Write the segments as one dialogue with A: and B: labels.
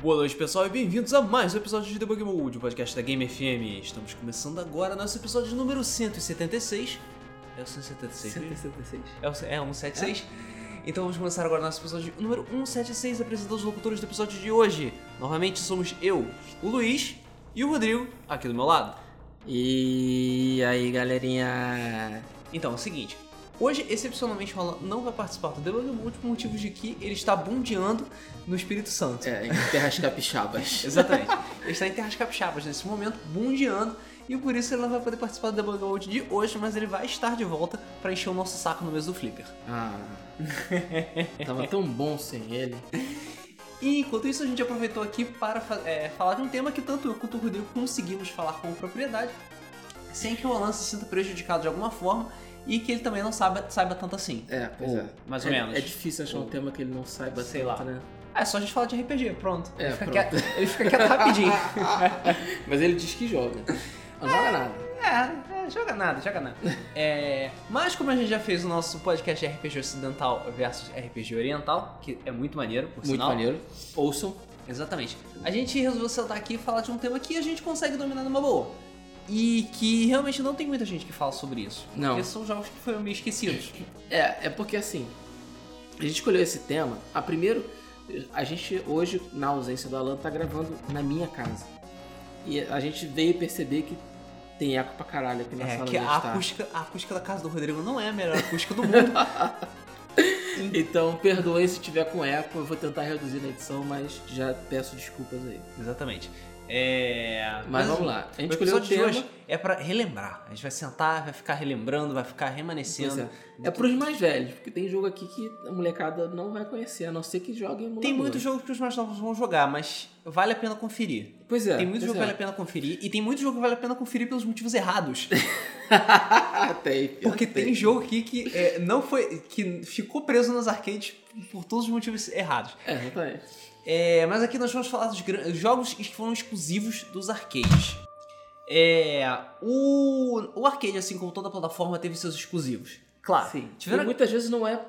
A: Boa noite, pessoal, e bem-vindos a mais um episódio de Debug Mode, o podcast da Game FM. Estamos começando agora nosso episódio número 176. É o 176 mesmo?
B: 176.
A: É, o, é 176. Então vamos começar agora nosso episódio número 176, apresentando os locutores do episódio de hoje. Novamente somos eu, o Luiz e o Rodrigo, aqui do meu lado.
B: E aí, galerinha?
A: Então, é o seguinte. Hoje, excepcionalmente falando, não vai participar do Debug Mode por motivos de que ele está bundeando no Espírito Santo.
B: É, em terras capixabas.
A: Exatamente. Ele está em terras capixabas nesse momento, bundeando, e por isso ele não vai poder participar do Debug Mode de hoje, mas ele vai estar de volta para encher o nosso saco no mês do Flipper.
B: Ah, tava tão bom sem ele.
A: E enquanto isso, a gente aproveitou aqui para fa- é, falar de um tema que tanto eu quanto o Rodrigo conseguimos falar com propriedade, sem que o Alan se sinta prejudicado de alguma forma e que ele também não saiba, saiba tanto assim.
B: É, pois
A: Ou,
B: é.
A: mais ou
B: É-
A: menos.
B: É difícil achar um tema que ele não saiba
A: Sei
B: tanto,
A: lá.
B: né?
A: Ah, é só a gente falar de RPG, pronto.
B: É,
A: ele, fica
B: pronto.
A: Quieto, ele fica quieto rapidinho.
B: Mas ele diz que joga. Não joga nada.
A: É, é, joga nada, joga nada. É, mas como a gente já fez o nosso podcast RPG Ocidental versus RPG Oriental, que é muito maneiro, por
B: Muito
A: sinal.
B: maneiro. Ouçam.
A: Exatamente. A gente resolveu sentar aqui e falar de um tema que a gente consegue dominar numa boa. E que realmente não tem muita gente que fala sobre isso.
B: Não.
A: Porque são jogos que foram meio esquecidos.
B: É, é porque assim, a gente escolheu esse tema. A primeiro, a gente hoje, na ausência do Alan, tá gravando na minha casa. E a gente veio perceber que tem eco pra caralho aqui na
A: É,
B: sala
A: que
B: onde
A: a
B: gente tá.
A: acústica, a acústica da casa do Rodrigo não é a melhor acústica do mundo.
B: Então, perdoem se tiver com eco, eu vou tentar reduzir na edição, mas já peço desculpas aí.
A: Exatamente. É...
B: Mas, vamos lá. A gente
A: o
B: escolheu o
A: episódio de
B: tema.
A: hoje é pra relembrar. A gente vai sentar, vai ficar relembrando, vai ficar
B: Pois
A: remanescendo.
B: é. é pros mais velhos, porque tem jogo aqui que a molecada não vai conhecer, a não ser que jogue em emulador.
A: Tem muitos jogos que os mais novos vão jogar, mas vale a pena conferir.
B: Pois é.
A: tem muito
B: pois
A: jogo que
B: é.
A: vale a pena conferir, e tem muito jogo que vale a pena conferir pelos motivos errados.
B: tem, pior
A: Porque
B: que
A: tem jogo aqui que é, não foi. que ficou preso nas arcades por todos os motivos errados.
B: É, exatamente.
A: É, mas aqui nós vamos falar dos gran- jogos que foram exclusivos dos arcades. É, o, o arcade, assim como toda plataforma, teve seus exclusivos. Claro.
B: Sim. E
A: Tiveram...
B: muitas vezes não é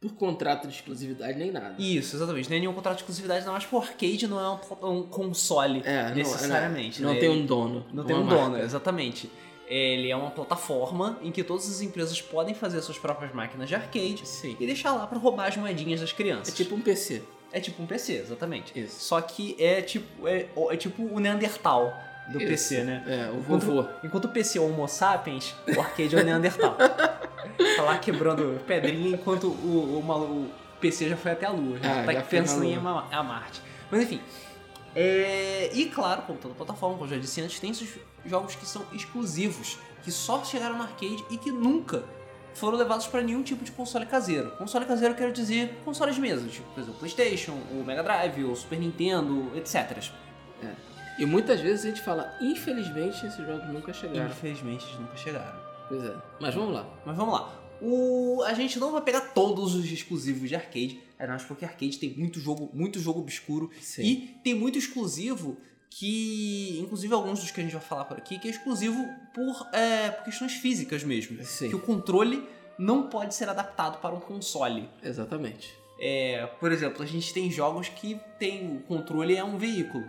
B: por contrato de exclusividade nem nada.
A: Isso, exatamente. Não é nenhum contrato de exclusividade, não, mas o arcade não é um, pla- um console
B: É, não-
A: necessariamente.
B: Não,
A: né?
B: tem um dono. né?
A: Não tem
B: uma
A: um
B: marca.
A: dono, exatamente. Ele é uma plataforma em que todas as empresas podem fazer suas próprias máquinas de arcade
B: Sim.
A: e deixar lá pra roubar as moedinhas das
B: É
A: crianças.
B: tipo um PC.
A: é tipo um PC, exatamente.
B: Isso.
A: Só que é tipo é, é tipo o Neandertal do
B: Isso.
A: PC, né?
B: É, o vovô.
A: Enquanto o PC é o Homo sapiens, o arcade é o Neandertal. tá lá quebrando pedrinha enquanto o, o, malu- o PC já foi até a lua, já tá
B: Ah, já foi na
A: pensando em
B: lua.
A: ama- a Marte. Mas enfim. é, E claro, como toda plataforma, como eu já disse antes, tem esses jogos que são exclusivos, que só chegaram no arcade e que nunca foram levados para nenhum tipo de console caseiro. Console caseiro eu quero dizer console de mesa, tipo, por exemplo, PlayStation, o Mega Drive, o Super Nintendo, etc.
B: E muitas vezes a gente fala, infelizmente, esses jogos nunca chegaram.
A: Infelizmente, eles nunca chegaram.
B: Pois é. Mas vamos lá.
A: Mas vamos lá. O... A gente não vai pegar todos os exclusivos de arcade, acho porque arcade tem muito jogo, muito jogo obscuro
B: Sim.
A: e tem muito exclusivo que, inclusive alguns dos que a gente vai falar por aqui, que é exclusivo por, é, por questões físicas mesmo,
B: Sim.
A: que o controle não pode ser adaptado para um console.
B: Exatamente.
A: É, por exemplo, a gente tem jogos que tem o controle é um veículo.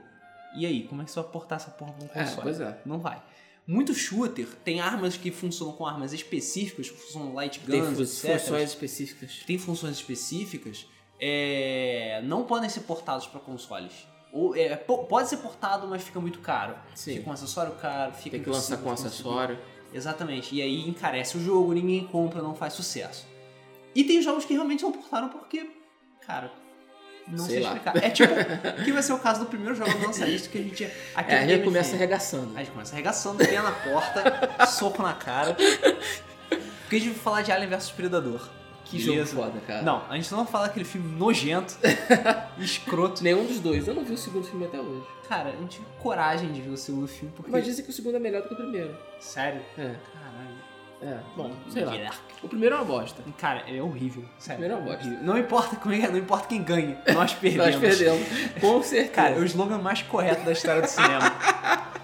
A: E aí, como é que você vai portar essa porra para um
B: É,
A: console?
B: pois é.
A: Não vai. Muito shooter tem armas que funcionam com armas específicas, que funcionam light
B: Tem
A: guns,
B: fu-
A: etc.
B: funções específicas.
A: Tem funções específicas, é, não podem ser portados para consoles. Ou é, po- pode ser portado, mas fica muito caro.
B: Sim.
A: Fica um acessório caro, fica
B: Tem que lançar
A: impossível
B: com
A: de conseguir.
B: acessório.
A: Exatamente. E aí encarece o jogo, ninguém compra, não faz sucesso. E tem jogos que realmente não portaram porque, cara, não sei,
B: Sei lá.
A: explicar. É tipo, que vai ser o caso do primeiro jogo da nossa lista que assim, a gente aqui no
B: É, a
A: Game
B: gente começa
A: FM.
B: arregaçando.
A: A gente começa arregaçando, pé na porta, soco na cara. Porque a gente vai falar de Alien vs Predador.
B: Que jogo
A: Beleza.
B: foda, cara.
A: Não, a gente não vai falar aquele filme nojento, escroto.
B: Nenhum dos dois. Eu não vi o segundo filme até hoje.
A: Cara, eu não tive coragem de ver o segundo filme, porque.
B: Mas dizem que o segundo é melhor do que o primeiro.
A: Sério?
B: É,
A: Caralho.
B: é. Bom, sei lá.
A: Yeah.
B: O primeiro é uma bosta.
A: Cara, ele é horrível. Sério.
B: Primeiro é uma bosta.
A: Horrível. Não importa como é, que é, não importa quem ganha. Nós perdemos.
B: Nós perdemos. Com certeza.
A: Cara, é o slogan mais correto da história do cinema.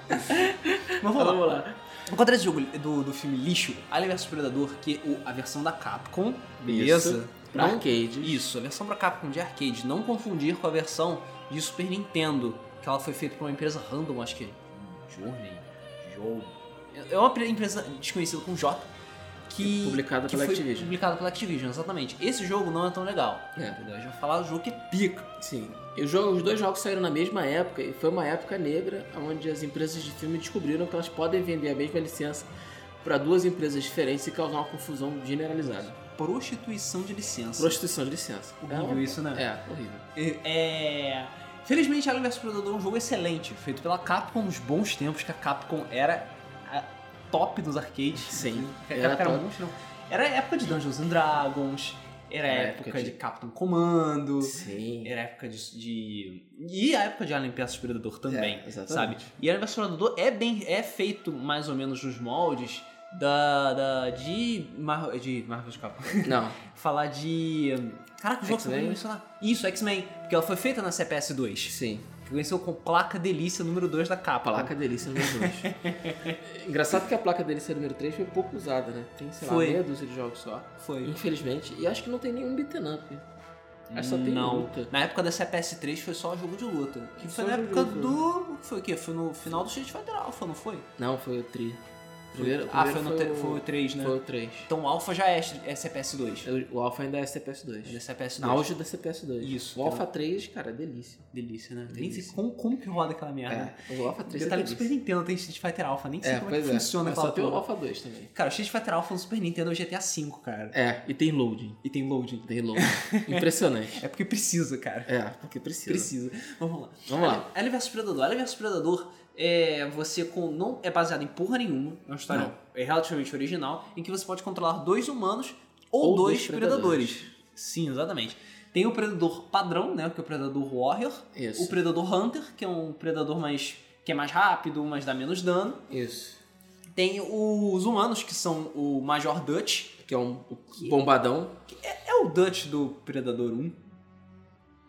A: Mas
B: Então,
A: vamos lá.
B: vamos lá.
A: Ao contrário desse jogo do, do filme lixo, Alien vs Predador, que o- a versão da Capcom, beleza?
B: Pra
A: Não-
B: arcade.
A: Isso, a versão pra Capcom de arcade, não confundir com a versão de Super Nintendo, que ela foi feita por uma empresa random, acho que é Journey, Joe. É uma pre- empresa desconhecida com J, que,
B: Publicada
A: que
B: pela
A: foi
B: Activision.
A: publicada pela Activision, exatamente. Esse jogo não é tão legal.
B: É.
A: Entendeu? Eu já vou falar do jogo que é pica.
B: Sim. E os jo- os dois jogos saíram na mesma época e foi uma época negra onde as empresas de filme descobriram que elas podem vender a mesma licença para duas empresas diferentes e causar uma confusão generalizada.
A: Prostituição de licença.
B: Prostituição de licença.
A: Horrível
B: é,
A: isso, né?
B: É, horrível.
A: É. Felizmente, Alien vs Predador é um jogo excelente, feito pela Capcom nos bons tempos, que a Capcom era a top dos arcades.
B: Sim,
A: Era,
B: era
A: era,
B: top.
A: monstro, não. era a época de Dungeons and Dragons, era a
B: Era a
A: época,
B: época
A: de...
B: de-
A: Captain Commando,
B: Sim.
A: era a época de, de- E a época de Alien vs Predador também,
B: É, exatamente.
A: sabe? E Alien vs Predador é, bem, é feito mais ou menos nos moldes da, da- de, Mar... de Marvel Capcom
B: Não.
A: falar de. Caraca, o jogo foi
B: X-Men?
A: mencionar. Isso, X-Men, porque ela foi feita na CPS 2,
B: Sim.
A: que venceu com placa delícia número 2 da capa.
B: Placa delícia número 2. Engraçado que a placa delícia número 3 foi pouco usada, né? Tem, sei lá,
A: Foi.
B: meia dúzia de jogos só.
A: foi.
B: Infelizmente. E acho que não tem nenhum beaten up. Acho que É, só tem
A: Não.
B: luta.
A: Na época da CPS 3 foi só jogo de luta. Que foi
B: Só
A: na
B: jogo de
A: época
B: luta. né?
A: do. Foi o quê? Foi no final do Street Fighter Alpha, não foi?
B: Não, foi o tri.
A: ah, foi, no tre-
B: o-
A: foi o 3, né?
B: Foi o 3.
A: Então o Alpha já é, é CPS 2.
B: O Alpha ainda é CPS 2.
A: Da CPS 2.
B: Na auge da CPS 2.
A: Isso.
B: O Alpha 3, cara, é delícia.
A: Delícia, né? Nem sei
B: Delícia.
A: como, como que roda aquela merda.
B: É, O Alpha 3 é
A: Detalhe do Super
B: delícia.
A: Nintendo tem Street Fighter Alpha, nem sei
B: É,
A: como é que
B: pois é.
A: funciona
B: Mas
A: aquela
B: só tem o
A: porra.
B: Alpha 2 também.
A: Cara, o Street Fighter Alpha no Super Nintendo é o GTA V, cara.
B: É, e tem loading.
A: E tem loading.
B: Tem loading. Impressionante.
A: É porque precisa, cara.
B: É, porque precisa.
A: Precisa. Vamos lá.
B: Vamos lá.
A: Alien vs Predador. Alien vs Predador é você com não é baseado em porra nenhuma, é uma história
B: Não.
A: é relativamente original em que você pode controlar dois humanos ou,
B: Ou
A: dois,
B: dois
A: predadores.
B: predadores.
A: Sim, exatamente. Tem o predador padrão, né, que é o predador warrior,
B: Isso.
A: o predador hunter, que é um predador mais que é mais rápido, mas dá menos dano.
B: Isso.
A: Tem os humanos que são o Major Dutch,
B: Que é um bombadão.
A: é o Dutch do Predador 1.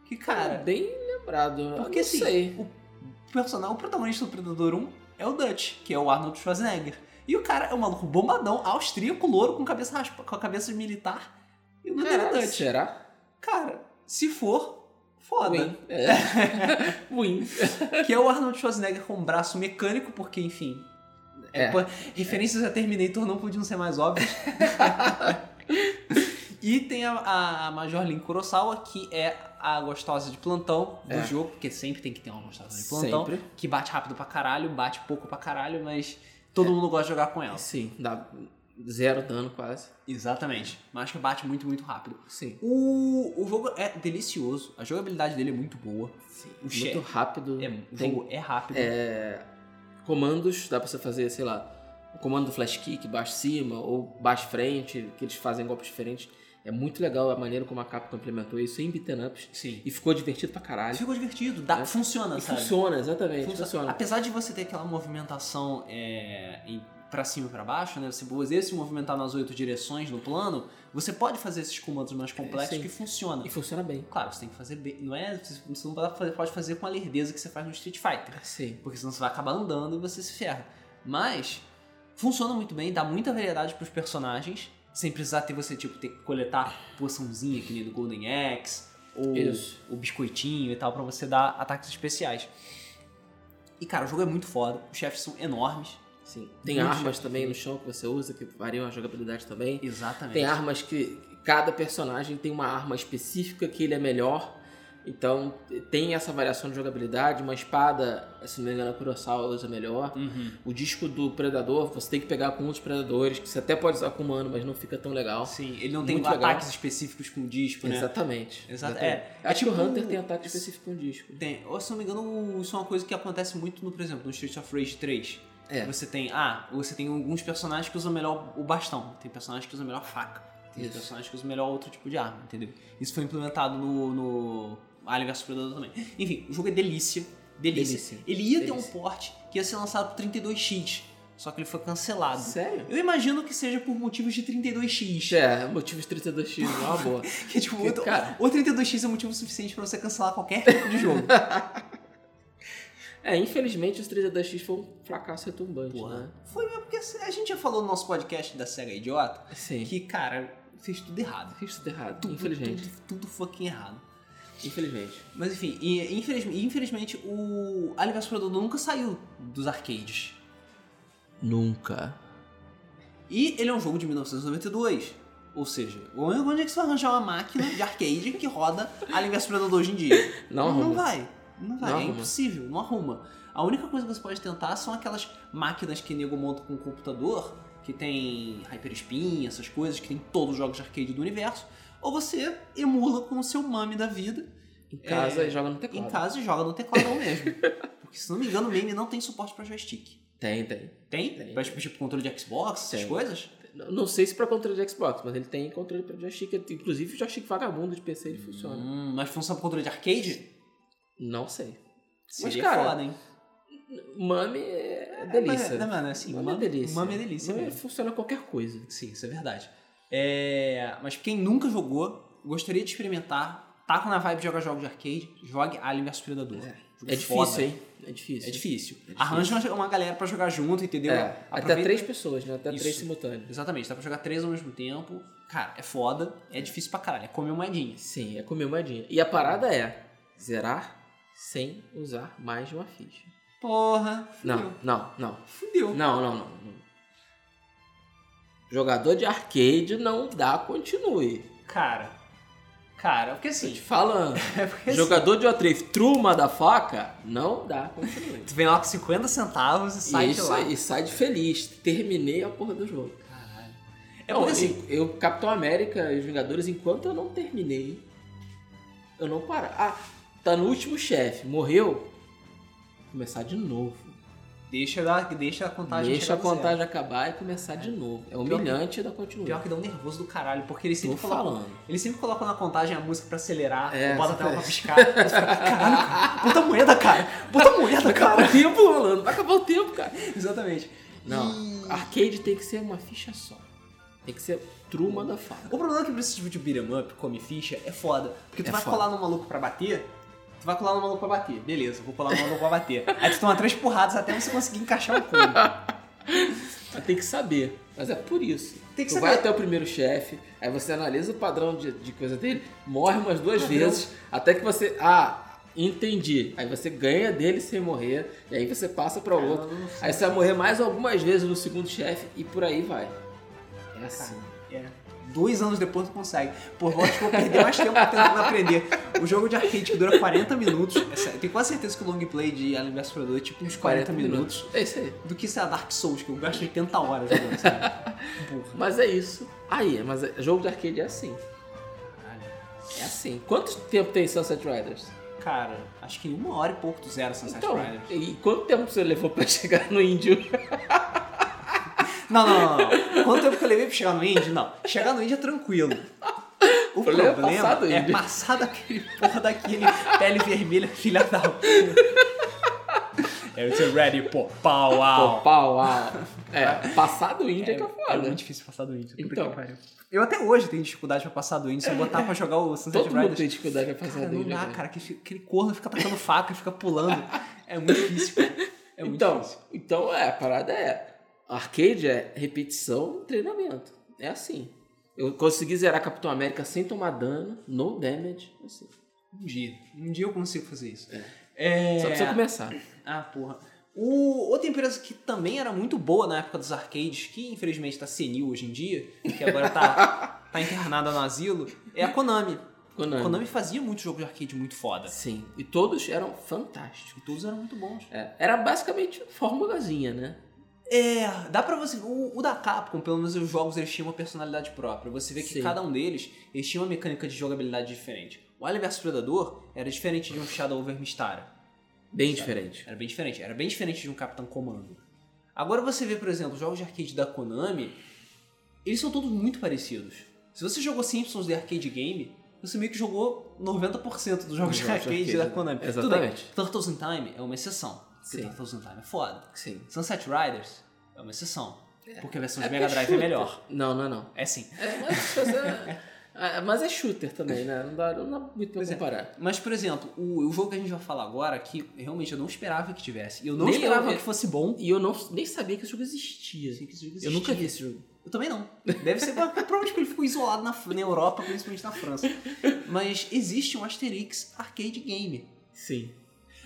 A: Que cara,
B: Tá bem lembrado.
A: Porque
B: É, eu não
A: assim,
B: sei.
A: o personagem, o protagonista do Predador 1 é o Dutch, que é o Arnold Schwarzenegger. E o cara é um maluco bombadão, austríaco, louro, com cabeça raspa, com a cabeça de militar. E o nome dele é
B: Caralho,
A: Dutch.
B: será?
A: Cara, se for, foda.
B: Win. É. Win.
A: Que é o Arnold Schwarzenegger com um braço mecânico, porque, enfim.
B: É.
A: pô, referências a Terminator não podiam ser mais óbvias. e tem a, a Major Lin Kurosawa, que é a gostosa de plantão do
B: É.
A: jogo, porque sempre tem que ter uma gostosa de plantão.
B: Sempre.
A: que bate rápido pra caralho, bate pouco pra caralho, mas todo
B: É.
A: mundo gosta de jogar com ela.
B: Sim, dá zero dano quase.
A: Exatamente. Mas que bate muito, muito rápido.
B: Sim.
A: O, o jogo é delicioso, a jogabilidade dele é muito boa. O
B: Muito
A: chefe
B: rápido.
A: É, o
B: Tem
A: jogo é rápido.
B: é, comandos, dá pra você fazer, sei lá, o comando do flash kick, baixo cima ou baixo frente, que eles fazem golpes diferentes. É muito legal a maneira como a Capcom implementou isso em beaten ups.
A: Sim.
B: E ficou divertido pra caralho.
A: Ficou divertido, dá,
B: É.
A: funciona,
B: E
A: sabe?
B: funciona, exatamente,
A: Funciona.
B: É, funciona.
A: Apesar de você ter aquela movimentação é, em- pra cima e pra baixo, né? Você poder se movimentar nas oito direções no plano, você pode fazer esses comandos mais complexos
B: sim.
A: que funcionam.
B: E funciona bem.
A: Claro, você tem que fazer bem. Não é. Você não pode fazer- pode fazer com a lerdeza que você faz no Street Fighter.
B: Sim.
A: porque senão você vai acabar andando e você se ferra. Mas funciona muito bem, dá muita variedade pros personagens, sem precisar ter você tipo ter que coletar poçãozinha que nem do Golden Axe ou
B: Isso.
A: o biscoitinho e tal pra você dar ataques especiais. E cara, o jogo é muito foda, os chefes são enormes.
B: Sim. Tem
A: Muito
B: armas
A: chefe.
B: também no chão que você usa, que variam a jogabilidade também.
A: Exatamente.
B: Tem armas que cada personagem tem uma arma específica que ele é melhor. Então tem essa variação de jogabilidade. Uma espada, se não me engano, a Kurosawa usa melhor.
A: Uhum.
B: O disco do Predador, você tem que pegar com outros predadores, que você até pode usar com humano, mas não fica tão legal.
A: Sim, ele não tem
B: Muito
A: ataques
B: legal.
A: específicos com disco, né?
B: Exatamente.
A: Exato,
B: Exatamente.
A: é.
B: Acho
A: É
B: que
A: tipo
B: o Hunter tem
A: um-
B: ataque específico com disco.
A: Tem, ou se não me engano, isso é uma coisa que acontece muito, no, por exemplo, no Street of Rage 3.
B: É.
A: Você tem, ah, você tem alguns personagens que usam melhor o bastão, tem personagens que usam melhor a faca, tem
B: Isso.
A: personagens que usam melhor outro tipo de arma, entendeu? Isso foi implementado no, no Alien vs Predador também. Enfim, o jogo é delícia, delícia.
B: Delícia.
A: Ele ia ter um
B: Delícia.
A: porte que ia ser lançado pro 32X, só que ele foi cancelado.
B: Sério?
A: Eu imagino que seja por motivos de 32X.
B: É, motivos 32x, é uma boa.
A: Que, tipo, outro-
B: Cara.
A: o 32X é motivo suficiente pra você cancelar qualquer tipo de jogo.
B: É, infelizmente os 3D2X foi um fracasso retumbante,
A: Porra.
B: né?
A: Foi mesmo porque a gente já falou no nosso podcast da SEGA Idiota
B: Sim.
A: que, cara, fez tudo errado.
B: Fiz tudo errado,
A: Tudo,
B: infelizmente.
A: Tudo, tudo fucking errado.
B: Infelizmente.
A: Mas enfim, e, infelizmente, infelizmente o Alien vs Predador nunca saiu dos arcades.
B: Nunca.
A: E ele é um jogo de 1992. Ou seja, onde é que você vai arranjar uma máquina de arcade que roda Alien vs Predador hoje em dia?
B: Não arruma.
A: vai. Não vai.
B: Não
A: é
B: arruma.
A: impossível. Não arruma. A única coisa que você pode tentar são aquelas máquinas que nego monta com o computador, que tem Hyperspin, essas coisas, que tem todos os jogos de arcade do universo. Ou você emula com o seu mame da vida
B: Em casa
A: É,
B: e joga no
A: em
B: teclado.
A: casa e joga no tecladão mesmo. Porque se não me engano, o meme não tem suporte pra joystick.
B: Tem, tem.
A: Tem?
B: Tem.
A: Pra, tipo, controle de Xbox, essas
B: Tem.
A: coisas?
B: N- Não sei se pra controle de Xbox, mas ele tem controle pra joystick. Inclusive o joystick vagabundo de PC ele funciona.
A: Hum, mas funciona pro controle de arcade?
B: Não sei.
A: Seria
B: cara,
A: foda, hein?
B: Mame é delícia.
A: Mas, mano, assim,
B: Mame é delícia.
A: Mame é delícia
B: Mame
A: mesmo.
B: funciona qualquer coisa.
A: Sim, isso é verdade. É, mas quem nunca jogou, gostaria de experimentar, tá na vibe de jogar jogos de arcade, jogue Alien vs Predador. Jogo foda.
B: É difícil, hein? É difícil.
A: É difícil.
B: difícil.
A: Arranja uma, uma galera pra jogar junto, entendeu?
B: É, até
A: Aproveita-
B: três pessoas, né? Até três
A: Isso.
B: simultâneos.
A: Exatamente, dá pra jogar três ao mesmo tempo. Cara, é foda, é difícil pra caralho, é comer moedinha.
B: Sim, é comer moedinha. E a parada é zerar sem usar mais de uma ficha.
A: Porra, fudeu.
B: Não, não, não.
A: Fudeu.
B: Não, não, não. não. Jogador de arcade não dá continue.
A: Cara, cara, porque
B: Tô te
A: assim,
B: falando.
A: é porque assim,
B: Jogador de Otrif, truma da faca, não dá continue.
A: tu vem lá com 50 centavos e sai
B: e,
A: de lá.
B: sai, e sai de feliz. Terminei a porra do jogo.
A: Caralho. É
B: Não,
A: porque assim,
B: eu- eu, Capitão América e os Vingadores, enquanto eu não terminei, eu não parar. Ah, tá no último chefe, morreu. Começar de novo.
A: deixa, da, deixa a contagem
B: Deixa
A: chegar
B: a
A: no
B: contagem
A: zero.
B: acabar e começar de novo. É
A: Pior
B: humilhante da
A: Pior
B: continuidade.
A: que dá um nervoso do caralho, porque eles
B: Tô
A: sempre colocam.
B: falando.
A: Eles sempre colocam na contagem a música pra acelerar,
B: É,
A: ou bota a tela pra
B: exatamente.
A: piscar. Aí você fala, Caralho, cara, bota a moeda, cara! Bota a moeda,
B: Acabou
A: cara!
B: o tempo, Rolando. Vai acabar o tempo, cara.
A: Exatamente.
B: Não,
A: E-
B: arcade tem que ser uma ficha só. Tem que ser truma da faca.
A: O problema é que pra esse tipo de beat'em up, come ficha, é foda. Porque tu
B: É
A: vai
B: foda.
A: colar no maluco pra bater, tu vai colar no maluco pra bater. Beleza, vou colar no maluco pra bater. Aí tu toma três porradas até você conseguir encaixar o combo.
B: Mas tem que saber. Mas é por isso.
A: Tem que
B: tu
A: saber.
B: vai até o primeiro chefe, aí você analisa o padrão de, de coisa dele, morre umas duas
A: Padrão.
B: vezes, até que você. Ah, entendi. Aí você ganha dele sem morrer, e aí você passa pra outro.
A: Cara, eu não sei.
B: Aí você vai morrer mais algumas vezes no segundo chefe e por aí vai. É assim.
A: É. Dois anos depois tu consegue. Por lógico que eu vou perder mais tempo tentando aprender. O jogo de arcade que dura 40 minutos. é sério, Eu tenho quase certeza que o long play de Alien vs Predador é tipo uns 40 minutos.
B: É isso aí.
A: Do que, sei lá, Dark Souls, que eu gasto 80 horas jogando, sabe? Porra.
B: Mas é isso. Aí, mas é- jogo de arcade é assim.
A: Caralho.
B: É assim. Quanto tempo tem Sunset Riders?
A: Cara, acho que em uma hora e pouco tu zera Sunset
B: Então,
A: Riders.
B: e quanto tempo você levou pra chegar no índio?
A: Não, não, não, não. Quanto tempo que eu levei pra chegar no Indy? Não. Chegar no Indy é tranquilo. O
B: Problema é
A: problema é
B: passar
A: passar,
B: do Indy.
A: daquele porra daquele pele vermelha, filha da puta. Eu disse, ready, pô, pau,
B: Pô,
A: uau.
B: pau, uau. É, passar do índio é, que é
A: É
B: foda.
A: muito difícil passar do Indy. puta
B: Então.
A: que pariu. Eu até hoje tenho dificuldade pra passar do Indy. Se eu botar pra jogar o Sunset
B: Todo mundo
A: Riders...
B: tem dificuldade pra passar
A: Cara,
B: do
A: não
B: índio.
A: dá,
B: né?
A: cara. Que, fi- aquele corno fica tacando faca, fica pulando. É muito difícil, cara. É muito
B: então,
A: difícil.
B: então, é, a parada é... Arcade é repetição e treinamento. É assim. Eu consegui zerar Capitão América sem tomar dano, no damage, assim.
A: Um dia. Um dia eu consigo fazer isso.
B: Só
A: É...
B: precisa começar.
A: Ah, porra. O, outra empresa que também era muito boa na época dos arcades, que infelizmente tá senil hoje em dia, que agora tá, tá internada no asilo, é a Konami. A
B: Konami.
A: Konami fazia muito jogo de arcade muito foda.
B: Sim. E todos eram fantásticos.
A: E todos eram muito bons.
B: É, era basicamente formulazinha, né?
A: É, dá pra você. O, o da Capcom, pelo menos os jogos, eles tinham uma personalidade própria. Você vê que
B: Sim.
A: cada um deles, eles tinham uma mecânica de jogabilidade diferente. O Alien vs Predador era diferente de um Shadow over Mistara.
B: Bem diferente.
A: Era bem diferente. Era bem diferente de um Capitão Comando. Agora você vê, por exemplo, os jogos de arcade da Konami, eles são todos muito parecidos. Se você jogou Simpsons de arcade game, você meio que jogou 90% dos jogos de
B: jogos de
A: arcade,
B: arcade,
A: da
B: né?
A: Konami.
B: Exatamente.
A: Tudo bem, Turtles in Time é uma exceção. Porque
B: Sim.
A: Turtles in Time é foda.
B: Sim.
A: Sunset Riders é uma exceção. Porque a versão de
B: É
A: Mega
B: porque
A: Drive é
B: shooter.
A: melhor.
B: Não, não, não.
A: É sim.
B: É, mas se você- Ah, mas é shooter também, né? Não dá, não dá muito pra
A: Pois é.
B: comparar.
A: Mas, por exemplo, o, o jogo que a gente vai falar agora, que realmente eu não esperava que tivesse. E eu não
B: Nem eu,
A: esperava
B: né?
A: que fosse bom.
B: E eu não, nem sabia que esse jogo existia.
A: Assim, que esse jogo
B: Eu nunca
A: existia.
B: vi esse jogo.
A: Eu também não. Deve ser pra- provavelmente porque ele ficou isolado na, na Europa, principalmente na França. Mas existe um Asterix Arcade Game.
B: Sim.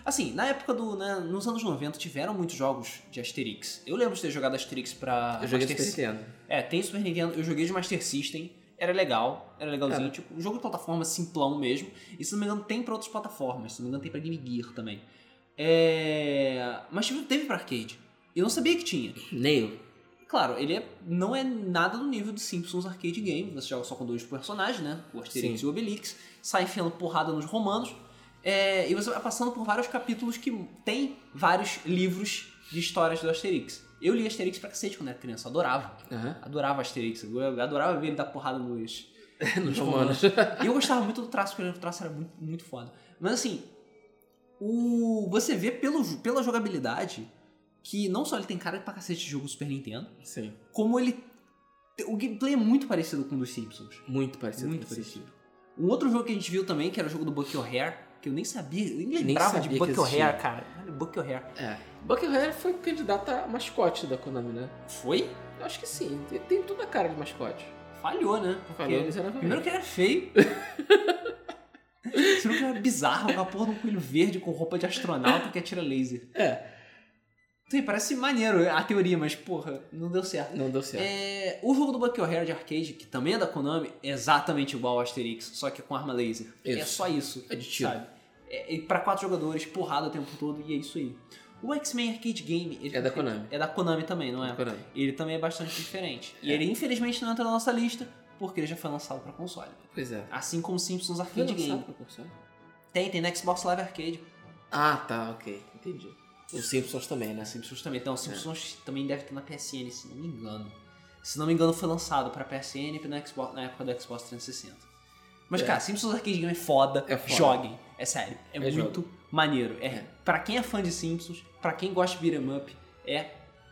A: Assim, na época do. né, nos anos 90 tiveram muitos jogos de Asterix. Eu lembro de ter jogado Asterix pra.
B: Eu joguei
A: Master
B: Super
A: System.
B: Nintendo.
A: É, tem Super Nintendo, eu joguei de Master System. Era legal, era legalzinho.
B: Era.
A: Tipo, um jogo de plataforma simplão mesmo. E se não me engano, tem pra outras plataformas. Se não me engano, tem pra Game Gear também. É... Mas teve, teve pra arcade. Eu não sabia que tinha.
B: Nail.
A: Claro, ele é- não é nada do nível do Simpsons Arcade Game. Você joga só com dois personagens, né? O Asterix
B: Sim.
A: e o Obelix. Sai enfiando porrada nos romanos. É, e você vai passando por vários capítulos que tem vários livros de histórias do Asterix. Eu li Asterix pra cacete quando era criança, eu adorava.
B: Aham.
A: Adorava Asterix, eu adorava ver ele dar porrada nos,
B: Nos
A: nos
B: romanos.
A: romanos. E eu gostava muito do traço, porque o traço era muito, muito foda. Mas assim, o você vê pelo, jo- pela jogabilidade que não só ele tem cara pra cacete de jogo do Super Nintendo,
B: Sim.
A: como ele. O gameplay é muito parecido com o dos Simpsons.
B: Muito parecido.
A: muito
B: com esse.
A: parecido. Um outro jogo que a gente viu também, que era o jogo do Bucky O'Hare, que eu nem sabia, eu nem
B: Nem
A: lembrava
B: sabia
A: de
B: que
A: Bucky
B: existia.
A: O'Hare, cara. Olha, Bucky O'Hare.
B: É. Bucky O'Hare foi candidata a mascote da Konami, né?
A: Foi?
B: Eu acho que sim. Ele tem toda a cara de mascote.
A: Falhou, né? Porque-
B: Falou miseravelmente.
A: Primeiro que era feio. Segundo que era bizarro, uma porra de um coelho verde com roupa de astronauta que atira laser.
B: É.
A: Sim, parece maneiro a teoria, mas porra, não deu certo.
B: Não deu certo.
A: É, o jogo do Bucky O'Hare de arcade, que também é da Konami, é exatamente igual ao Asterix, só que com arma laser. É
B: Isso.
A: só isso.
B: É de tiro.
A: Sabe? É, é pra quatro jogadores, porrada o tempo todo, e é isso aí. O X-Men Arcade Game... Ele
B: É da Konami.
A: É da Konami também, não é?
B: Konami.
A: Ele também é bastante diferente. E
B: É.
A: ele, infelizmente, não entra na nossa lista, porque ele já foi lançado pra console.
B: Pois é.
A: Assim como Simpsons
B: Foi
A: Arcade
B: lançado
A: Game.
B: pra console?
A: Tem, tem na Xbox Live Arcade.
B: Ah, tá, ok. Entendi. Os Simpsons também, né?
A: A Simpsons também. Então, o Simpsons também deve ter na PSN, se não me engano. Se não me engano, foi lançado pra PSN e na, Xbox, na época do Xbox 360. Mas,
B: É.
A: cara, Simpsons Arcade Game é foda.
B: É foda.
A: Joguem. É sério. É,
B: É
A: muito maneiro. É,
B: É.
A: Pra quem é fã de Simpsons, pra quem gosta de beat'em up, é,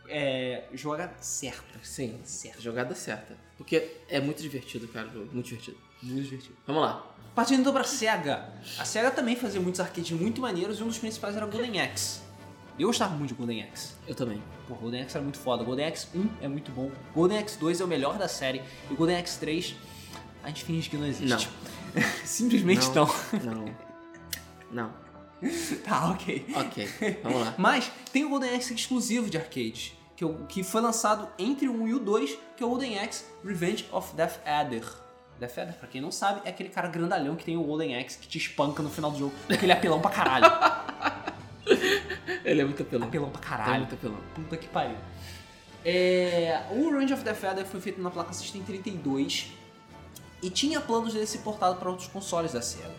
A: é joga certa.
B: Sim.
A: Certo.
B: Jogada certa. Porque é muito divertido, cara. o jogo. Muito divertido.
A: Muito divertido.
B: Vamos lá.
A: Partindo então pra SEGA. A SEGA também fazia muitos arcades muito maneiros e um dos principais era o Golden Axe. Eu gostava muito de Golden Axe.
B: Eu também.
A: Pô, Golden Axe era muito foda. Golden Axe 1 é muito bom. Golden Axe 2 é o melhor da série. E o Golden Axe 3, a gente finge que não existe. Simplesmente não.
B: Não. Não. Não.
A: tá, ok.
B: Ok. Vamos lá.
A: Mas tem o Golden Axe exclusivo de arcade, que, é o- que foi lançado entre o 1 e o 2, que é o Golden Axe Revenge of Death Adder. Death Adder, pra quem não sabe, é aquele cara grandalhão que tem o Golden Axe que te espanca no final do jogo, porque ele é apelão pra caralho.
B: Ele é muito apelão.
A: apelão pra
B: Ele é
A: caralho.
B: muito apelão.
A: Puta que pariu. É, o Range of the Feather foi feito na placa System 32 e tinha planos dele ser portado para outros consoles da SEGA.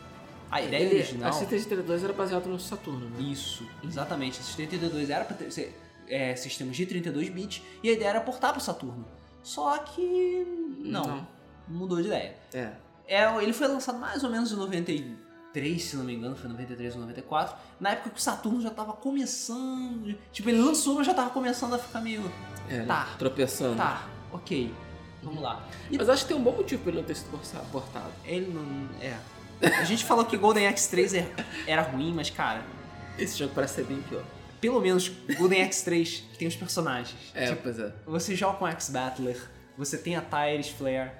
A: A ideia
B: É, Ele, assim,
A: original.
B: A C332 era baseado no Saturno, né?
A: Isso, exatamente. A System 32 era para ser é, sistemas de 32 bits e a ideia era portar para Saturno. Só que. Não, mudou de ideia.
B: É.
A: É, ele foi lançado mais ou menos em 93, se não me engano, foi 93 ou 94, na época que o Saturno já tava começando. Tipo, ele lançou, mas já tava começando a ficar meio.
B: É, né?
A: Tá.
B: Tropeçando.
A: Tá, ok. Vamos lá. E
B: Mas acho que tem um bom motivo pra ele não ter sido força- portado.
A: ele não. É. A gente falou que Golden Axe 3 é- era ruim, mas cara,
B: Esse jogo parece ser bem pior.
A: pelo menos Golden Axe 3 tem os personagens.
B: É,
A: Tipo,
B: pois é.
A: você joga com Axe Battler, você tem a Tyrus Flare,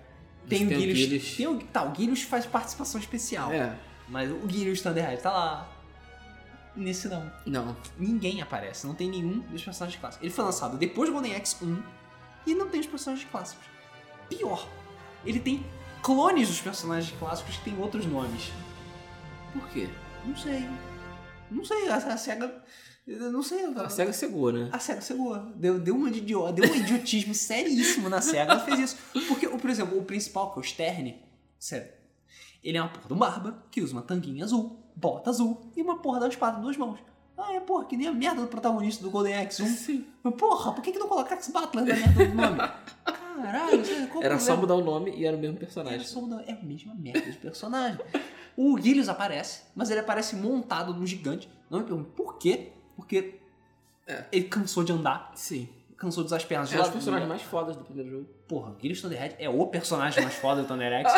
A: tem o
B: Tem o
A: Guilhos.
B: Gillius.
A: Tem o, tá, o Guilhos faz participação especial.
B: É.
A: Mas o Guilhos Thunderhead tá lá. Nesse não.
B: Não.
A: Ninguém aparece, não tem nenhum dos personagens clássicos. Ele foi lançado depois do Golden Axe 1 e não tem os personagens clássicos. Pior, ele tem clones dos personagens clássicos que tem outros nomes.
B: Por quê?
A: Não sei. Não sei, a, a SEGA. eu Não sei.
B: A SEGA cegou, né?
A: A SEGA cegou. Deu, deu, uma idiota, deu um idiotismo seríssimo na SEGA. Ela fez isso. Porque, o- por exemplo, o principal, que é o Stern, sério, ele é uma porra de um barba que usa uma tanguinha azul, bota azul e uma porra da espada em duas mãos. Ah, é porra, que nem a merda do protagonista do Golden Axe 1.
B: Sim.
A: Mas, Porra, por que, que não colocar Axe Butler na merda do nome? Caralho, é sabe, qual o
B: Era só
A: problema?
B: mudar o nome e era o mesmo
A: Era
B: personagem.
A: só mudar. É a mesma merda de personagem. o Gillius aparece, mas ele aparece montado num gigante. Não me pergunte por quê, porque
B: É.
A: ele cansou de andar
B: Sim.
A: cansou de usar as pernas de
B: É um dos
A: lado.
B: personagens mais fodas do primeiro jogo.
A: Porra, Guilherme Thunderhead é o personagem mais foda do Thunder X.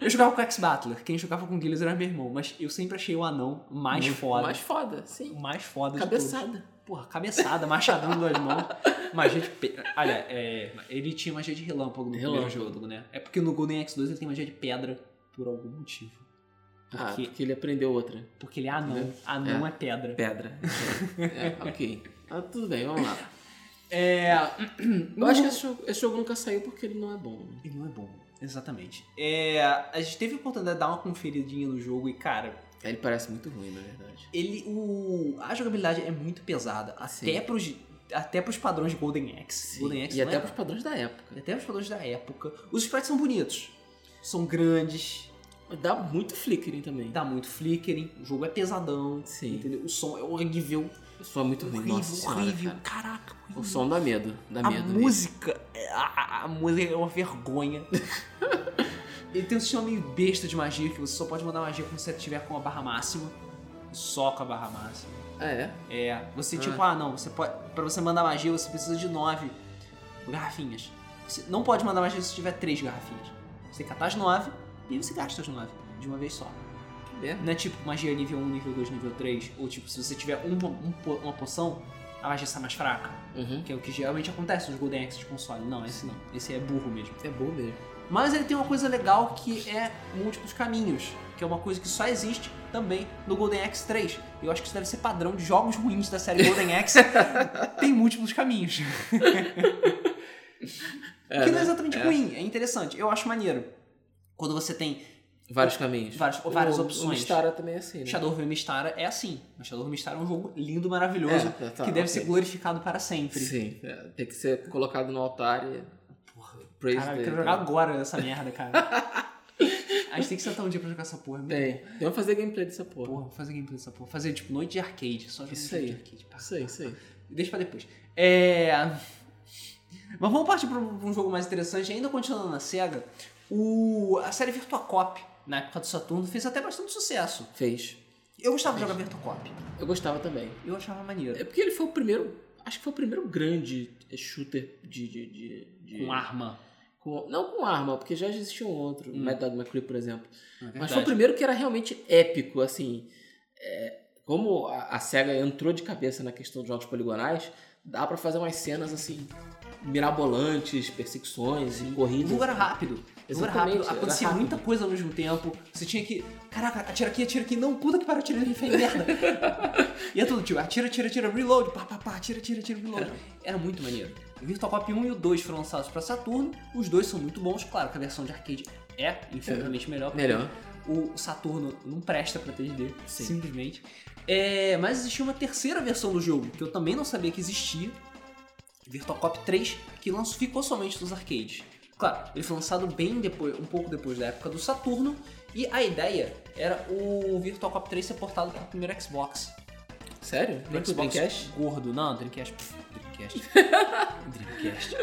A: Eu jogava com o X-Battler, quem jogava com o Gilles era meu irmão, mas eu sempre achei o anão mais
B: Muito
A: foda.
B: Mais foda,
A: O
B: sim.
A: mais foda de todos.
B: Cabeçada.
A: Porra, cabeçada, machadão em duas mãos. Magia de. Pe... Olha, é, ele tinha magia de relâmpago no primeiro
B: Relâmpago.
A: jogo, né? É porque no Golden X2 ele tem magia de pedra por algum motivo.
B: Ah,
A: Porque-
B: porque ele aprendeu outra.
A: Porque ele é anão. Anão é, pedra.
B: Pedra. É, ok. Ah, tudo bem, vamos lá.
A: É.
B: Eu acho que esse jogo, esse jogo nunca saiu porque ele não é bom. né?
A: Ele não é bom. Exatamente. É, a gente teve a oportunidade de dar uma conferidinha no jogo e, cara,
B: É, Ele parece muito ruim, na verdade.
A: ele. O, a jogabilidade é muito pesada. Até
B: Sim.
A: pros, até pros padrões de Golden Axe. Golden Axe
B: e
A: não
B: até
A: é
B: pros padrões da
A: E
B: época.
A: até os padrões da época. Os sprites são bonitos. São grandes,
B: Dá muito flickering também.
A: dá muito flickering, o jogo é pesadão,
B: Sim.
A: entendeu? O som é horrível,
B: O som é muito ruim,
A: horrível,
B: nossa senhora,
A: horrível.
B: cara.
A: Caraca, horrível.
B: O som dá medo, dá
A: a
B: medo. mesmo.
A: música, é- a, a- a música é uma vergonha. Ele tem um sistema meio besta de magia, que você só pode mandar magia quando você tiver com a barra máxima. Só com a barra máxima.
B: Ah, é?
A: É, você
B: Ah.
A: tipo, ah não, você pode, pra você mandar magia você precisa de nove garrafinhas. Você não pode mandar magia se tiver três garrafinhas. Você catar as nove e você gasta as nove de uma vez só.
B: Que merda.
A: Não é tipo magia nível 1, nível 2, nível 3, ou tipo, se você tiver uma, um po- uma poção, a magia sai mais fraca.
B: Uhum.
A: Que é o que geralmente acontece nos Golden Axe de console. Não, esse não. Esse é burro mesmo.
B: É bom mesmo.
A: Mas ele tem uma coisa legal que é múltiplos caminhos, que é uma coisa que só existe também no Golden Axe 3. Eu acho que isso deve ser padrão de jogos ruins da série Golden Axe. tem múltiplos caminhos.
B: É,
A: que não
B: né?
A: é exatamente
B: É.
A: ruim, é interessante. Eu acho maneiro. Quando você tem
B: Vários caminhos.
A: várias, várias
B: O- O
A: opções.
B: Mistara também é assim, né?
A: Shadow of Mistara é assim. Mas Shadow of Mistara é um jogo lindo, maravilhoso,
B: É, tá,
A: que deve
B: ok.
A: ser glorificado para sempre.
B: Sim, é, tem que ser colocado no altar e.
A: Porra.
B: Praise
A: Caralho, eu
B: the-
A: quero jogar agora essa merda, cara. A gente tem que sentar um dia pra jogar essa porra. é muito
B: Tem. Vamos fazer gameplay dessa porra.
A: Porra, vou fazer gameplay dessa porra. Fazer tipo noite de arcade. Só jogo
B: Isso
A: de noite
B: aí.
A: de arcade. pá.
B: Isso aí, isso aí.
A: Deixa pra depois. É. Mas vamos partir pra um jogo mais interessante. Ainda continuando na SEGA, o... a série Virtua Cop, na época do Saturno, fez até bastante sucesso.
B: Fez.
A: Eu gostava de jogar Virtua Cop.
B: Eu gostava também.
A: Eu achava maneiro.
B: É porque ele foi o primeiro. Acho que foi o primeiro grande eh, shooter de. de, de, de-
A: Com arma.
B: com- não com arma, porque já existia um outro,
A: Hum.
B: Mad Dog McCree, por exemplo.
A: Não é
B: Mas
A: verdade.
B: foi o primeiro que era realmente épico, assim. é, como a, a SEGA entrou de cabeça na questão de jogos poligonais, dá pra fazer umas cenas assim mirabolantes, perseguições e
A: O
B: corridas.
A: jogo era rápido. O jogo era
B: Exatamente,
A: rápido.
B: era
A: Acontecia
B: rápido.
A: muita coisa ao mesmo tempo. Você tinha que. Caraca, atira aqui, atira aqui. Não, puta que pariu, atira ali, fez merda. e é tudo, tipo, atira, atira, atira, reload, pá, pá, pá, atira, atira, atira, reload. Era muito maneiro. O Virtual Cop 1 e o 2 foram lançados pra Saturno. Os dois são muito bons, claro que a versão de arcade é infinitamente melhor. porque
B: Melhor.
A: O Saturno não presta pra 3D,
B: Sim.
A: simplesmente. É, mas existia uma terceira versão do jogo, que eu também não sabia que existia. Virtual Cop 3, que lançou, ficou somente nos arcades. Claro, ele foi lançado bem depois, um pouco depois da época do Saturno, e a ideia era o Virtual Cop 3 ser portado para o primeiro Xbox.
B: Sério? Nem pro
A: Xbox
B: Dreamcast?
A: gordo, não, Dreamcast. pff, Dreamcast. Dreamcast.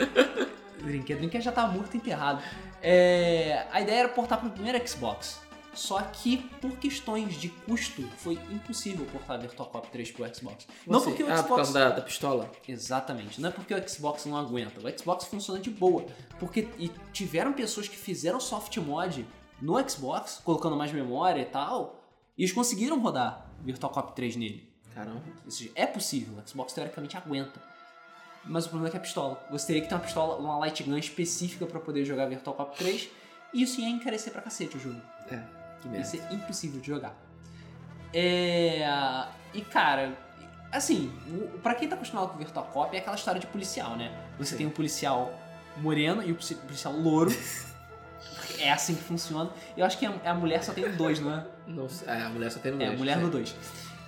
A: Dreamcast. Dreamcast já tá morto e enterrado. É, a ideia era portar para o primeiro Xbox. Só que, por questões de custo, foi impossível portar Virtual Cop 3 pro Xbox. Não
B: Você-
A: porque o
B: ah,
A: Xbox.
B: por causa da, da pistola?
A: Exatamente. Não é porque o Xbox não aguenta. O Xbox funciona de boa. Porque e tiveram pessoas que fizeram soft mod no Xbox, colocando mais memória e tal, e eles conseguiram rodar Virtual Cop 3 nele.
B: Caramba.
A: Ou seja, é possível. O Xbox teoricamente aguenta. Mas o problema é que é a pistola. Você teria que ter uma pistola, uma light gun específica pra poder jogar Virtual Cop 3. E isso ia encarecer pra cacete o jogo.
B: É, que
A: Ia
B: merda.
A: ser impossível de jogar. É... E cara, assim, o- pra quem tá acostumado com Virtual Cop é aquela história de policial, né? Você
B: Sim.
A: tem um policial moreno e o polici- policial louro. Porque É assim que funciona. Eu acho que a a mulher só tem dois, não é?
B: Não sei- é, a mulher só tem no
A: É,
B: Dreamcast,
A: mulher no
B: né?
A: 2.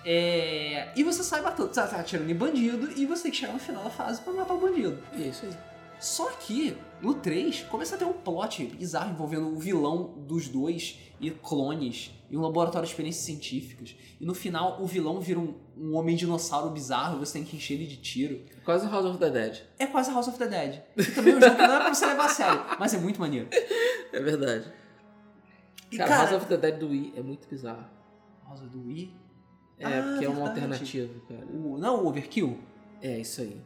A: É... E você sai matando, tá tá atirando em bandido e você tem que chegar no final da fase pra matar o bandido.
B: E é isso aí.
A: Só que no 3 começa a ter um plot bizarro envolvendo o vilão dos dois e clones e um laboratório de experiências científicas. E no final o vilão vira um, um homem dinossauro bizarro e você tem que encher ele de tiro.
B: Quase House of the Dead.
A: É quase House of the Dead. E também é um jogo que não é pra você levar a sério, mas é muito maneiro.
B: É verdade.
A: E
B: cara,
A: cara,
B: House of the Dead do Wii é muito bizarro.
A: House of the Wii?
B: É,
A: Ah,
B: porque é uma
A: verdade.
B: alternativa, cara.
A: O, não é o Overkill?
B: É, isso aí.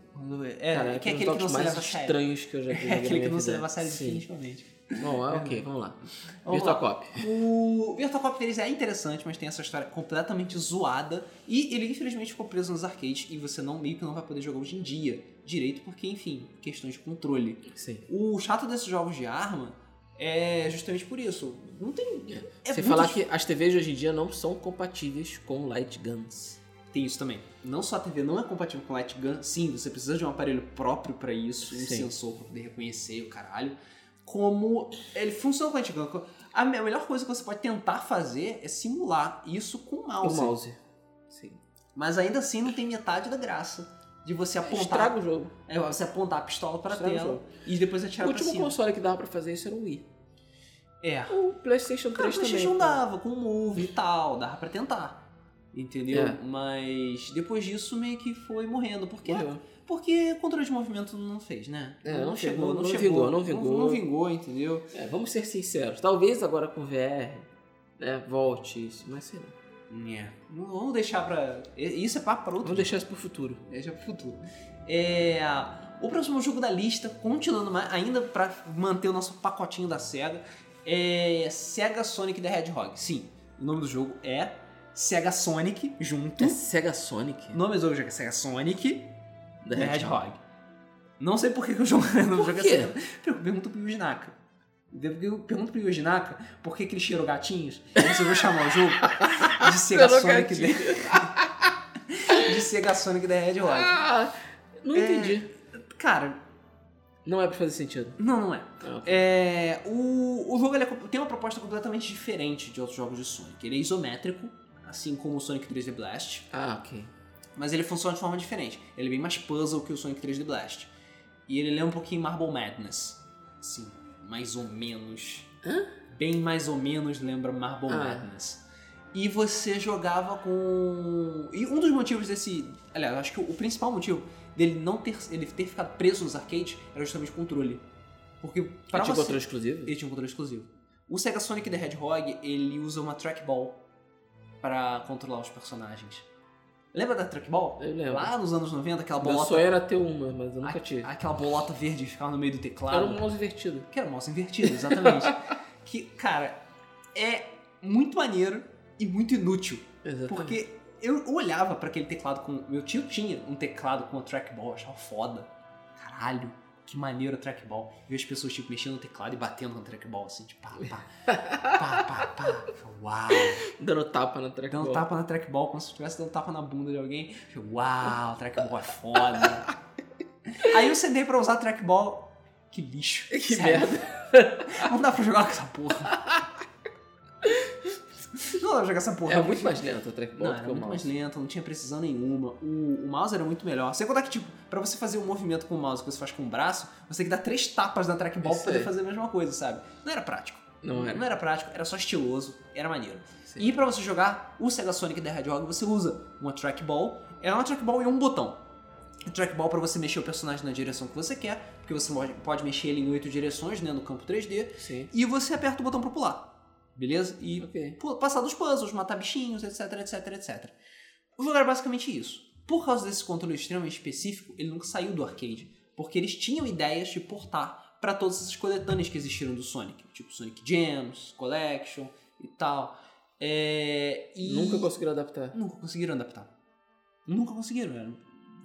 A: É,
B: Cara, é
A: que é
B: um dos
A: aquele que
B: jogos
A: não se
B: mais
A: leva a sério.
B: estranhos que eu já vi.
A: É aquele que não se
B: você
A: leva a sério
B: Sim.
A: definitivamente.
B: Bom, ah, ok, vamos lá.
A: Vamos
B: Virtua
A: lá.
B: Cop.
A: O Virtua Cop 3 é interessante, mas tem essa história completamente zoada. E ele infelizmente ficou preso nos arcades e você não meio que não vai poder jogar hoje em dia direito, porque, enfim, questões de controle.
B: Sim.
A: O chato desses jogos de arma é justamente por isso. Não tem. É
B: Você
A: muito
B: falar que as TVs de hoje em dia não são compatíveis com light guns.
A: Tem isso também. Não só a TV não é compatível com Light Gun, sim, você precisa de um aparelho próprio pra isso, um
B: Sim.
A: sensor pra poder reconhecer o caralho. Como ele funciona com Light Gun. A me- a melhor coisa que você pode tentar fazer é simular isso com o mouse.
B: O mouse. Sim.
A: Mas ainda assim não tem metade da graça de você apontar,
B: Estraga o jogo.
A: é, você apontar a pistola pra
B: Estraga o
A: tela
B: jogo.
A: e depois
B: O
A: atirar pra
B: último
A: cima.
B: console que dava pra fazer isso era o Wii.
A: É.
B: O PlayStation 3
A: Cara, o
B: também.
A: PlayStation
B: pô.
A: dava, com o Move e tal, dava pra tentar. Entendeu?
B: É.
A: Mas depois disso meio que foi morrendo. Porque
B: Morreu.
A: Porque controle de movimento não fez, né?
B: É, não fez, não- não vingou, não vingou.
A: Não, vingou, entendeu?
B: É, vamos ser sinceros. Talvez agora com VR, né, volte isso, mas sei lá.
A: Não, vamos deixar pra. e- Isso é papo pra outro.
B: É. Vamos deixar isso pro futuro.
A: dia, Deixa pro futuro. É, O próximo jogo da lista, continuando mais, ainda pra manter o nosso pacotinho da SEGA, é Sega Sonic the Hedgehog. Sim, o nome do jogo é Sega Sonic junto.
B: É Sega Sonic?
A: O nome do jogo é Sega Sonic
B: Da
A: The
B: Hedgehog.
A: Hedgehog. Não sei por que, que eu jogo no
B: Por
A: jogo
B: quê?
A: assim. Per- Pergunta pro Yuji Naka. De- Eu pergunto pro Yuji Naka por que, que ele cheirou gatinhos e resolveu chamar o jogo de Sega
B: Cheirou
A: Sonic The... de Sega Sonic The Hedgehog.
B: Ah, não
A: É.
B: entendi.
A: Cara,
B: Não é pra fazer sentido.
A: não, não é.
B: Ah, ok.
A: É, o, o jogo ele é co- tem uma proposta completamente diferente de outros jogos de Sonic. Ele é isométrico, assim como o Sonic 3D Blast.
B: Ah, ok.
A: mas ele funciona de forma diferente. Ele é bem mais puzzle que o Sonic 3D Blast. E ele lembra um pouquinho Marble Madness. Assim, mais ou menos.
B: Hã?
A: Bem mais ou menos lembra Marble
B: Ah.
A: Madness. E você jogava com. E um dos motivos desse. Aliás, eu acho que o principal motivo dele não ter. ele ter ficado preso nos arcades era justamente o controle. Porque para
B: Pra tinha
A: você.
B: controle É tipo exclusivo?
A: Ele tinha um controle exclusivo. O Sega Sonic the Hedgehog, ele usa uma trackball pra controlar os personagens. Lembra da trackball?
B: Eu lembro.
A: Lá nos anos 90, aquela
B: Meu
A: bolota,
B: sonho era ter uma, mas eu nunca tive.
A: aquela bolota verde que ficava no meio do
B: Era
A: teclado.
B: um mouse invertido.
A: Que era o mouse invertido, exatamente. que, cara, é muito maneiro e muito inútil.
B: Exatamente.
A: Porque eu olhava pra aquele teclado com. Meu tio tinha um teclado com a trackball, eu achava foda. Caralho, que maneiro a trackball. Eu via as pessoas tipo mexendo no teclado e batendo com a trackball, assim, tipo, pá, pá, pá, pá, pá. Eu falei, Uau!
B: Dando tapa na trackball.
A: Dando tapa na trackball, como se eu tivesse dando tapa na bunda de alguém. Eu falei, Uau, trackball é foda. Aí eu sentei pra usar trackball. Que lixo.
B: Que
A: sério.
B: merda.
A: Não dá pra jogar com essa porra. Não dá pra jogar com essa porra.
B: É muito mais lento o trackball
A: Não,
B: do
A: era
B: que o
A: muito mais
B: mouse.
A: lento, não tinha precisão nenhuma. O, o mouse era muito melhor. Sem contar que, tipo, pra você fazer um movimento com o mouse que você faz com o braço, você tem que dar três tapas na trackball
B: Isso
A: pra poder
B: aí.
A: fazer a mesma coisa, sabe? Não era prático.
B: Não era.
A: Não era prático, era só estiloso, era maneiro.
B: Sim.
A: E pra você jogar o Sega Sonic The Hedgehog, você usa uma trackball. É uma trackball e um botão. O trackball pra você mexer o personagem na direção que você quer, porque você mo- pode mexer ele em oito direções, né, no campo 3D.
B: Sim.
A: E você aperta o botão pra pular. Beleza? E
B: Ok.
A: pu- passar dos puzzles, matar bichinhos, etc, etc, etc. O jogo era basicamente isso. Por causa desse controle extremamente específico, ele nunca saiu do arcade, porque eles tinham ideias de portar pra todas essas coletâneas que existiram do Sonic, tipo Sonic Gems, Collection e tal. É, e
B: Nunca conseguiram adaptar.
A: nunca conseguiram adaptar. Nunca conseguiram. era-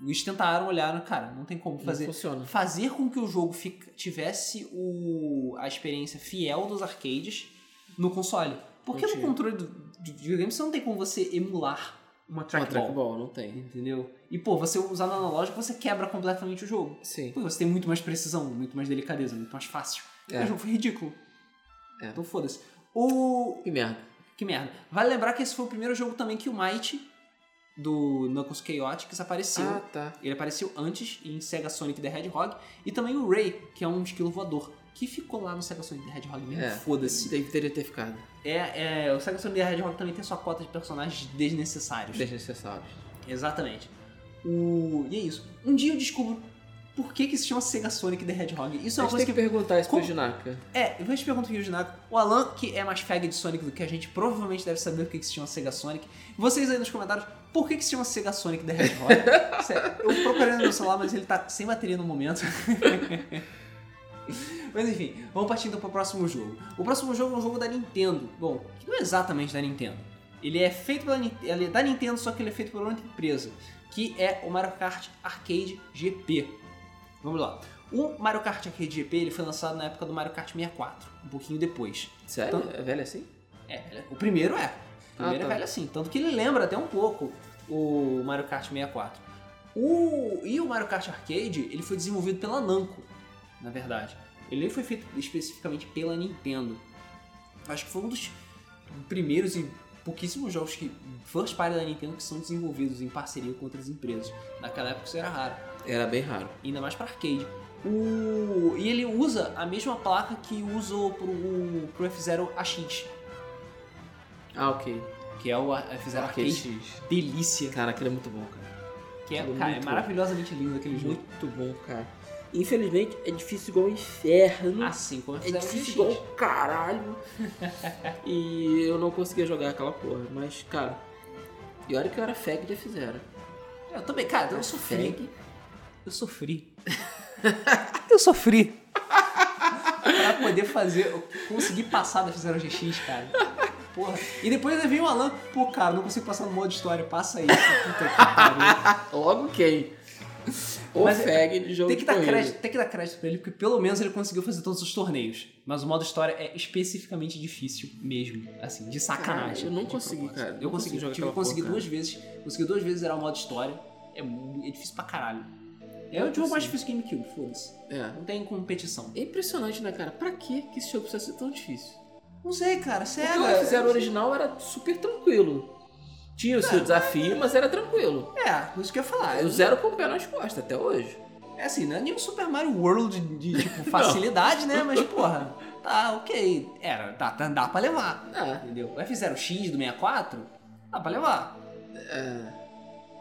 A: Eles tentaram, olharam, cara, não tem como fazer
B: Não funciona.
A: fazer com que o jogo fica- tivesse o, a experiência fiel dos arcades no console. Porque no
B: Entendi.
A: controle do, do videogame você não tem como você emular uma
B: Uma
A: trackball,
B: trackball, não tem.
A: entendeu? E pô, você usar no analógico você quebra completamente o jogo.
B: Sim.
A: Pô, você tem muito mais precisão, muito mais delicadeza, muito mais fácil.
B: É.
A: O jogo foi ridículo.
B: É.
A: Então foda-se. O...
B: Que merda.
A: Que merda. Vale lembrar que esse foi o primeiro jogo também que o Might do Knuckles Chaotix apareceu.
B: Ah, tá.
A: Ele apareceu antes em Sega Sonic the Hedgehog e também o Ray, que é um esquilo voador, que ficou lá no Sega Sonic the Hedgehog mesmo.
B: É.
A: Foda-se.
B: Deve- Deveria ter ficado.
A: É, é, o Sega Sonic the Hedgehog também tem sua cota de personagens desnecessários.
B: Desnecessários.
A: Exatamente. O... E é isso. Um dia eu descubro por que, que se chama Sega Sonic the Hedgehog. Isso é
B: a
A: uma coisa
B: gente tem
A: que.
B: que perguntar isso
A: Como-
B: pro Junaka.
A: É, eu vou te perguntar aqui, Yujinaka. O Alan, que é mais fag de Sonic do que a gente, provavelmente deve saber o que, que se chama Sega Sonic. Vocês aí nos comentários, por que, que se chama Sega Sonic The Hedgehog? Sério, eu procurei no meu celular, mas ele tá sem bateria no momento. mas enfim, vamos partir então pro próximo jogo. O próximo jogo é um jogo da Nintendo. Bom, que não é exatamente da Nintendo. Ele é feito pela Nin- ele é da Nintendo, só que ele é feito por outra empresa, que é o Mario Kart Arcade GP. Vamos lá. O Mario Kart Arcade GP ele foi lançado na época do Mario Kart 64, um pouquinho depois.
B: Sério?
A: Então-
B: É velho assim?
A: É, o primeiro é. O primeiro
B: Ah,
A: é
B: tá.
A: velho assim. Tanto que ele lembra até um pouco o Mario Kart 64. O, e o Mario Kart Arcade, ele foi desenvolvido pela Namco, na verdade. Ele nem foi feito especificamente pela Nintendo. Acho que foi um dos primeiros e pouquíssimos jogos que first party da Nintendo que são desenvolvidos em parceria com outras empresas. Naquela época isso era raro
B: Era bem raro.
A: ainda mais para arcade. O... E ele usa a mesma placa que usou pro, pro F-Zero AX,
B: Ah, ok.
A: que é o F-Zero
B: Arcade
A: Arcade.
B: X.
A: Delícia.
B: Cara, aquilo é muito bom, cara.
A: Que é,
B: Muito
A: cara, é
B: bom.
A: maravilhosamente lindo aquele jogo.
B: Muito bom, cara. Infelizmente, é difícil igual o inferno.
A: Assim como o
B: é
A: F-Zero
B: difícil igual
A: AX.
B: o caralho. e eu não conseguia jogar aquela porra. Mas, cara... E olha que eu era fag de fizeram.
A: Eu também, cara, eu sofri.
B: Fag.
A: Eu sofri. eu sofri. pra poder fazer, eu conseguir passar da F-Zero GX, cara. Porra. E depois ainda veio o Alan, pô, cara, não consigo passar no modo história, passa aí. Puta que pariu.
B: Ah, Logo quem? O
A: Mas é-
B: fag de jogo
A: Tem que,
B: de
A: dar
B: corrida.
A: crédito, tem que dar crédito pra ele, porque pelo menos ele conseguiu fazer todos os torneios. Mas o modo história é especificamente difícil mesmo, assim, de sacanagem.
B: Cara, eu não
A: de
B: consegui,
A: propósito.
B: cara.
A: Eu consegui,
B: Não consegui jogar
A: tive,
B: aquela
A: consegui
B: porra,
A: duas vezes, consegui duas vezes zerar o modo história. É, mu- é difícil pra caralho. É o jogo mais difícil que GameCube, foda-se.
B: É.
A: Não tem competição.
B: É impressionante, né, cara? Pra que que esse jogo precisa ser tão difícil?
A: Não sei, cara, sério.
B: Porque o F-Zero original era super tranquilo. Tinha o seu desafio, mas era tranquilo.
A: É, isso que eu ia falar.
B: Eu zero com o pé nas costas até hoje.
A: É assim, não é nenhum Super Mario World de, de, tipo, facilidade, né? Mas, porra, tá, ok. Era, dá, dá- dá pra levar.
B: Ah,
A: Entendeu? O F0X do 64, dá Ah, pra levar.
B: é,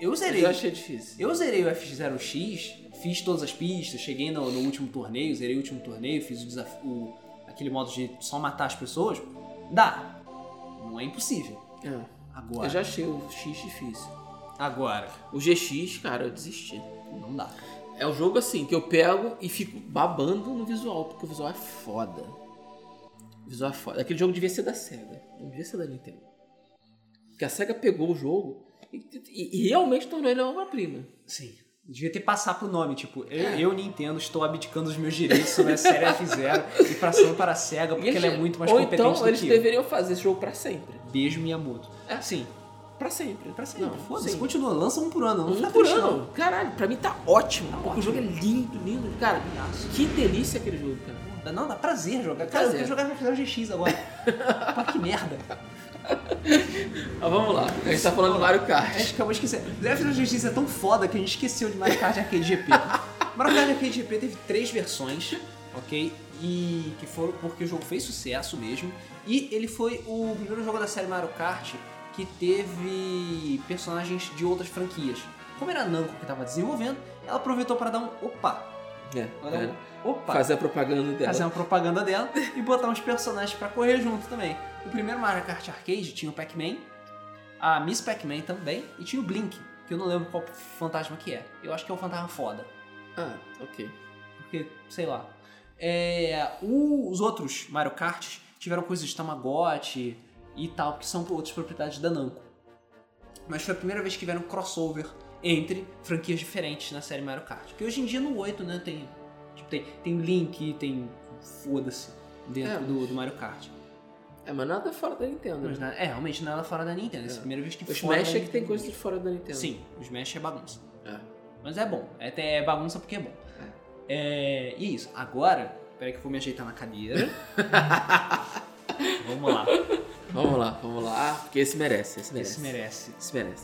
A: Eu
B: eu
A: zerei.
B: já achei difícil.
A: Eu zerei o F0X, fiz todas as pistas, cheguei no, no último torneio, zerei o último torneio, fiz o desafio. o- aquele modo de só matar as pessoas. Dá. Não é impossível.
B: É,
A: Agora.
B: eu já achei o X difícil.
A: Agora.
B: O GX, cara, eu desisti.
A: Não dá.
B: É um jogo assim que eu pego e fico babando no visual, porque o visual é foda. O visual é foda. Aquele jogo devia ser da SEGA, não devia ser da Nintendo. Porque a SEGA pegou o jogo e, e- e realmente tornou ele uma obra-prima.
A: Sim. Devia ter passar pro nome, tipo, eu, eu, Nintendo, estou abdicando dos meus direitos sobre a série F0 e passando para a SEGA, porque
B: E
A: ela é
B: eles-
A: muito mais
B: Ou
A: competente
B: então,
A: do
B: eles
A: que eu.
B: deveriam fazer esse jogo pra sempre.
A: Beijo, Miyamoto.
B: É.
A: Sim,
B: Pra sempre.
A: pra sempre.
B: Não,
A: Foda-se,
B: sim.
A: continua, lança um por ano. Não
B: Um
A: fica
B: por
A: triste, não.
B: ano. Caralho, pra mim tá ótimo. porque o jogo é lindo, lindo. Cara,
A: Nossa.
B: que delícia aquele jogo, cara.
A: Dá- Não, dá prazer jogar.
B: Dá
A: Cara, eu quero
B: prazer.
A: jogar Rafael GX agora. Pô, que merda.
B: Mas vamos lá. A gente tá falando do Mario
A: A
B: Kart.
A: gente acabou esquecendo. Rafael GX é tão foda que a gente esqueceu de Mario Kart Arcade GP. Mario Kart Arcade GP teve três versões, ok? E que foram porque o jogo fez sucesso mesmo. E ele foi o primeiro jogo da série Mario Kart que teve personagens de outras franquias. Como era a Namco que tava desenvolvendo, ela aproveitou para dar um opa.
B: É,
A: Ela dá
B: é.
A: um opa.
B: Fazer a propaganda dela.
A: fazer um- uma propaganda dela e botar uns personagens pra correr junto também. O primeiro Mario Kart Arcade tinha o Pac-Man, a Miss Pac-Man também, e tinha o Blink, que eu não lembro qual fantasma que é. Eu acho que é um fantasma foda,
B: Ah, ok.
A: porque, sei lá. É, o- os outros Mario Karts tiveram coisas de Tamagotchi e tal, que são outras propriedades da Namco. Mas foi a primeira vez que tiveram crossover entre franquias diferentes na série Mario Kart. Que hoje em dia no 8, né, tem. Tipo, tem, tem o Link, tem. Foda-se. Dentro
B: É, mas-
A: do, do Mario Kart.
B: É, mas nada fora da Nintendo.
A: Mas,
B: né?
A: na- é, realmente nada fora da Nintendo. Essa é a primeira vez que
B: O
A: fora
B: Smash
A: da
B: é que tem
A: Nintendo.
B: coisas de fora da Nintendo.
A: Sim, o Smash é bagunça.
B: É.
A: Mas é bom. É até bagunça porque é bom. É, e isso. Agora, peraí que eu vou me ajeitar na cadeira. Vamos lá.
B: Vamos lá, vamos lá. Ah, Porque esse merece, esse merece.
A: Esse merece.
B: Esse merece.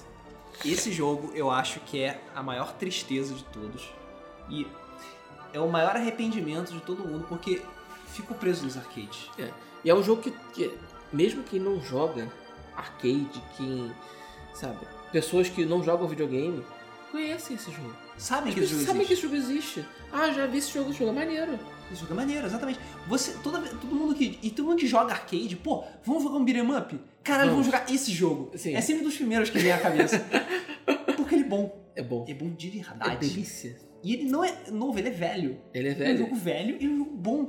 A: Esse jogo eu acho que é a maior tristeza de todos. E é o maior arrependimento de todo mundo porque fico preso nos arcades.
B: E é um jogo que, que mesmo quem não joga arcade, quem. Sabe? Pessoas que não jogam videogame conhecem esse jogo.
A: Sabem
B: As
A: que esse
B: pessoas
A: jogo
B: sabem
A: existe.
B: que esse jogo existe. Ah, já vi esse jogo, esse jogo é maneiro.
A: Esse jogo é maneiro, exatamente. Você, toda, vez- todo mundo que. E todo mundo que joga arcade, pô, vamos jogar um beat'em up? Caralho, vamos.
B: Vamos.
A: jogar esse jogo.
B: Sim.
A: É sempre dos primeiros que vem à cabeça. Porque ele é bom.
B: É bom.
A: É bom de
B: É
A: verdade.
B: delícia.
A: e ele não é novo, ele é velho.
B: Ele é
A: É um
B: velho.
A: jogo velho e um jogo bom.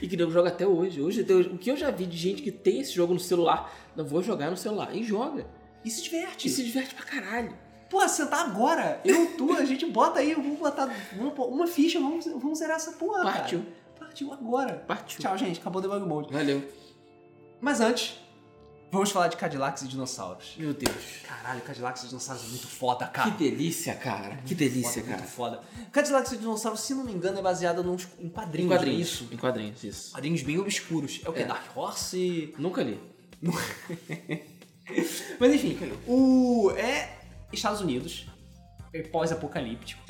B: E que nego joga até hoje. Hoje tem- o que eu já vi de gente que tem esse jogo no celular, não vou jogar no celular. E joga.
A: E se diverte.
B: E se diverte pra caralho.
A: Pô, sentar agora, eu, tu, a gente bota aí, vamos botar vamos pôr uma ficha, vamos, vamos zerar essa porra. cara.
B: Partiu.
A: Partiu agora.
B: Partiu.
A: Tchau, gente, acabou o debug mode.
B: Valeu.
A: Mas antes, vamos falar de Cadillacs e dinossauros.
B: Meu Deus.
A: Caralho, Cadillacs e dinossauros é muito foda,
B: Que
A: cara.
B: delícia, cara. Que delícia, cara.
A: Muito foda. Cadillacs e dinossauros, se não me engano, é baseado nos, em quadrinhos.
B: Em
A: não é
B: quadrinhos.
A: Isso.
B: Em quadrinhos, isso.
A: Quadrinhos bem obscuros. É o que?
B: É.
A: Dark Horse?
B: Nunca li.
A: Mas enfim, o. É Estados Unidos, é pós-apocalíptico,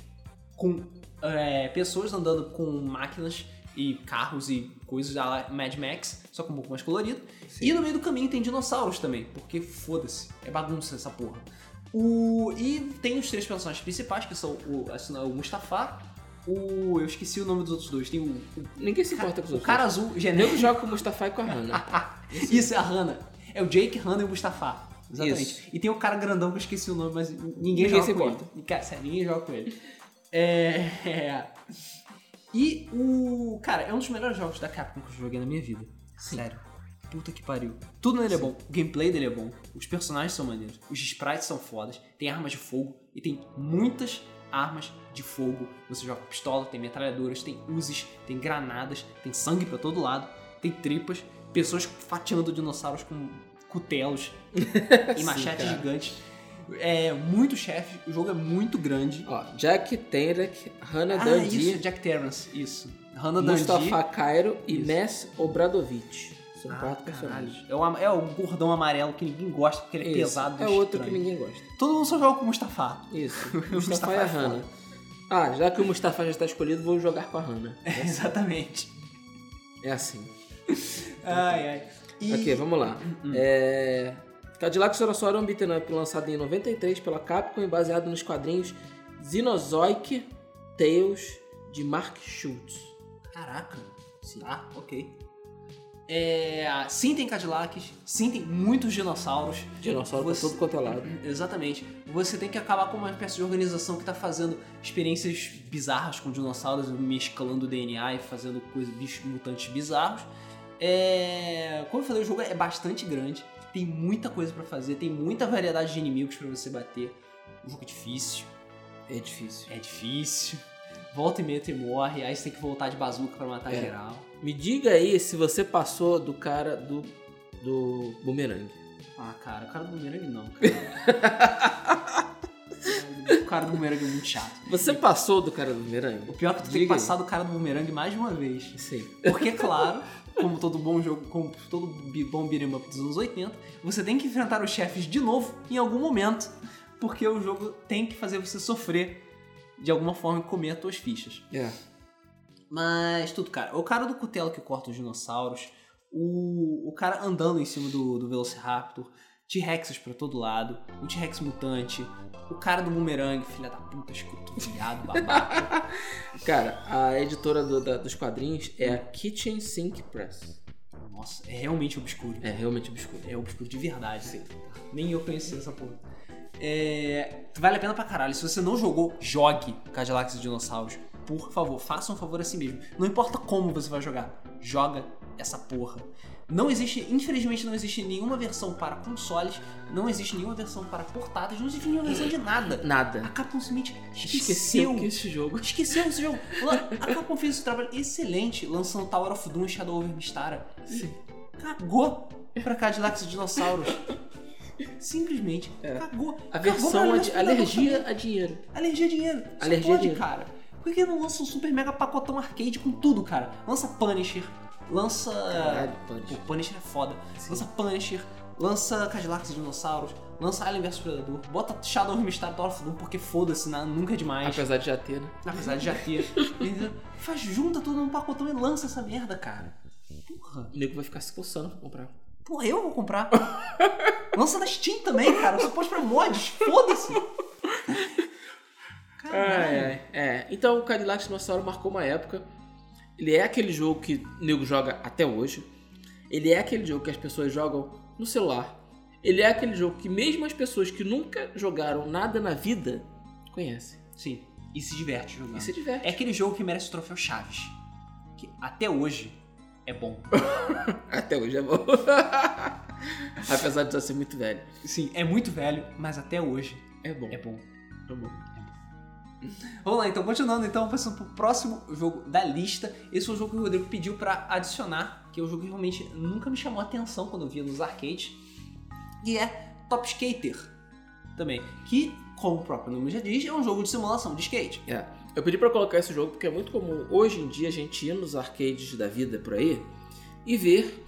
A: com é, pessoas andando com máquinas e carros e coisas da la- Mad Max, só que um pouco mais colorido. E no meio do caminho tem dinossauros também, porque foda-se, é bagunça essa porra. O, e tem os três personagens principais, que são o, assim, o Mustafar, o. Eu esqueci o nome dos outros dois, tem o,
B: Ninguém se importa com os
A: o
B: outros.
A: cara azul, genérico.
B: Eu jogo com o Mustafa e com a Hannah.
A: Isso, é a Hannah. É o Jake, Hannah e o Mustafa. Exatamente.
B: Isso.
A: E tem o cara grandão que eu esqueci o nome, mas ninguém,
B: Ninguém
A: joga
B: se
A: com
B: importa.
A: ele. Cara, sério, ninguém joga com ele. É... é. E o... Cara, é um dos melhores jogos da Capcom que eu joguei na minha vida. Sério. Puta que pariu. Tudo nele é
B: Sim.
A: bom. O gameplay dele é bom. Os personagens são maneiros. Os sprites são fodas. Tem armas de fogo. E tem muitas armas de fogo. Você joga com pistola, tem metralhadoras, tem Uzis, tem granadas, tem sangue pra todo lado, tem tripas, pessoas fatiando dinossauros com cutelos e
B: Sim,
A: machetes
B: cara.
A: gigantes. É muito chefe. O jogo é muito grande.
B: Ó, Jack Tenrek, Hannah
A: ah, isso,
B: Dundee,
A: Jack Terrence. Isso. Hannah Dundee.
B: Mustafa Cairo e
A: Isso.
B: Mess Obradovich. São
A: Ah, caralho.
B: quatro personagens.
A: É o, am- é o gordão amarelo que ninguém gosta porque ele é
B: Isso.
A: pesado.
B: É outro que
A: estranho.
B: ninguém gosta.
A: Todo mundo só joga com o Mustafa.
B: Isso.
A: O Mustafa
B: Mustafa e
A: é
B: a Hannah. Ah, já que o Mustafa já está escolhido, vou jogar com a Hannah.
A: Exatamente.
B: É assim.
A: Ai, ai. E Hum,
B: Ok, vamos lá. É... Cadillac Sorossauro é um beat'em up lançado em 93 pela Capcom e baseado nos quadrinhos Xenozoic Tales de Mark Schultz.
A: Caraca.
B: Sim.
A: Tá, ok. É, sim, tem Cadillacs. Sim, tem muitos dinossauros.
B: Dinossauro
A: Você-
B: tá todo quanto é lado.
A: Exatamente. Você tem que acabar com uma espécie de organização que tá fazendo experiências bizarras com dinossauros, mesclando DNA e fazendo coisas, bichos mutantes bizarros. É, Como eu falei, o jogo é bastante grande, tem muita coisa pra fazer, tem muita variedade de inimigos pra você bater. O jogo é difícil,
B: É difícil.
A: é difícil. Volta e meia e morre, aí você tem que voltar de bazuca pra matar
B: É.
A: geral.
B: Me diga aí se você passou do cara do, do bumerangue.
A: Ah, cara, o cara do Bumerangue não, cara. o cara do Bumerangue é muito chato.
B: Você passou do cara do bumerangue?
A: O pior é que tu tem que
B: Diga aí.
A: passar do cara do bumerangue mais de uma vez.
B: Sim.
A: Porque, é claro, como todo bom jogo, como todo bi- bom beat'em up dos anos 80, você tem que enfrentar os chefes de novo em algum momento, porque o jogo tem que fazer você sofrer de alguma forma e comer as tuas fichas.
B: É.
A: Mas tudo, cara. O cara do cutelo que corta os dinossauros, o, o cara andando em cima do, do Velociraptor, T-Rexes pra todo lado, o T-Rex mutante, o cara do bumerangue, filha da puta, escuto, viado, babaca.
B: Cara, a editora do- da- dos quadrinhos é a Kitchen Sink Press.
A: Nossa, é realmente obscuro.
B: É realmente obscuro.
A: É obscuro de verdade. Nem eu conhecia essa porra. É, vale a pena pra caralho. Se você não jogou, jogue Cadillacs e Dinossauros. Por favor, faça um favor a si mesmo. Não importa como você vai jogar, joga essa porra. Não existe, infelizmente, não existe nenhuma versão para consoles, não existe nenhuma versão para portáteis, não existe nenhuma versão de nada. A
B: Nada.
A: Capcom simplesmente esqueceu.
B: Esqueceu que esse jogo
A: Esqueceu esse jogo. A Capcom fez um trabalho excelente lançando Tower of Doom e Shadow of Mistara
B: Sim.
A: cagou pra Cadillacs e dinossauros. Simplesmente
B: É.
A: cagou.
B: A
A: Cagou pra
B: versão é
A: Alice
B: de
A: Fundador
B: alergia a dinheiro.
A: também. Alergia a dinheiro. Só
B: Alergia a
A: pode,
B: dinheiro.
A: cara. Por que não lança um super mega pacotão arcade com tudo, cara? Lança Punisher, lança.
B: Caralho,
A: Pô,
B: Punch.
A: Punisher é foda. Lança Punisher, lança Cadillacs e dinossauros, lança Alien vs Predador, bota Shadow of Mistara Tower of Doom, porque foda-se, na- nunca é demais.
B: Apesar de já ter, né?
A: Apesar de já ter. Entendeu? Faz junta tudo num pacotão e lança essa merda, cara. Porra.
B: O nego vai ficar se coçando pra comprar.
A: Porra, eu vou comprar. Lança na Steam também, cara. Você pode pra mods, foda-se. Caralho.
B: Ai, ai. É, então o Cadillac Dinossauro marcou uma época. Ele é aquele jogo que o nego joga até hoje. Ele é aquele jogo que as pessoas jogam no celular. Ele é aquele jogo que mesmo as pessoas que nunca jogaram nada na vida conhecem.
A: Sim. E se diverte jogando.
B: E se diverte.
A: É aquele jogo que merece o troféu Chaves. Que até hoje é bom.
B: Até hoje é bom. Apesar de já ser muito velho.
A: Sim, é muito velho, mas até hoje
B: É bom.
A: é bom.
B: é bom.
A: Vamos lá, então, continuando, então, passando pro próximo jogo da lista. Esse foi o jogo que o Rodrigo pediu pra adicionar, que é um jogo que realmente nunca me chamou a atenção quando eu via nos arcades, e é Top Skater também, que, como o próprio nome já diz, é um jogo de simulação de skate.
B: É. Eu pedi pra colocar esse jogo porque é muito comum hoje em dia a gente ir nos arcades da vida por aí e ver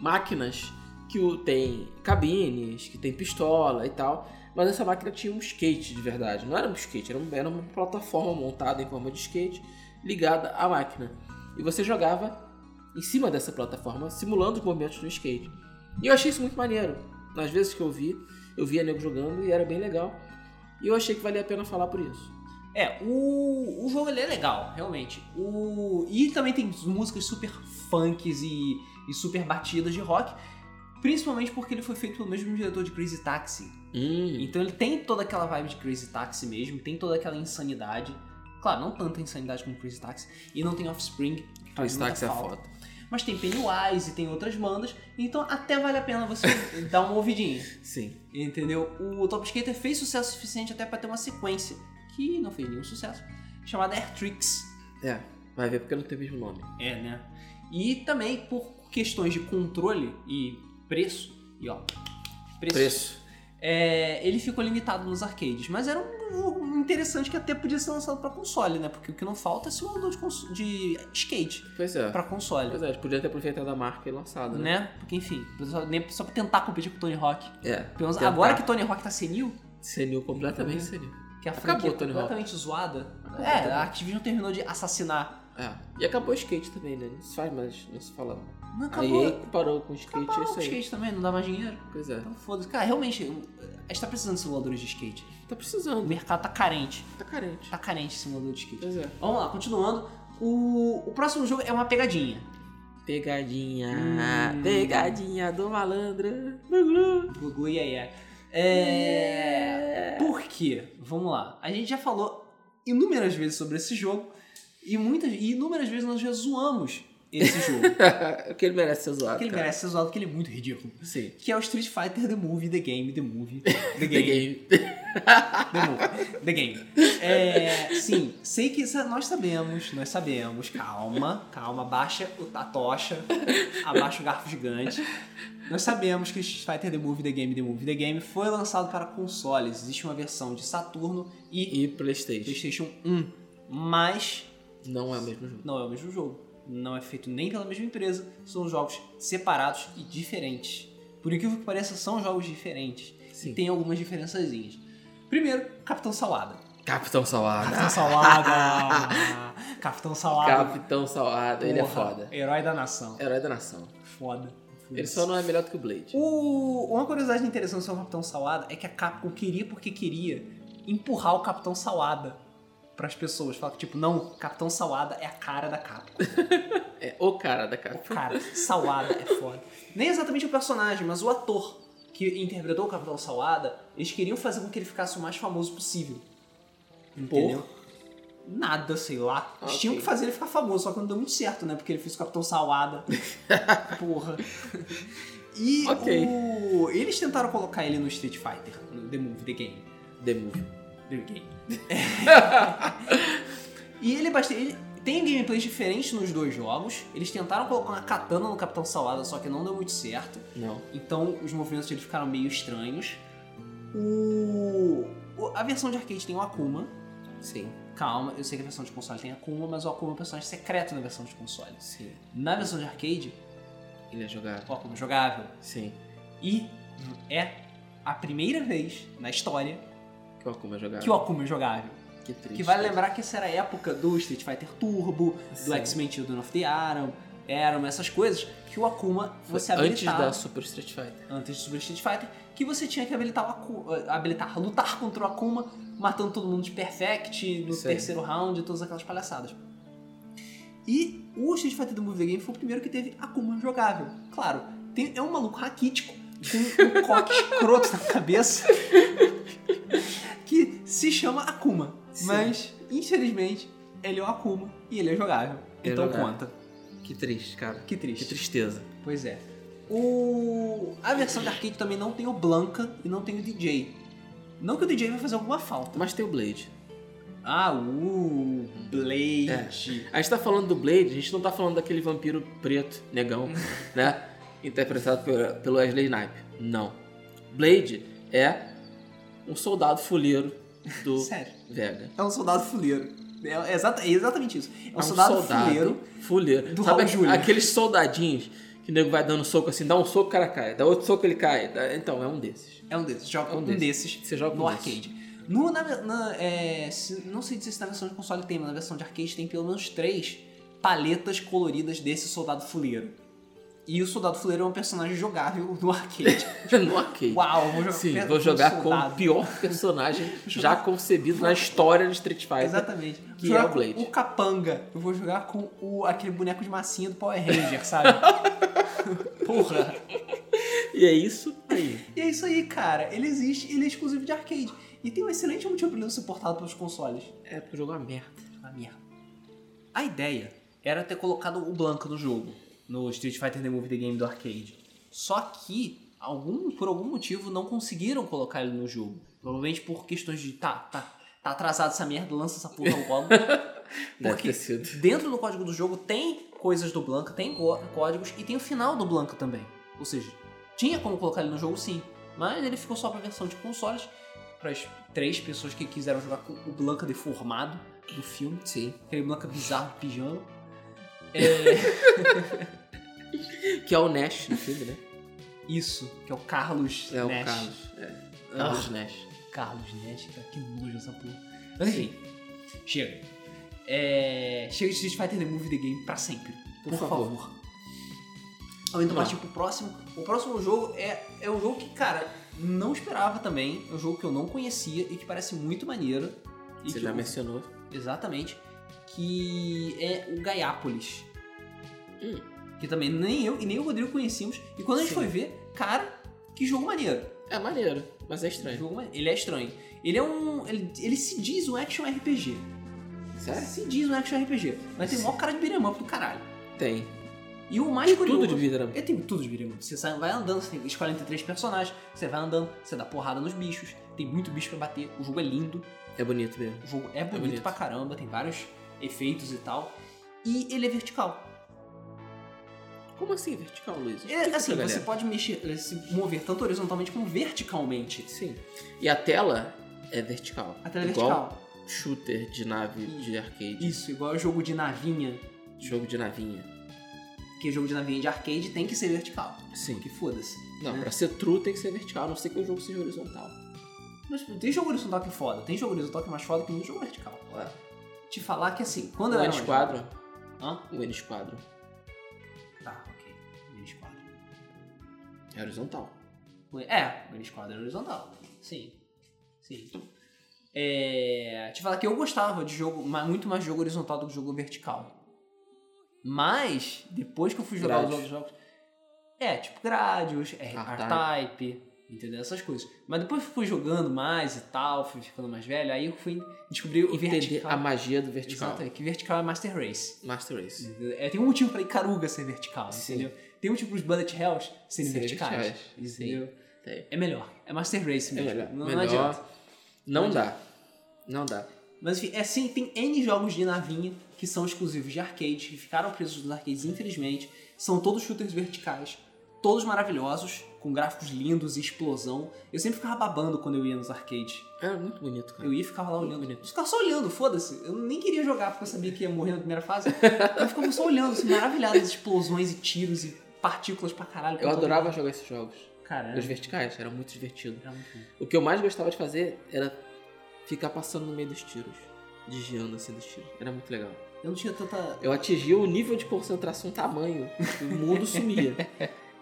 B: máquinas que o- tem cabines, que tem pistola e tal. Mas essa máquina tinha um skate de verdade. Não era um skate, era, um- era uma plataforma montada em forma de skate ligada à máquina. E você jogava em cima dessa plataforma, simulando os movimentos do skate. E eu achei isso muito maneiro. Nas vezes que eu vi, eu via nego jogando e era bem legal. E eu achei que valia a pena falar por isso.
A: É, o, o jogo ele é legal, realmente. O, e também tem músicas super funks e, e super batidas de rock, principalmente porque ele foi feito pelo mesmo diretor de Crazy Taxi,
B: Hum,
A: Então ele tem toda aquela vibe de Crazy Taxi mesmo, tem toda aquela insanidade. Claro, não tanta insanidade como Crazy Taxi. E não tem Offspring. tá que faz
B: Crazy
A: muita
B: Taxi é
A: falta.
B: foda.
A: Mas tem Pennywise e tem outras bandas. Então até vale a pena você dar uma ouvidinha.
B: Sim.
A: Entendeu? O Top Skater fez sucesso suficiente até pra ter uma sequência, que não fez nenhum sucesso, chamada Air Tricks.
B: É, vai ver porque não tem o mesmo nome.
A: É, né? E também por questões de controle e preço. E ó,
B: Preço.
A: É, ele ficou limitado nos arcades, mas era um jogo interessante que até podia ser lançado pra console, né? Porque o que não falta é simulador de, cons- de skate
B: Pois é.
A: pra console,
B: Pois é, podia ter aproveitado a marca e lançado, né?
A: né? Porque enfim, só, nem, só pra tentar competir com o Tony Hawk.
B: É.
A: Pelo menos agora Uhum. que o Tony Hawk tá senil,
B: Senil completamente senil.
A: que a
B: Acabou
A: franquia
B: o Tony
A: é
B: Hawk.
A: completamente zoada.
B: Acabou o
A: é,
B: Tony
A: a
B: Hawk.
A: Activision terminou de assassinar.
B: É. E acabou o skate também, né? Não se faz mais, não se fala.
A: Não
B: Aí
A: acabou.
B: parou com o skate,
A: Acabou
B: é
A: o
B: isso aí.
A: skate também, não dá mais dinheiro.
B: Pois é.
A: Então foda-se. Cara, realmente, a gente tá precisando de simuladores de skate.
B: Tá
A: O
B: precisando,
A: mercado tá carente.
B: tá carente.
A: Tá carente de simulador de skate.
B: Pois é.
A: Vamos lá, continuando. O, o próximo jogo é uma pegadinha.
B: Pegadinha.
A: Hum.
B: Pegadinha do malandro.
A: Gugu e Yaya. É. Por quê? Vamos lá. A gente já falou inúmeras vezes sobre esse jogo e muitas e inúmeras vezes nós já zoamos esse jogo.
B: que ele merece ser zoado.
A: porque ele
B: cara.
A: merece ser zoado porque ele é muito ridículo.
B: Sim.
A: Que é o Street Fighter The Movie, The Game, The Movie, The
B: The
A: Game,
B: game.
A: The Movie, The Game. É, sim, sei que isso- nós sabemos, nós sabemos. Calma, calma, baixa o- a tocha, abaixa o garfo gigante. Nós sabemos que Street Fighter The Movie, The Game, The Movie, The Game foi lançado para consoles. Existe uma versão de Saturno e
B: E Playstation.
A: PlayStation 1, mas
B: Não é o mesmo jogo.
A: não é o mesmo jogo. Não é feito nem pela mesma empresa, são jogos separados e diferentes. Por incrível que pareça, são jogos diferentes.
B: Sim.
A: E tem algumas diferençazinhas. Primeiro, Capitão Salada.
B: Capitão Salada.
A: Capitão Salada! Capitão Salada.
B: Capitão Salada. Ele é
A: porra,
B: foda.
A: Herói da nação.
B: Herói da nação.
A: Foda.
B: Ele só não é melhor do que o Blade.
A: O- Uma curiosidade interessante sobre o Capitão Salada é que a Capcom queria porque queria empurrar o Capitão Salada pras pessoas. Falar que, tipo, não, Capitão Salada é a cara da Capcom.
B: É o cara da
A: O
B: capa.
A: cara, Salada é foda. Nem exatamente o personagem, mas o ator que interpretou o Capitão Salada, eles queriam fazer com que ele ficasse o mais famoso possível. Entendeu? Nada, sei lá. Eles
B: Ok.
A: tinham que fazer ele ficar famoso, só que não deu muito certo, né? Porque ele fez o Capitão Salada. Porra. E
B: Ok.
A: o- eles tentaram colocar ele no Street Fighter, no The Movie, The Game.
B: The Movie.
A: The Game. e ele, é bast- ele tem gameplays diferentes nos dois jogos. Eles tentaram colocar uma katana no Capitão Salada, só que não deu muito certo.
B: Não.
A: Então os movimentos dele ficaram meio estranhos. O... o- A versão de arcade tem o Akuma.
B: Sim.
A: Calma, eu sei que a versão de console tem Akuma, mas o Akuma é um personagem secreto na versão de console.
B: Sim.
A: Na versão de arcade,
B: Ele é jogado.
A: o Akuma é jogável.
B: Sim.
A: E é a primeira vez na história
B: Que o Akuma é jogado.
A: que o Akuma é jogável.
B: Que triste.
A: Que vale lembrar que essa era a época do Street Fighter Turbo, do
B: Sim.
A: X-Men Children of the Atom, Eram essas coisas que o Akuma você
B: Antes
A: habilitava
B: da Super Street Fighter.
A: antes de Super Street Fighter, que você tinha que habilitar, o Aku- eh, habilitar lutar contra o Akuma, matando todo mundo de Perfect no
B: Isso aí.
A: terceiro round e todas aquelas palhaçadas. E o Street Fighter do Movie Game foi o primeiro que teve Akuma jogável. Claro, tem- é um maluco raquítico, com um coque escroto na cabeça, que se chama Akuma.
B: Sim.
A: Mas, infelizmente, ele é o Akuma e ele é jogável.
B: Ele é
A: então
B: jogável.
A: conta.
B: Que triste, cara.
A: Que triste.
B: Que tristeza.
A: Pois é. O... A versão de arcade também não tem o Blanca e não tem o DJ. Não que o DJ vai fazer alguma falta.
B: Mas tem o Blade.
A: Ah, o Blade.
B: A gente tá falando do Blade, a gente não tá falando daquele vampiro preto, negão, né? Interpretado por- pelo Wesley Snipe. Não. Blade é um soldado fuleiro do
A: Sério.
B: Vega.
A: É um soldado fuleiro. É, exata- é exatamente isso. É um,
B: É
A: soldado, fuleiro.
B: fuleiro.
A: do
B: Sabe
A: Raul Júlia.
B: aqueles soldadinhos que o nego vai dando soco assim, dá um soco o cara cai, dá outro soco ele cai. dá- Então, é um desses.
A: É um desses. Joga
B: É um
A: um,
B: desses.
A: desses.
B: Você joga
A: no
B: um desses.
A: arcade. No, na, na- é, se- não sei dizer se na versão de console tem, mas na versão de arcade tem pelo menos três paletas coloridas desse soldado fuleiro. E o soldado fuleiro é um personagem jogável no arcade.
B: no arcade.
A: Uau, vou jogar
B: Sim,
A: com-
B: vou
A: com
B: jogar com
A: soldado.
B: o pior personagem já
A: jogar-
B: concebido na história do Street Fighter.
A: Exatamente.
B: que
A: Vou
B: é
A: jogar
B: o Blade.
A: com o capanga. Eu vou jogar com o, aquele boneco de massinha do Power Ranger, sabe? Porra.
B: E é isso aí.
A: E é isso aí, cara. Ele existe, ele é exclusivo de arcade. E tem um excelente motivo pra ele não ser portado pelos consoles.
B: É porque o jogo é uma merda.
A: Uma merda. A ideia era ter colocado o Blanca no jogo, no Street Fighter The Movie The Game do arcade. Só que, algum, por algum motivo, não conseguiram colocar ele no jogo. Provavelmente por questões de, tá, tá, tá atrasado essa merda, lança essa porra logo.
B: Deve
A: Porque
B: ter sido.
A: dentro do código do jogo tem coisas do Blanca, tem go- códigos e tem o final do Blanca também. Ou seja, tinha como colocar ele no jogo sim, mas ele ficou só pra versão de consoles, para as três pessoas que quiseram jogar com o Blanca deformado do filme,
B: Sim.
A: aquele Blanca bizarro de pijama.
B: Que é o Nash no filme, né?
A: Isso, que é o Carlos
B: É
A: Nash. Ah.
B: o Carlos. É. Carlos Nash.
A: Carlos né? Nash, cara, que nojo essa porra. Mas enfim, chega. É, Chega de Street Fighter The Movie The Game pra sempre. Por,
B: Por favor.
A: favor. Ou então
B: Vamos lá.
A: partir pro próximo. O próximo jogo é, é um jogo que, cara, não esperava também. É um jogo que eu não conhecia e que parece muito maneiro. E
B: Você
A: que
B: já
A: eu-
B: mencionou.
A: Exatamente. Que é o Gaiápolis.
B: Hum.
A: Que também nem eu e nem o Rodrigo conhecíamos. E quando a gente
B: Sim.
A: foi ver, cara, que jogo maneiro.
B: É maneiro, mas
A: O
B: é estranho.
A: jogo, ele é estranho. Ele é um. Ele, ele se diz um action RPG.
B: Sério?
A: Se diz um action RPG. Mas tem o maior cara de beat'em up do caralho.
B: Tem.
A: E o mais curioso.
B: Tudo de vida era
A: Ele tem tudo de beat'em up. Você sai- vai andando, você tem os 43 personagens, você vai andando, você dá porrada nos bichos, tem muito bicho pra bater, o jogo é lindo,
B: É bonito mesmo.
A: o jogo é bonito,
B: bonito.
A: pra caramba, tem vários efeitos e tal. E ele é vertical.
B: Como assim vertical, Luiz?
A: É,
B: Explica
A: assim,
B: pra
A: você
B: galera.
A: pode mexer, se mover tanto horizontalmente como verticalmente.
B: Sim. E a tela é vertical.
A: A tela é
B: Igual
A: vertical.
B: shooter de nave de arcade.
A: Isso, igual o jogo de navinha,
B: Jogo de navinha.
A: que é jogo de navinha de arcade tem que ser vertical.
B: Sim.
A: Que foda-se.
B: Não,
A: né?
B: pra ser true tem que ser vertical, a não ser que o jogo seja horizontal.
A: Mas tem jogo horizontal que é foda, tem jogo horizontal que é mais foda que muito jogo vertical.
B: Ué. é
A: Te falar que assim, quando eu
B: O
A: era. mais jovem-
B: Um N-Squadron.
A: Hã?
B: O N-Squadron
A: Tá, ok. Mini Squadron.
B: é horizontal.
A: É, Mini Squadron é horizontal. Sim. Sim. É, te falar que eu gostava de jogo, ma- muito mais jogo horizontal do que jogo vertical. Mas, depois que eu fui jogar os
B: Gradius.
A: outros jogos. É, tipo Gradius, é,
B: R-Type.
A: R-Type, entendeu? Essas coisas. Mas depois que eu fui jogando mais e tal, fui ficando mais velho, aí eu fui descobrir o
B: Entender
A: vertical.
B: a magia do vertical.
A: Exatamente, que vertical é Master Race.
B: Master Race.
A: É, tem um motivo pra Icaruga ser vertical,
B: Sim.
A: entendeu? Tem um motivo pros Bullet Hells serem
B: Serem
A: verticais.
B: verticais, sim.
A: Entendeu?
B: Tem.
A: É melhor. É Master Race
B: Tá É
A: mesmo.
B: melhor.
A: Não, não
B: Melhor.
A: adianta.
B: Não,
A: Não
B: dá. Não dá.
A: Mas enfim, é assim, tem N jogos de navinha que são exclusivos de arcade, que ficaram presos nos arcades, infelizmente. São todos shooters verticais, todos maravilhosos, com gráficos lindos e explosão. Eu sempre ficava babando quando eu ia nos arcades.
B: Era muito bonito, cara.
A: Eu ia e ficava lá olhando. Eu ficava só olhando, foda-se. Eu nem queria jogar porque eu sabia que ia morrer na primeira fase. Eu ficava só olhando, assim, maravilhado. As explosões e tiros e partículas pra caralho.
B: Eu adorava jogar esses jogos. Os
A: Caralho.
B: verticais, era muito divertido.
A: Era muito bom.
B: O que eu mais gostava de fazer era ficar passando no meio dos tiros. Desviando assim dos tiros. Era muito legal.
A: Eu não tinha tanta.
B: Eu atingia o nível de concentração tamanho. que O mundo sumia.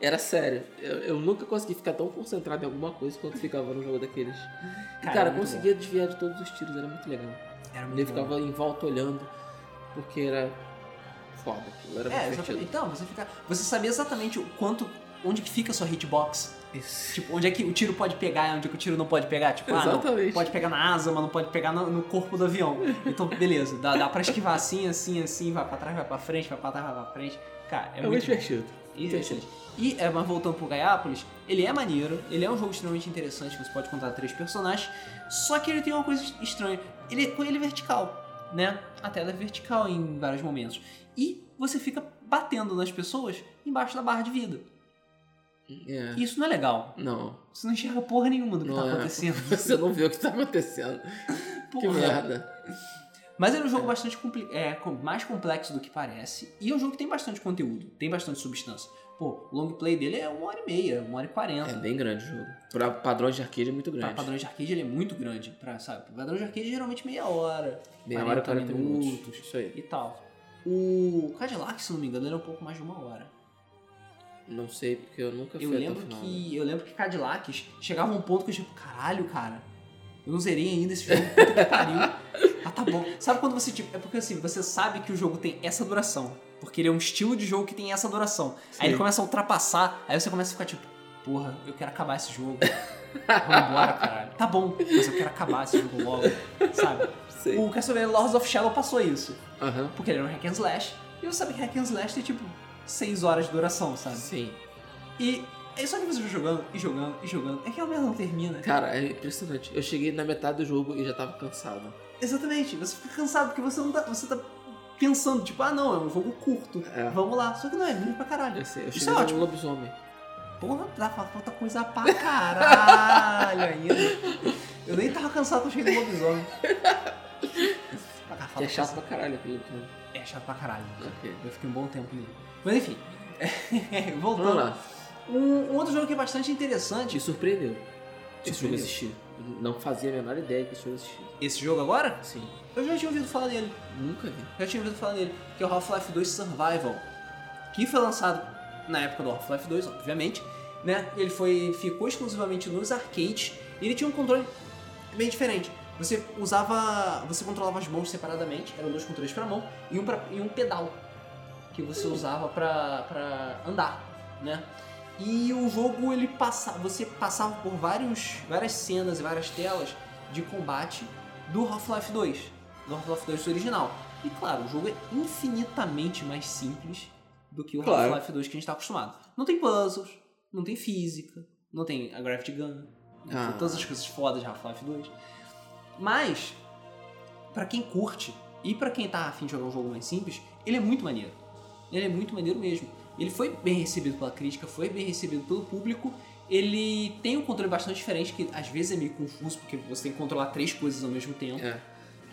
B: Era sério. Eu, eu nunca consegui ficar tão concentrado em alguma coisa quanto ficava no jogo daqueles. E,
A: Cara, é muito
B: Cara,
A: Uhum.
B: conseguia desviar de todos os tiros, era muito legal.
A: Era
B: Eu
A: muito bom.
B: ficava em volta olhando, porque era foda. aquilo Era
A: É,
B: divertido.
A: exatamente. Então, você fica. Você sabia exatamente o quanto. onde que fica a sua hitbox.
B: Isso.
A: Tipo, onde é que o tiro pode pegar e onde é que o tiro não pode pegar. Tipo, ah, não,
B: Exatamente.
A: pode pegar na asa, mas não pode pegar no, no corpo do avião. Então, beleza, dá, dá pra esquivar assim, assim, assim, vai pra trás, vai pra frente, vai pra trás, vai pra frente. Cara, é,
B: É muito
A: muito bom.
B: divertido.
A: E, e, é, mas voltando pro Gaiápolis, ele é maneiro, ele é um jogo extremamente interessante, que você pode contar três personagens, só que ele tem uma coisa estranha. Ele, ele é vertical, né? A tela é vertical em vários momentos. E você fica batendo nas pessoas embaixo da barra de vida.
B: É.
A: E isso não é legal.
B: Não.
A: Você não enxerga porra nenhuma do que
B: Não
A: tá
B: é.
A: acontecendo.
B: Você não vê o que tá acontecendo. Que
A: Porra.
B: merda.
A: Mas ele é um jogo bastante compli- é, com- mais complexo do que parece. E é um jogo que tem bastante conteúdo, tem bastante substância. Pô, o long play dele é uma hora e meia, uma hora e quarenta.
B: É bem grande o jogo. Pra padrões de arcade é muito
A: Pra
B: grande.
A: padrões de arcade ele é muito grande, pra, sabe? Padrões de arcade geralmente meia hora
B: Meia hora e
A: 40
B: 40 minutos.
A: é minutos.
B: Isso aí.
A: e tal. O Cadillac, se não me engano, era um pouco mais de uma hora.
B: Não sei, porque eu nunca fui
A: Eu
B: até o
A: lembro
B: final. né?
A: que. Eu lembro que Cadillacs chegava um ponto que eu tipo, caralho, cara, eu não zerei ainda esse jogo, puta que pariu. Ah, tá bom. Sabe quando você, tipo, é porque assim, você sabe que o jogo tem essa duração. Porque ele é um estilo de jogo que tem essa duração. Aí ele
B: Sim.
A: começa a ultrapassar, aí você começa a ficar tipo, porra, eu quero acabar esse jogo. Vambora, caralho. Tá bom, mas eu quero acabar esse jogo logo, sabe?
B: Sei.
A: O Castlevania Lords of Shadow passou isso,
B: Aham.
A: porque ele era um hack and slash, e você sabe que hack and slash tem tipo 6 horas de duração, sabe?
B: Sim.
A: E é só que você vai jogando e jogando e jogando, é que a merda não termina.
B: Cara, é impressionante. Eu cheguei na metade do jogo e já tava cansado.
A: Exatamente, você fica cansado porque você não tá, você tá pensando, tipo, ah não, é um jogo curto,
B: É.
A: vamos lá. Só que não, é ruim pra caralho.
B: Eu, sei, eu
A: Isso
B: cheguei
A: é
B: no
A: ótimo.
B: lobisomem.
A: Porra, dá pra falta coisa pra caralho ainda. Eu nem tava cansado quando cheguei no lobisomem. Ah,
B: Que
A: falta
B: é chato
A: coisa-
B: pra caralho aquele lobisomem.
A: É chato pra caralho.
B: Ok.
A: Eu fiquei um bom tempo nele. Mas enfim,
B: Vamos
A: voltando.
B: lá.
A: Um, um outro jogo que é bastante interessante.
B: Te surpreendeu. Esse jogo
A: Surpreendeu.
B: existia. Eu Não fazia a menor ideia que esse jogo existia.
A: Esse jogo agora?
B: Sim.
A: Eu já tinha ouvido falar dele.
B: Nunca vi.
A: Já tinha ouvido falar dele. Que é o Half-Life 2 Survival. Que foi lançado na época do Half-Life 2, obviamente. Né? Ele foi, ficou exclusivamente nos arcades. E ele tinha um controle bem diferente. Você usava. Você controlava as mãos separadamente. Eram dois controles pra mão. E um, pra, e um pedal. Que você usava pra, pra andar. Né? E o jogo, ele passa, você passava por vários, várias cenas e várias telas de combate do Half-Life 2, do Half-Life 2 original. E claro, o jogo é infinitamente mais simples do que o
B: Claro.
A: Half-Life 2 que a gente está acostumado. Não tem puzzles, não tem física, não tem a Gravity Gun, não
B: Ah.
A: tem todas as coisas fodas de Half-Life 2. Mas, pra quem curte e pra quem tá afim de jogar um jogo mais simples, ele é muito maneiro. Ele é muito maneiro mesmo. Ele foi bem recebido pela crítica, foi bem recebido pelo público. Ele tem um controle bastante diferente, que às vezes é meio confuso, porque você tem que controlar três coisas ao mesmo tempo.
B: É.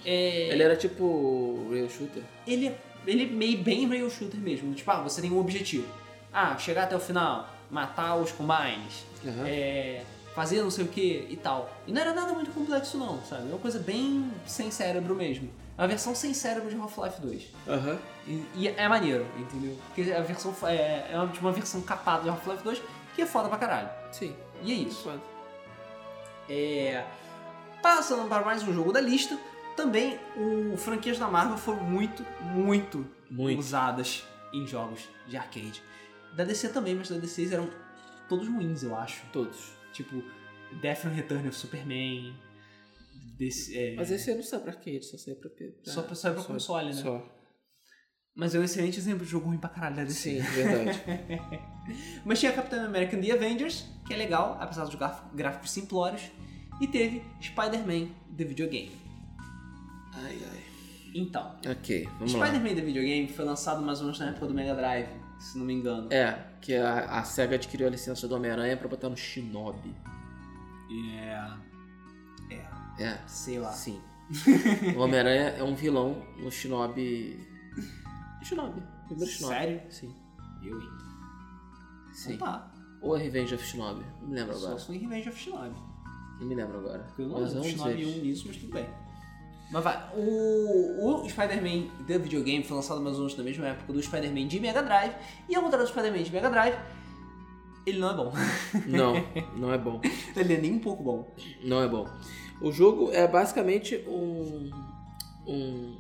A: É,
B: Ele era tipo rail shooter.
A: ele, é- ele é meio bem rail shooter mesmo. Tipo, ah, você tem um objetivo. Ah, chegar até o final, matar os combines,
B: Aham.
A: é, fazer não sei o que e tal. E não era nada muito complexo não, sabe? É uma coisa bem sem cérebro mesmo. É uma versão sem cérebro de Half-Life 2.
B: Aham.
A: E, e é maneiro, entendeu? Porque a versão é, é uma, tipo, uma versão capada de Half-Life 2 que é foda pra caralho.
B: Sim.
A: E é isso.
B: Foda.
A: É, Passando para mais um jogo da lista, também o franquias da Marvel foram muito, muito,
B: Muito.
A: usadas em jogos de arcade. Da DC também, mas da DC eram todos ruins, eu acho.
B: Todos.
A: Tipo, Death and Return of Superman. DC, é,
B: Mas esse eu não sei pra arcade, só sei pra. pra-
A: só pra, só pra console, né?
B: Só.
A: Mas é um excelente exemplo de jogo ruim pra caralho da DC.
B: Sim, verdade.
A: Mas tinha Capitão American The Avengers, que é legal, apesar dos graf- gráficos simplórios. E teve Spider-Man The Videogame.
B: ai, ai.
A: Então,
B: Ok, vamos lá.
A: Spider-Man The Videogame foi lançado mais ou menos na época do Mega Drive, se não me engano.
B: É, que a, a SEGA adquiriu a licença do Homem-Aranha pra botar no Shinobi. É.
A: Sei lá.
B: Sim. O Homem-Aranha é um vilão no Shinobi. Shinobi. Primeiro Shinobi.
A: Sério?
B: Sim.
A: Eu ainda.
B: Sim.
A: Tá.
B: Ou é Revenge of Shinobi. Não me lembro
A: Só
B: agora.
A: sou em Revenge of Shinobi.
B: Não me lembro agora.
A: Eu não
B: Mas é
A: lembro
B: um
A: de Shinobi
B: deles.
A: 1 nisso, mas tudo bem. Mas vai, o, o Spider-Man do videogame foi lançado mais ou menos na mesma época do Spider-Man de Mega Drive, e ao contrário do Spider-Man de Mega Drive, ele não é bom.
B: Não, não é bom.
A: ele é nem um pouco bom.
B: Não é bom. O jogo é basicamente um. um,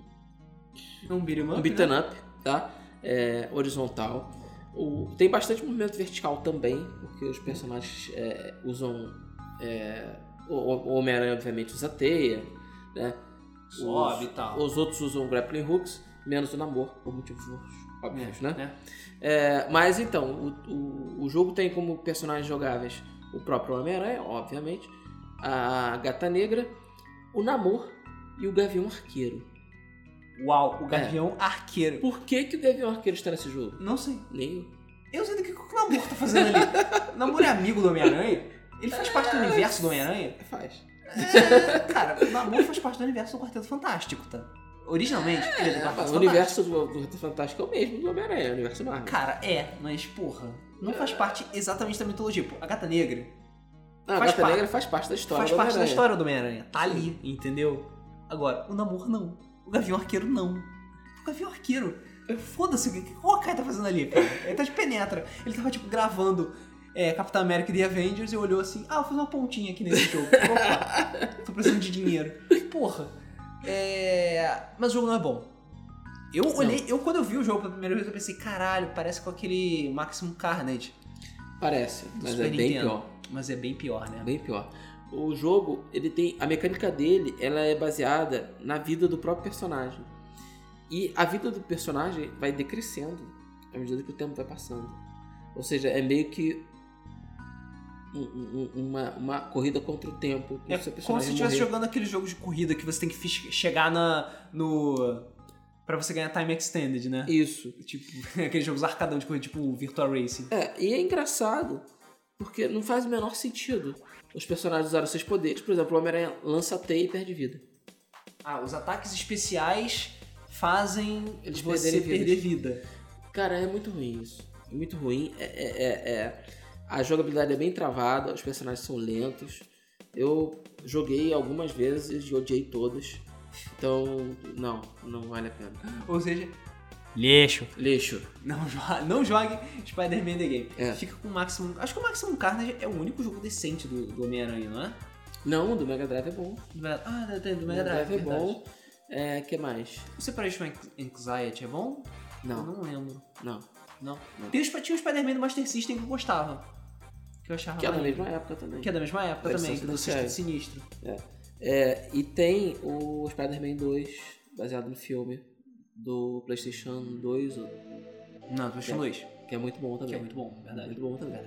A: É um beat 'em up,
B: um
A: né?
B: beaten up, tá? É, horizontal. O- tem bastante movimento vertical também, porque os personagens é, usam. é, o o Homem-Aranha, obviamente, usa teia, né?
A: Sobe e tal.
B: Os outros usam grappling hooks, menos o namoro, por motivos óbvios, né?
A: né?
B: É, mas então, o, o, o jogo tem como personagens jogáveis o próprio Homem-Aranha, obviamente, a Gata Negra, o Namor e o Gavião Arqueiro.
A: Uau, o
B: É.
A: Gavião Arqueiro.
B: Por que, que o Gavião Arqueiro está nesse jogo?
A: Não sei.
B: Nem eu.
A: Eu sei do que o que o Namor tá fazendo ali. O Namor é amigo do Homem-Aranha? Ele faz parte
B: É.
A: do universo do Homem-Aranha?
B: Faz.
A: É, cara, o Namor faz parte do universo do Quarteto Fantástico, tá? Originalmente, ele é do Quarteto
B: Ah, o universo do, do Fantástico é o mesmo do Homem-Aranha, é o universo Marvel.
A: Cara, é, mas porra, não faz parte exatamente da mitologia. Pô, a Gata Negra
B: Ah, a
A: faz
B: Gata
A: parte-
B: Negra faz parte da história
A: faz
B: do
A: parte da
B: Homem-Aranha.
A: história do Homem-Aranha. Tá ali, entendeu? Agora, o Namor não. O Gavião Arqueiro não. O Gavião Arqueiro, foda-se, o que que o Hawkeye tá fazendo ali, cara? Ele tá de penetra. Ele tava, tipo, gravando é, Capitão América e The Avengers e olhou assim, ah, vou fazer uma pontinha aqui nesse jogo. Opa, tô precisando de dinheiro. Porra. É... Mas o jogo não é bom. Eu olhei, eu quando eu vi o jogo pela primeira vez, eu pensei, caralho, parece com aquele Maximum Carnage.
B: Parece, mas
A: Super
B: é bem
A: Nintendo.
B: pior.
A: Mas é bem pior, né?
B: Bem pior. O jogo, ele tem. A mecânica dele, ela é baseada na vida do próprio personagem. E a vida do personagem vai decrescendo à medida que o tempo vai passando. Ou seja, é meio que um- um- um- uma, uma corrida contra o tempo. pro
A: É como se
B: seu personagem
A: você estivesse
B: morrer.
A: jogando aquele jogo de corrida que você tem que fi- chegar na, no. pra você ganhar time extended, né?
B: Isso.
A: Tipo, aqueles jogos arcadão de corrida, tipo o Virtua Racing.
B: É, e é engraçado, porque não faz o menor sentido. Os personagens usaram seus poderes, por exemplo, o Homem-Aranha lança a teia e perde vida.
A: Ah, os ataques especiais fazem
B: Eles
A: você
B: perderem
A: perder vida.
B: Cara, é muito ruim isso. É muito ruim. É, é- é- é- A jogabilidade é bem travada, os personagens são lentos. Eu joguei algumas vezes e odiei todas. Então, não, não vale a pena.
A: Ou seja. Lixo.
B: Lixo.
A: Não, jo- não jogue Spider-Man The Game.
B: É.
A: Fica com o Maximum. Acho que o Maximum Carnage é o único jogo decente do, do Homem-Aranha, não é?
B: Não, do Mega Drive é bom.
A: Do Mega- Ah, do- do
B: Do
A: Mega Drive.
B: é
A: verdade.
B: bom. É, que mais?
A: O Separation Anxiety é bom? Eu
B: Não,
A: não lembro.
B: não.
A: Não.
B: Não.
A: Tem os, tinha o Spider-Man do Master System que eu gostava. Que eu achava
B: Que é da
A: maneiro.
B: mesma época também.
A: Ah, Que é da mesma época
B: Versão
A: também, que do
B: financiada.
A: System Sinistro.
B: É, e tem o Spider-Man 2, baseado no filme do PlayStation 2,
A: Não, do System
B: É.
A: 2.
B: que é muito bom também.
A: Que é muito bom, verdade.
B: Muito bom também.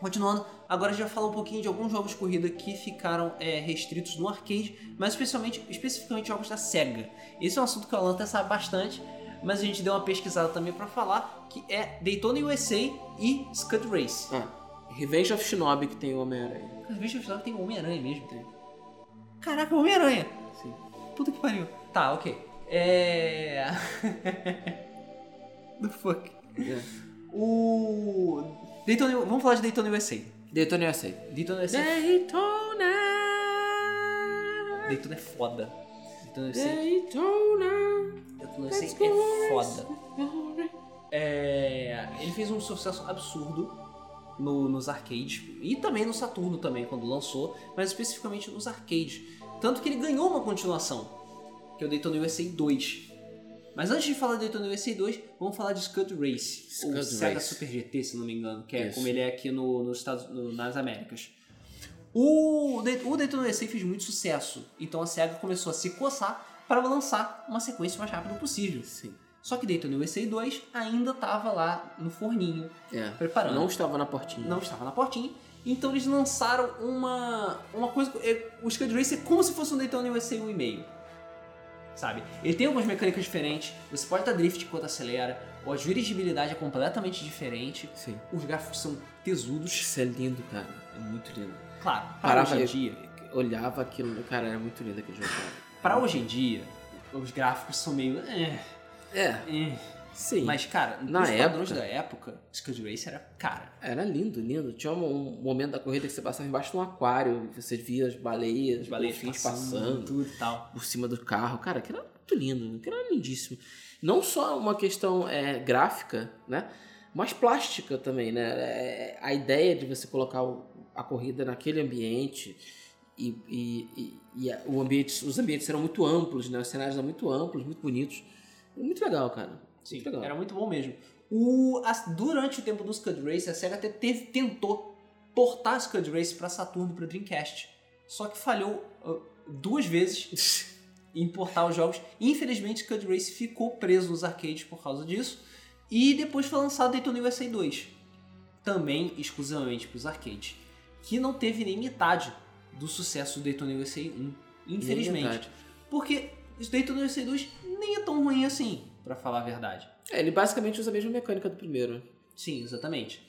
A: Continuando, agora a gente vai falar um pouquinho de alguns jogos de corrida que ficaram é, restritos no arcade, mas especialmente, especificamente jogos da SEGA. Esse é um assunto que o Alan até sabe bastante, mas a gente deu uma pesquisada também pra falar, que é Daytona USA e Scud Race.
B: Ah, Revenge of Shinobi que tem o Homem-Aranha.
A: Cara, Vixe, eu falava que tem Homem-Aranha mesmo. tá
B: Tem.
A: Caraca, Homem-Aranha!
B: Sim.
A: Puta que pariu. Tá, ok. É. The fuck.
B: É.
A: O. Daytona. Vamos falar de Daytona USA.
B: Daytona USA.
A: Daytona USA.
B: Daytona!
A: Daytona é foda. Daytona USA.
B: Daytona!
A: Daytona USA
B: É. Let's
A: é
B: go race.
A: foda. É, ele fez um sucesso absurdo no- nos arcades e também no Saturno também quando lançou, mas especificamente nos arcades, tanto que ele ganhou uma continuação, que é o Daytona USA 2. Mas antes de falar do Daytona USA 2, vamos falar de Scud Race,
B: Scud
A: ou Sega
B: Race.
A: Super GT, se não me engano, que é
B: Isso.
A: como ele é aqui no- nos Estados, no- nas Américas. O, Day- o Daytona USA fez muito sucesso, então a Sega começou a se coçar para lançar uma sequência o mais rápido possível.
B: Sim.
A: Só que Daytona USA 2 ainda estava lá no forninho,
B: É.
A: preparando.
B: Não estava na portinha.
A: Não estava na portinha. Então eles lançaram uma, uma coisa... é, O Scud Race é como se fosse um Daytona USA 1.5. Sabe? Ele tem algumas mecânicas diferentes. Você pode dar drift enquanto acelera. A dirigibilidade é completamente diferente.
B: Sim.
A: Os gráficos são tesudos.
B: Isso é lindo, cara. É muito lindo.
A: Claro, para
B: Parava
A: hoje em
B: eu-
A: dia...
B: Olhava aquilo, cara, era muito lindo aquele jogo. cara.
A: Para hoje em dia, os gráficos são meio... eh,
B: É.
A: eh.
B: Sim.
A: Mas, cara,
B: Na
A: nos padrões
B: época-
A: da época, Skid Race era cara.
B: Era lindo, lindo. Tinha um, um momento da corrida que você passava embaixo de um aquário, e você via as baleias,
A: As baleias
B: golfinhos
A: passando, tudo e tal.
B: por cima do carro. Cara, aquilo era muito lindo, aquilo era lindíssimo. Não só uma questão é, gráfica, né? Mas plástica também, né? É, a ideia de você colocar o- a corrida naquele ambiente e, e- e- e a- o ambiente, os ambientes eram muito amplos, né? Os cenários eram muito amplos, muito bonitos. Muito legal, cara.
A: Sim,
B: muito legal.
A: era muito bom mesmo. O, as- durante o tempo do Scud Race, a SEGA até teve- tentou portar Scud Race pra Saturno e pra Dreamcast. Só que falhou ah, duas vezes em portar os jogos. Infelizmente, Scud Race ficou preso nos arcades por causa disso. E depois foi lançado Daytona USA 2. Também exclusivamente pros arcades. Que não teve nem metade do sucesso do Daytona USA 1. Infelizmente.
B: Verdade.
A: Porque isso Daytona USA 2 nem é tão ruim assim, pra falar a verdade.
B: É, ele basicamente usa a mesma mecânica do primeiro.
A: Sim, exatamente.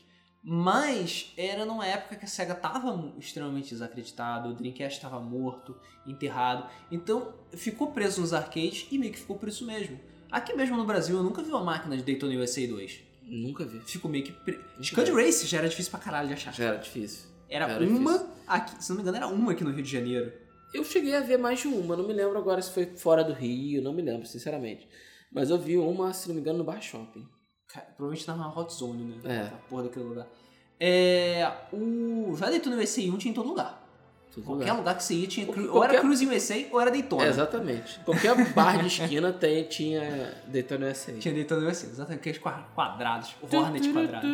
A: Mas era numa época que a SEGA tava extremamente desacreditada, o Dreamcast estava morto, enterrado. Então ficou preso nos arcades e meio que ficou por isso mesmo. Aqui mesmo no Brasil eu nunca vi uma máquina de Daytona USA 2.
B: Nunca vi.
A: Ficou meio que. Pre... Scud Race já era difícil pra caralho de achar.
B: Já era difícil.
A: Era,
B: era
A: uma aqui, se não me engano, era uma aqui no Rio de Janeiro.
B: Eu cheguei a ver mais de uma, não me lembro agora se foi fora do Rio, não me lembro, sinceramente. Mas eu vi uma, se não me engano, no Bar Shopping.
A: Cara, provavelmente tava na Hot Zone, né?
B: É.
A: Aquela porra daquele lugar. É. O. Já Daytona USA 1 tinha em todo lugar.
B: Tudo
A: Qualquer né?
B: lugar.
A: lugar que você ia tinha. cru- Ou
B: Qualquer-
A: era Cruising USA ou era Daytona.
B: É, exatamente. Qualquer bar de esquina tem, tinha Daytona USA.
A: Tinha Daytona USA, exatamente aqueles qua- quadrados, o Hornet quadrado.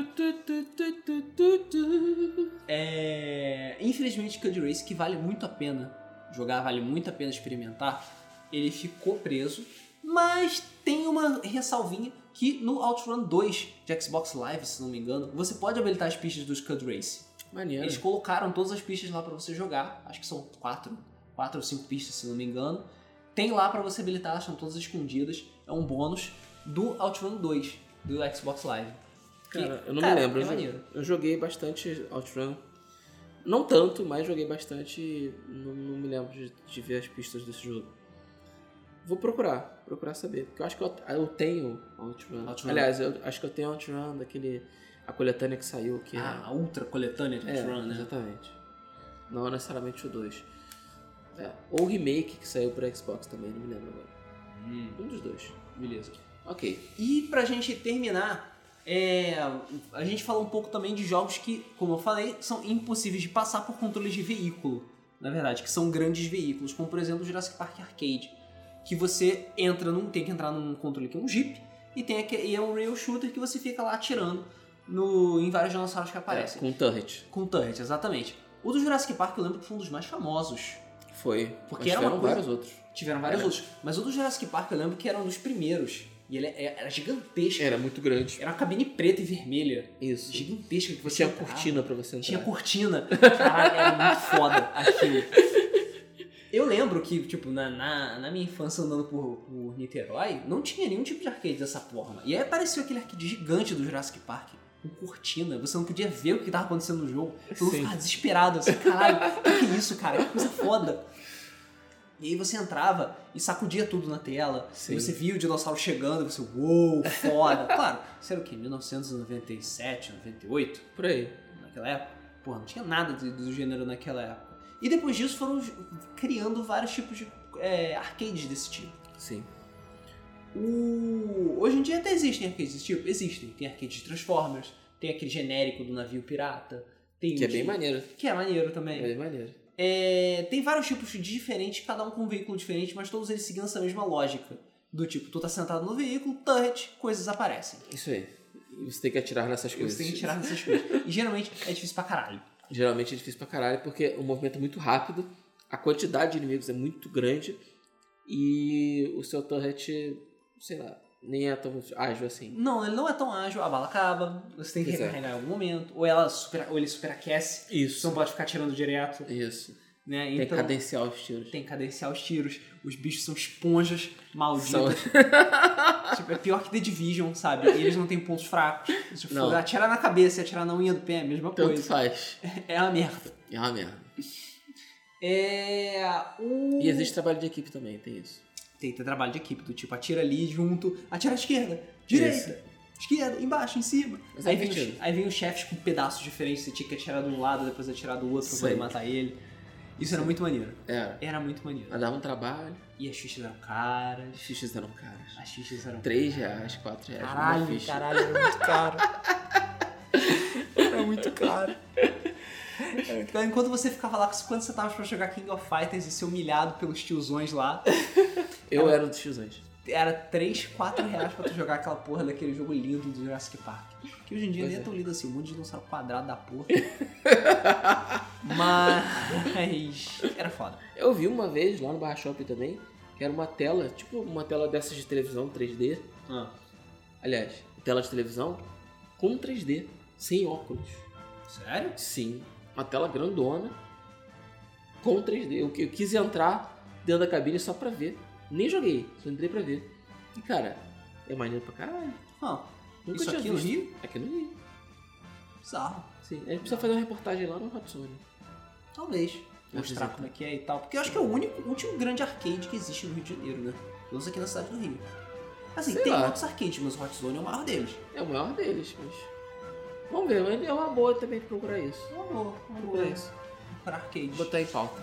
A: É, Infelizmente, Cud Race, que vale muito a pena jogar, vale muito a pena experimentar, ele ficou preso, mas tem uma ressalvinha que no Outrun 2 de Xbox Live, se não me engano, você pode habilitar as pistas dos Cud Race. Eles
B: Maneiro.
A: colocaram todas as pistas lá pra você jogar. Acho que são quatro, quatro ou cinco pistas, se não me engano. Tem lá pra você habilitar, elas são todas escondidas. É um bônus do Outrun 2 do Xbox Live. Que,
B: Cara, eu não
A: cara,
B: me lembro.
A: É
B: eu joguei-
A: maneiro.
B: eu joguei bastante Outrun. Não tanto, mas joguei bastante e não, não me lembro de, de ver as pistas desse jogo. Vou procurar, procurar saber. Porque eu acho que eu, eu tenho Outrun.
A: Outrun.
B: Aliás, eu acho que eu tenho Outrun daquele. A coletânea que saiu, que
A: Ah, a ultra coletânea de
B: é.
A: Outrun, né?
B: Exatamente. Não necessariamente o 2. É, ou o remake que saiu pra Xbox também, não me lembro agora.
A: Hum,
B: Um dos dois.
A: beleza.
B: Ok.
A: E pra gente terminar, é, a gente falou um pouco também de jogos que, como eu falei, são impossíveis de passar por controles de veículo. Na verdade, que são grandes veículos, como por exemplo o Jurassic Park Arcade, que você entra num, tem que entrar num controle que é um Jeep e tem aqui, e é um rail shooter que você fica lá atirando no, em vários dinossauros que
B: É,
A: aparecem.
B: com o turret.
A: Com turret, exatamente. O do Jurassic Park eu lembro que foi um dos mais famosos.
B: Foi.
A: Porque
B: Mas
A: era uma
B: tiveram
A: coisa-
B: vários outros.
A: Tiveram vários
B: É.
A: outros, mas o do Jurassic Park eu lembro que era um dos primeiros. E ele é- era gigantesco.
B: Era muito grande.
A: Era uma cabine preta e vermelha,
B: Isso.
A: gigantesca que você
B: Tinha
A: entrava.
B: cortina pra você entrar.
A: Tinha cortina. Caralho, era muito foda aquilo. Eu lembro que, tipo, na, na, na minha infância andando por, por Niterói, não tinha nenhum tipo de arcade dessa forma. E aí apareceu aquele arcade gigante do Jurassic Park, com cortina. Você não podia ver o que tava acontecendo no jogo. Todo mundo
B: Sim.
A: ficava desesperado, assim, caralho, que que é isso, cara? Que coisa foda. E aí você entrava e sacudia tudo na tela.
B: Sim.
A: E você via o dinossauro chegando, e você, uou, foda. claro, isso era o quê? 1997, 98?
B: Por aí.
A: naquela época. Porra, não tinha nada de- do gênero naquela época. E depois disso foram j- criando vários tipos de é, arcades desse tipo.
B: Sim.
A: O- Hoje em dia até existem arcades desse tipo? Existem. Tem arcade de Transformers, tem aquele genérico do navio pirata. Tem
B: Que é
A: um
B: bem
A: de-
B: maneiro.
A: Que é maneiro
B: É
A: também.
B: bem maneiro.
A: É, tem vários tipos de diferentes, cada um com um veículo diferente, mas todos eles seguindo essa mesma lógica. Do tipo, tu tá sentado no veículo, turret, coisas aparecem.
B: Isso aí. E você tem que atirar nessas
A: E
B: coisas.
A: Você tem que tirar essas coisas. E geralmente é difícil pra caralho.
B: Geralmente é difícil pra caralho, porque o movimento é muito rápido, a quantidade de inimigos é muito grande e o seu turret, sei lá, nem é tão ágil assim.
A: Não, ele não é tão ágil, a bala acaba, você tem que
B: Pois é.
A: recarregar em algum momento, ou, ela super, ou ele superaquece, você
B: Isso.
A: não pode ficar tirando direto,
B: Isso.
A: né?
B: Tem que
A: Então
B: cadenciar os tiros.
A: tem que cadenciar os tiros, os bichos são esponjas malditas. Tipo, é pior que The Division, sabe? Eles não têm pontos fracos. Se for
B: Não.
A: atirar na cabeça e atirar na unha do pé é a mesma
B: Tanto
A: coisa.
B: faz.
A: É uma merda.
B: É uma merda.
A: É. O...
B: E existe trabalho de equipe também, tem isso.
A: Tem que ter trabalho de equipe, do tipo, atira ali junto, atira à esquerda, direita, esquerda, embaixo, em cima.
B: Mas é
A: Aí vem,
B: divertido.
A: os, aí vem tipo, os chefes com pedaços diferentes, um você tinha que atirar de um lado, depois atirar do outro pra
B: Sei.
A: poder matar ele. Isso era muito maneiro.
B: Era.
A: Era muito maneiro.
B: É, Mas dava um trabalho,
A: E as fichas eram caras,
B: as fichas eram caras.
A: as fichas eram...
B: 3 reais, 4 reais. uma
A: Caralho,
B: ficha.
A: caralho, era muito caro.
C: Era É muito caro.
A: Então, enquanto você ficava lá com 50 centavos pra jogar King of Fighters e ser humilhado pelos tiozões lá,
B: Eu era um dos tiozões.
A: era 3, 4 reais pra tu jogar aquela porra daquele jogo lindo do Jurassic Park. Que hoje em dia
B: Pois
A: nem é
B: é.
A: tão lindo assim, um monte de dinossauro quadrado da porra. Mas. Era foda.
B: Eu vi uma vez lá no Barra Shopping também, que era uma tela, tipo uma tela dessas de televisão 3D. Aliás, tela de televisão com 3D, sem óculos.
A: Sério?
B: Sim, uma tela grandona com 3D. Eu, eu quis entrar dentro da cabine só pra ver. Nem joguei, só entrei pra ver. E cara, é maneiro pra caralho.
A: Não.
B: Ah,
A: é
B: Nunca
A: Isso
B: tinha
A: aqui no
B: visto. É.
A: Rio?
B: Aqui no Rio.
A: Bizarro.
B: Sim, a gente precisa fazer uma reportagem lá no né? Rhapsody.
A: Talvez. Mostrar
B: visitar.
A: como é que é e tal. Porque eu acho que é o único, último grande arcade que existe no Rio de Janeiro, né? Pelo menos aqui na cidade do Rio. Assim,
B: Sei
A: tem
B: lá.
A: outros arcades, mas o Hot Zone é o maior deles.
B: É o maior deles, mas. Vamos ver, mas é uma boa também procurar isso.
A: Uma boa, uma boa.
B: Procurar isso.
A: É Pra arcade.
B: Botar em pauta.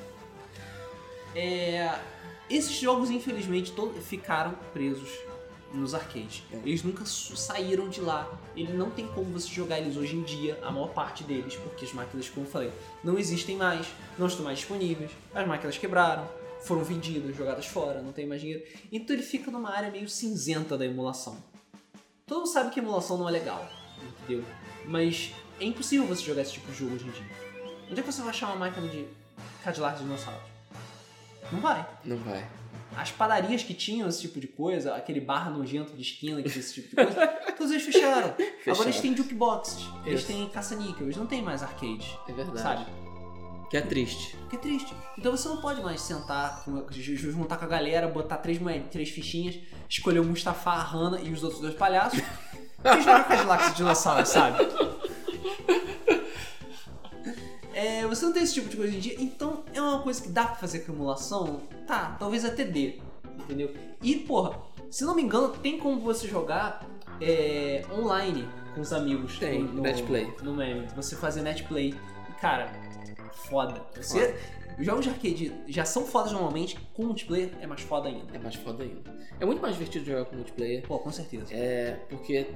A: É, esses jogos, infelizmente, to- ficaram presos nos arcades.
B: É.
A: Eles nunca su- saíram de lá. Ele não tem como você jogar eles hoje em dia, a maior parte deles, porque as máquinas, como eu falei, não existem mais, não estão mais disponíveis, as máquinas quebraram, foram vendidas, jogadas fora, não tem mais dinheiro. Então ele fica numa área meio cinzenta da emulação. Todo mundo sabe que emulação não é legal, entendeu? Mas é impossível você jogar esse tipo de jogo hoje em dia. Onde é que você vai achar uma máquina de Cadillac de dinossauro? Não vai.
B: Não vai.
A: As padarias que tinham esse tipo de coisa, aquele bar nojento de esquina que tinha esse tipo de coisa, todos eles fecharam. Agora eles
B: Fecharam.
A: têm jukeboxes, eles
B: Isso.
A: têm caça-níquel, eles não têm mais arcade,
B: É verdade.
A: sabe?
B: Que é triste.
A: Que é triste. Então você não pode mais sentar, com- ju- ju- juntar com a galera, botar três, moed- três fichinhas, escolher o Mustafa, a Hannah e os outros dois palhaços e jogar Cadillac de dinossauro, sabe? É, você não tem esse tipo de coisa hoje em dia, então é uma coisa que dá pra fazer com emulação? Tá, talvez até dê, entendeu? E, porra, se não me engano, tem como você jogar é, online com os amigos.
B: Tem,
A: no, no,
B: netplay.
A: No meme, você fazer netplay. E, cara, foda. Você, os jogos de arcade já são fodas normalmente, com multiplayer é mais foda ainda.
B: É mais foda ainda. É muito mais divertido jogar com multiplayer.
A: Pô, com certeza.
B: É porque.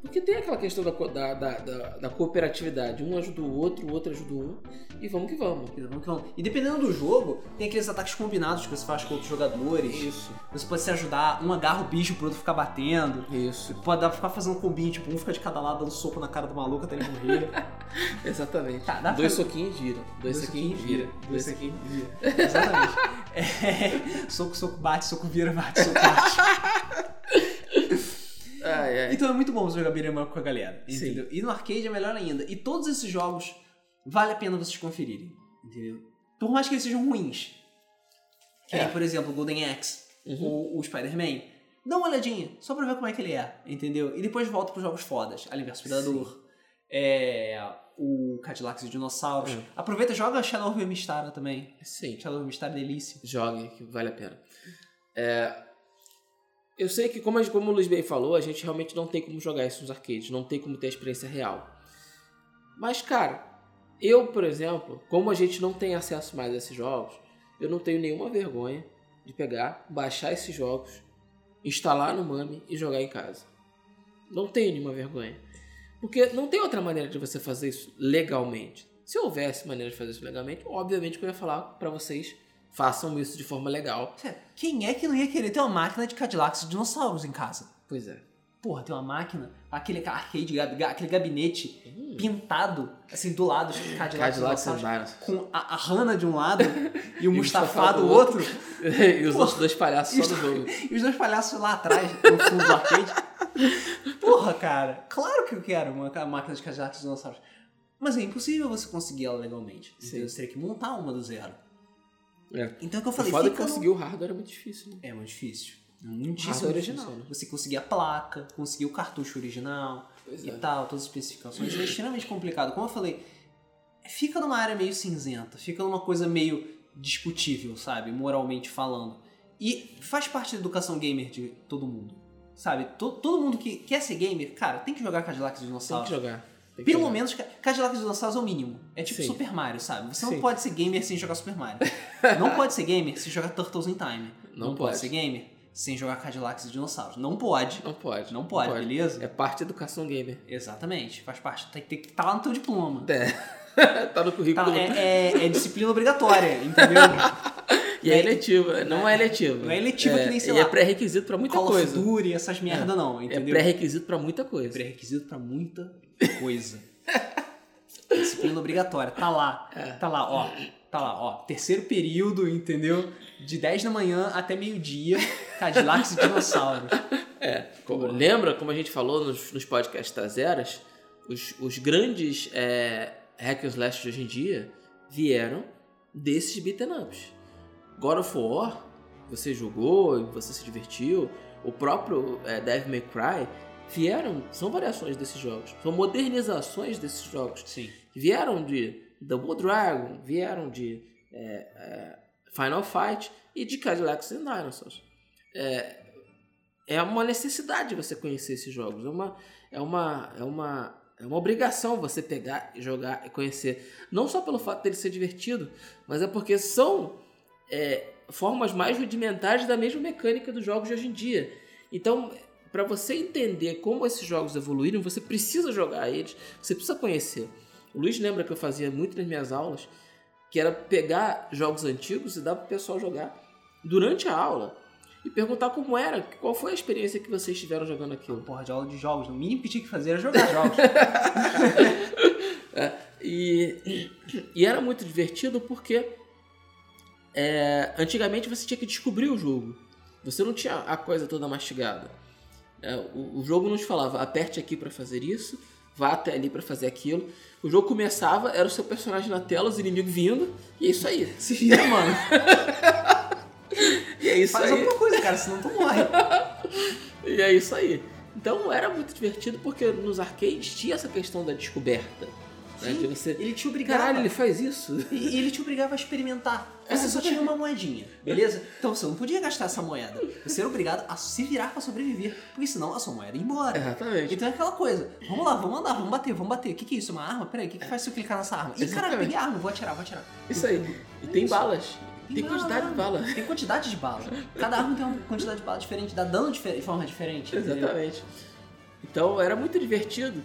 B: Porque tem aquela questão da, co- da, da, da- da cooperatividade. Um ajuda o outro, o outro ajuda um. E vamos que vamos.
A: Vamos que vamos. E dependendo do jogo, tem aqueles ataques combinados que você faz com outros jogadores.
B: Isso.
A: Você pode se ajudar, um agarra o bicho pro outro ficar batendo.
B: Isso.
A: Pode dar pra ficar fazendo combinho, tipo, um fica de cada lado dando soco na cara do maluco até ele morrer.
B: Exatamente.
A: Tá, dá pra
B: Dois
A: fazer-
B: soquinhos gira. Dois, soquinhos
A: vira.
B: gira.
A: Dois soquinhos vira. Exatamente. É, soco, soco, bate, soco, vira, bate, soco, bate.
B: Ai, ai.
A: Então é muito bom você jogar beat'em up com a galera,
B: Sim.
A: entendeu? E no arcade é melhor ainda. E todos esses jogos vale a pena vocês conferirem, entendeu? Por mais que eles sejam ruins. Que
B: É.
A: nem, por exemplo, o Golden Axe,
B: Uhum.
A: ou o Spider-Man. Dá uma olhadinha, só pra ver como é que ele é, entendeu? E depois volta pros jogos fodas. Alien vs Predador, é, o Cadillac e os Dinossauros.
B: Hum.
A: Aproveita e joga Shadow of Mistara também.
B: Sim.
A: Shadow of Mistara é delícia.
B: Jogue, que vale a pena. É, eu sei que, como, a- como o Luiz bem falou, a gente realmente não tem como jogar isso nos arcades, não tem como ter a experiência real. Mas, cara, eu, por exemplo, como a gente não tem acesso mais a esses jogos, eu não tenho nenhuma vergonha de pegar, baixar esses jogos, instalar no Mami e jogar em casa. Não tenho nenhuma vergonha. Porque não tem outra maneira de você fazer isso legalmente. Se houvesse maneira de fazer isso legalmente, obviamente que eu ia falar pra vocês, façam isso de forma legal.
A: Sério, Quem é que não ia querer ter uma máquina de Cadillacs e dinossauros em casa?
B: Pois é.
A: Porra, tem uma máquina, aquele arcade, ga- ga- aquele gabinete
B: Hum,
A: pintado, assim, do lado, Cadillacs e
B: Cadillac
A: dinossauros.
B: Sandara.
A: Com a, a Hannah de um lado e o
B: o
A: Mustafa
B: Mustafa
A: do
B: do
A: outro. é
B: e os outros dois palhaços só no jogo.
A: E os dois palhaços lá atrás, no fundo do arcade. Porra, cara. Claro que eu quero uma ca- máquina de Cadillac e dinossauros. Mas é impossível você conseguir ela legalmente. Então
B: Sim.
A: você teria que montar uma do zero.
B: É.
A: Então é o que eu
B: O
A: falei,
B: foda é que
A: fica no-
B: conseguir o hardware é muito difícil, né?
A: É muito difícil. Muitíssimo
B: Hardware
A: difícil.
B: original, né?
A: Você conseguir a placa, conseguir o cartucho original
B: Pois
A: e
B: é.
A: tal, todas as especificações. É extremamente complicado. Como eu falei, fica numa área meio cinzenta, fica numa coisa meio discutível, sabe? Moralmente falando. E faz parte da educação gamer de todo mundo. Sabe? To- todo mundo que quer ser gamer, cara, tem que jogar Cadillac e
B: Tem que
A: Dinossauros.
B: jogar. Tem que
A: Pelo
B: jogar.
A: menos, Ca- Cadillac e Dinossauros é o mínimo. É tipo
B: Sim.
A: Super Mario, sabe? Você
B: Sim.
A: não pode ser gamer sem jogar Super Mario. não pode ser gamer sem jogar Turtles in Time.
B: Não pode.
A: ser gamer sem jogar Cadillac e Dinossauros. Não pode.
B: Não pode.
A: Não pode, beleza?
B: É parte da educação gamer.
A: Exatamente, faz parte. Tem que estar lá no teu diploma.
B: É. tá no
A: Tá,
B: currículo.
A: é, é- é disciplina obrigatória, entendeu?
B: E é eletiva. Não é eletiva.
A: Não é eletiva que nem, sei
B: e
A: lá,
B: é pré-requisito pra muita
A: Call
B: coisa.
A: of Duty, essas merda não,
B: É
A: entendeu?
B: pré-requisito pra muita coisa.
A: Pré-requisito pra muita coisa. Disciplina obrigatória, tá lá. Tá lá, ó. Tá lá, ó. Terceiro período, entendeu? De 10 da manhã até meio-dia, tá, Cadillacs e dinossauros.
B: É. como- lembra como a gente falou nos, nos podcasts traseiras? Os, os grandes é, hack and slash de hoje em dia vieram desses beaten ups. God of War, você jogou, você se divertiu. O próprio é, Devil May Cry vieram, são variações desses jogos. São modernizações desses jogos.
A: Sim.
B: vieram de Double Dragon, vieram de é, é, Final Fight e de Cadillacs and Dinosaurs. É, é uma necessidade você conhecer esses jogos, é uma, é uma, é uma, é uma obrigação você pegar, e jogar e conhecer. Não só pelo fato dele ser divertido, mas é porque são é, formas mais rudimentares da mesma mecânica dos jogos de hoje em dia. Então, para você entender como esses jogos evoluíram, você precisa jogar eles, você precisa conhecer. O Luiz lembra que eu fazia muito nas minhas aulas, que era pegar jogos antigos e dar pro pessoal jogar durante a aula e perguntar como era, qual foi a experiência que vocês tiveram jogando aquilo.
A: Porra, de aula de jogos. No mínimo que tinha que fazer era jogar jogos.
B: E, e era muito divertido porque é, antigamente você tinha que descobrir o jogo. Você não tinha a coisa toda mastigada. É, o, o jogo não te falava, aperte aqui pra fazer isso, vá até ali pra fazer aquilo. O jogo começava, era o seu personagem na tela, os inimigos vindo, e é isso aí.
A: Se vira, mano.
B: E é isso
A: Faz
B: aí.
A: alguma coisa, cara, senão tu morre.
B: E é isso aí. Então era muito divertido porque nos arcades tinha essa questão da descoberta. né?
A: Sim,
B: De você,
A: Ele te obrigava.
B: caralho, ele faz isso?
A: E ele te obrigava a experimentar. Você só tinha uma moedinha, beleza? É, Então você não podia gastar essa moeda. Você era obrigado a se virar pra sobreviver, porque senão a sua moeda ia embora.
B: Exatamente.
A: Então é aquela coisa, vamos lá, vamos andar, vamos bater, vamos bater. O que, que é isso? Uma arma? Peraí, o que, que faz se eu clicar nessa arma? Ih, caralho,
B: Exatamente.
A: peguei a arma, vou atirar, vou atirar.
B: Isso aí. E tem
A: Isso.
B: balas. Tem quantidade de bala.
A: Tem quantidade de bala. Cada arma tem uma quantidade de bala diferente, dá dano difer- de forma diferente. entendeu?
B: Exatamente. Então era muito divertido.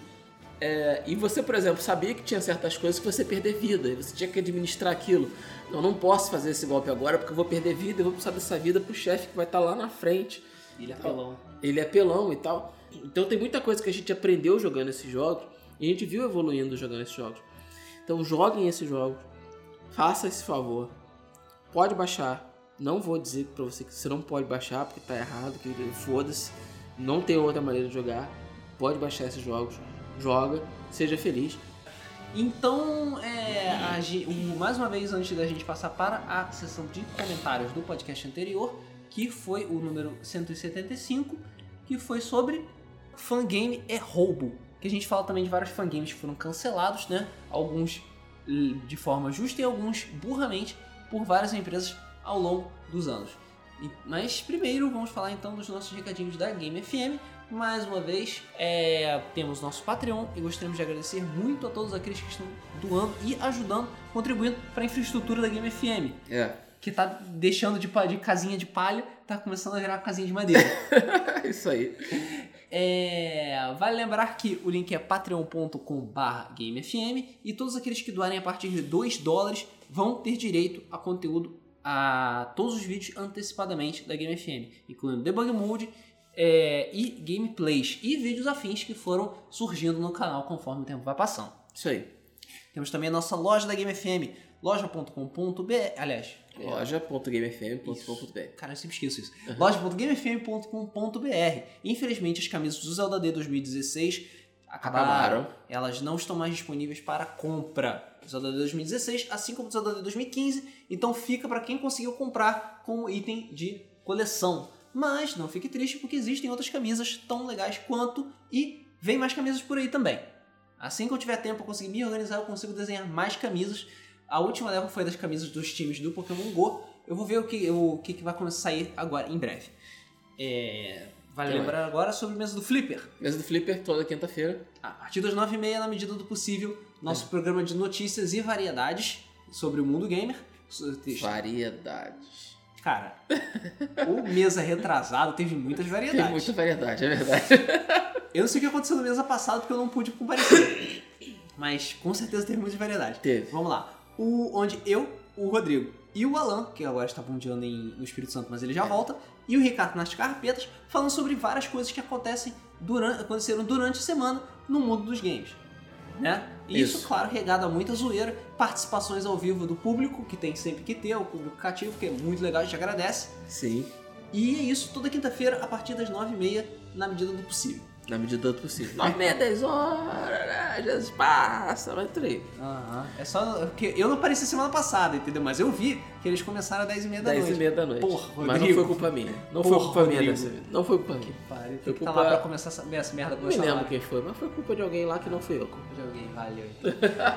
B: É, e você, por exemplo, sabia que tinha certas coisas que você ia perder vida, e você tinha que administrar aquilo. Eu não posso fazer esse golpe agora porque eu vou perder vida, eu vou precisar dessa vida pro chefe que vai estar lá na frente.
A: Ele é apelão.
B: Ele é pelão e tal. Então tem muita coisa que a gente aprendeu jogando esses jogos e a gente viu evoluindo jogando esses jogos. Então joguem esses jogos, faça esse favor. Pode baixar. Não vou dizer pra você que você não pode baixar porque tá errado, que foda-se. Não tem outra maneira de jogar. Pode baixar esses jogos. Joga, seja feliz.
A: Então, é, a gen- o- mais uma vez, antes da gente passar para a sessão de comentários do podcast anterior, que foi o número 175, que foi sobre fangame é roubo. Que a gente fala também de vários fangames que foram cancelados, né? Alguns eh, de forma justa e alguns burramente por várias empresas ao longo dos anos. E- Mas primeiro vamos falar então dos nossos recadinhos da Game FM. Mais uma vez, é, temos nosso Patreon e gostaríamos de agradecer muito a todos aqueles que estão doando e ajudando, contribuindo para a infraestrutura da Game FM,
B: É.
A: que tá deixando de, pa- de casinha de palha, tá começando a virar casinha de madeira.
B: Isso aí.
A: É, vale lembrar que o link é patreon.com.br gamefm e todos aqueles que doarem a partir de 2 dólares vão ter direito a conteúdo a todos os vídeos antecipadamente da Game FM, incluindo Debug Mode é, e gameplays e vídeos afins que foram surgindo no canal conforme o tempo vai passando.
B: Isso aí.
A: Temos também a nossa loja da Game FM, loja.com.br, aliás, é,
B: Loja.gamefm.com.br
A: Cara, eu sempre esqueço isso. Loja.gamefm.com.br. Infelizmente, as camisas do Zelda D 2016 acabaram.
B: Acabaram.
A: Elas não estão mais disponíveis para compra. O Zelda D 2016, assim como o Zelda D 2015. Então fica para quem conseguiu comprar como item de coleção. Mas não fique triste, porque existem outras camisas tão legais quanto e vem mais camisas por aí também. Assim que eu tiver tempo, eu conseguir me organizar, eu consigo desenhar mais camisas. A última leva foi das camisas dos times do Pokémon Go eu vou ver o que, o que, que vai começar a sair agora, em breve. É, vale
B: Então,
A: lembrar agora sobre a mesa do Flipper.
B: Mesa do Flipper, toda quinta-feira.
A: A partir das 9h30, na medida do possível, nosso programa de notícias e variedades sobre o mundo gamer.
B: Variedades.
A: Cara, o mesa retrasado teve muitas
B: Tem
A: variedades.
B: muita variedade, é verdade.
A: Eu não sei o que aconteceu no mesa passado porque eu não pude comparecer. Mas com certeza teve muitas variedades.
B: Teve.
A: Vamos lá. O, onde eu, o Rodrigo e o Alan, que agora está bundeando em- no Espírito Santo, mas ele já
B: É.
A: volta, e o Ricardo nas carpetas, falando sobre várias coisas que acontecem durante, aconteceram durante a semana no mundo dos games. Né? E isso.
B: Isso.
A: claro, regado a muita zoeira, participações ao vivo do público, que tem sempre que ter, o público cativo, que é muito legal, a gente agradece.
B: Sim,
A: E é isso, toda quinta-feira, a partir das 9h30, na medida do possível.
B: na medida do possível. 9 meia, 10 horas, né? às vezes passa, mas tudo aí.
A: Aham. É só. Porque eu não apareci semana passada, entendeu? Mas eu vi que eles começaram às 10h30 da
B: 10 e
A: noite.
B: meia da noite.
A: Porra,
B: Mas não
A: Rodrigo.
B: foi culpa minha. Não
A: Porra,
B: foi culpa minha
A: Rodrigo.
B: dessa vez. Não foi culpa minha.
A: Pariu, tem
B: Foi
A: que tá
B: culpa-
A: lá pra começar essa, essa merda
B: Não me
A: começar
B: lembro
A: lá.
B: quem foi, mas foi culpa de alguém lá que não fui eu.
A: De alguém, valeu.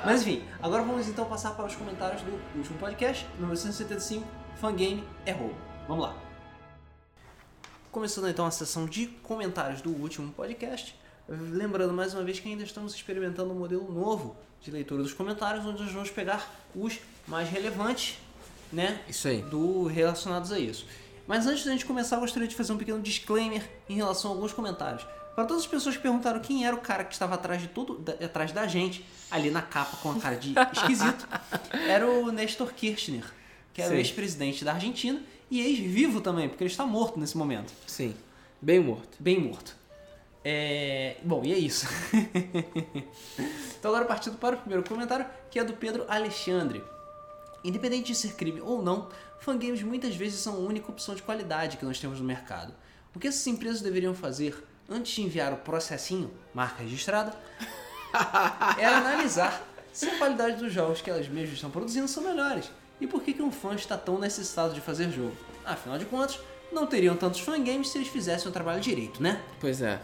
A: Mas enfim, agora vamos então passar para os comentários do último podcast, número 175, Fangame é roubo. Vamos lá. Começando então a sessão de comentários do último podcast. Lembrando mais uma vez que ainda estamos experimentando um modelo novo de leitura dos comentários, onde nós vamos pegar os mais relevantes, né?
B: Isso aí.
A: do relacionados a isso. Mas antes da gente começar, eu gostaria de fazer um pequeno disclaimer em relação a alguns comentários. Para todas as pessoas que perguntaram quem era o cara que estava atrás de tudo, da- atrás da gente, ali na capa com a cara de esquisito, era o Nestor Kirchner, que era o
B: Sim.
A: ex-presidente da Argentina e ex-vivo também, porque ele está morto nesse momento.
B: Sim. Bem morto.
A: Bem morto. É... Bom, e é isso. então agora partindo para o primeiro comentário, que é do Pedro Alexandre. Independente de ser crime ou não, fangames muitas vezes são a única opção de qualidade que nós temos no mercado. O que essas empresas deveriam fazer antes de enviar o processinho, marca registrada, é analisar se a qualidade dos jogos que elas mesmas estão produzindo são melhores e por que, que um fã está tão necessitado de fazer jogo. Afinal de contas, não teriam tantos fangames se eles fizessem o trabalho direito, né?
B: Pois é.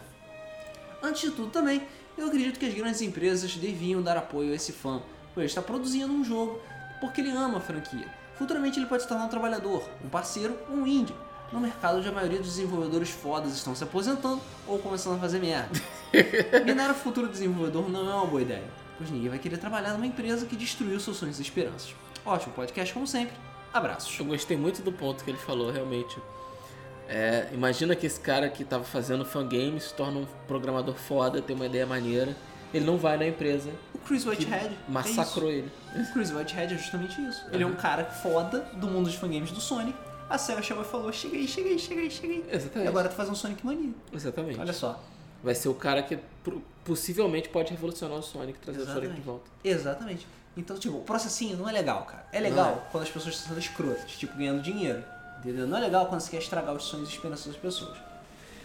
A: Antes de tudo também, eu acredito que as grandes empresas deviam dar apoio a esse fã, pois ele está produzindo um jogo porque ele ama a franquia. Futuramente ele pode se tornar um trabalhador, um parceiro, um indie. No mercado onde a maioria dos desenvolvedores fodas estão se aposentando ou começando a fazer merda. Minar o futuro desenvolvedor não é uma boa ideia, pois ninguém vai querer trabalhar numa empresa que destruiu seus sonhos e esperanças. Ótimo podcast como sempre. Abraços.
B: Eu gostei muito do ponto que ele falou, realmente. É, imagina que esse cara que tava fazendo fangame se torna um programador foda, tem uma ideia maneira. Ele não vai na empresa.
A: O Chris
B: que
A: Whitehead é isso.
B: massacrou ele.
A: O Chris Whitehead é justamente isso. Ele é um cara foda do mundo dos fangames do Sonic. A SEGA chegou e falou: chega aí, chega aí, chega aí, chega aí. E
B: Exatamente.
A: agora tu faz um Sonic Mania.
B: Exatamente.
A: Olha só.
B: Vai ser o cara que pro- possivelmente pode revolucionar o Sonic, trazer o Sonic
A: Exatamente.
B: de volta.
A: Exatamente. Então, tipo, o processinho não é legal, cara. É legal
B: Não
A: quando as pessoas estão sendo escrotas, tipo, ganhando dinheiro. Entendeu? Não é legal quando você quer estragar os sonhos e esperanças das pessoas.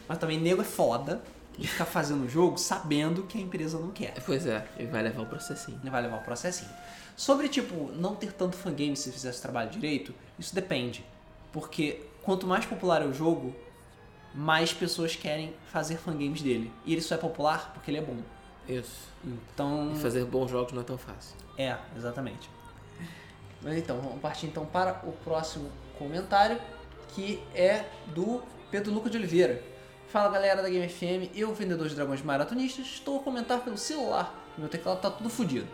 A: Mas também nego é foda de ficar fazendo o jogo sabendo que a empresa não quer.
B: Pois é, ele vai levar o processinho.
A: Ele vai levar o processinho. Sobre, tipo, não ter tanto fangame se fizesse o trabalho direito, isso depende. Porque quanto mais popular é o jogo, mais pessoas querem fazer fangames dele. E ele só é popular porque ele é bom.
B: Isso.
A: Então.
B: E fazer bons jogos não é tão fácil.
A: É, exatamente. Mas então, vamos partir então para o próximo comentário, que é do Pedro Luca de Oliveira. Fala galera da Game FM, eu, vendedor de dragões maratonistas, estou a comentar pelo celular. Meu teclado tá tudo fodido.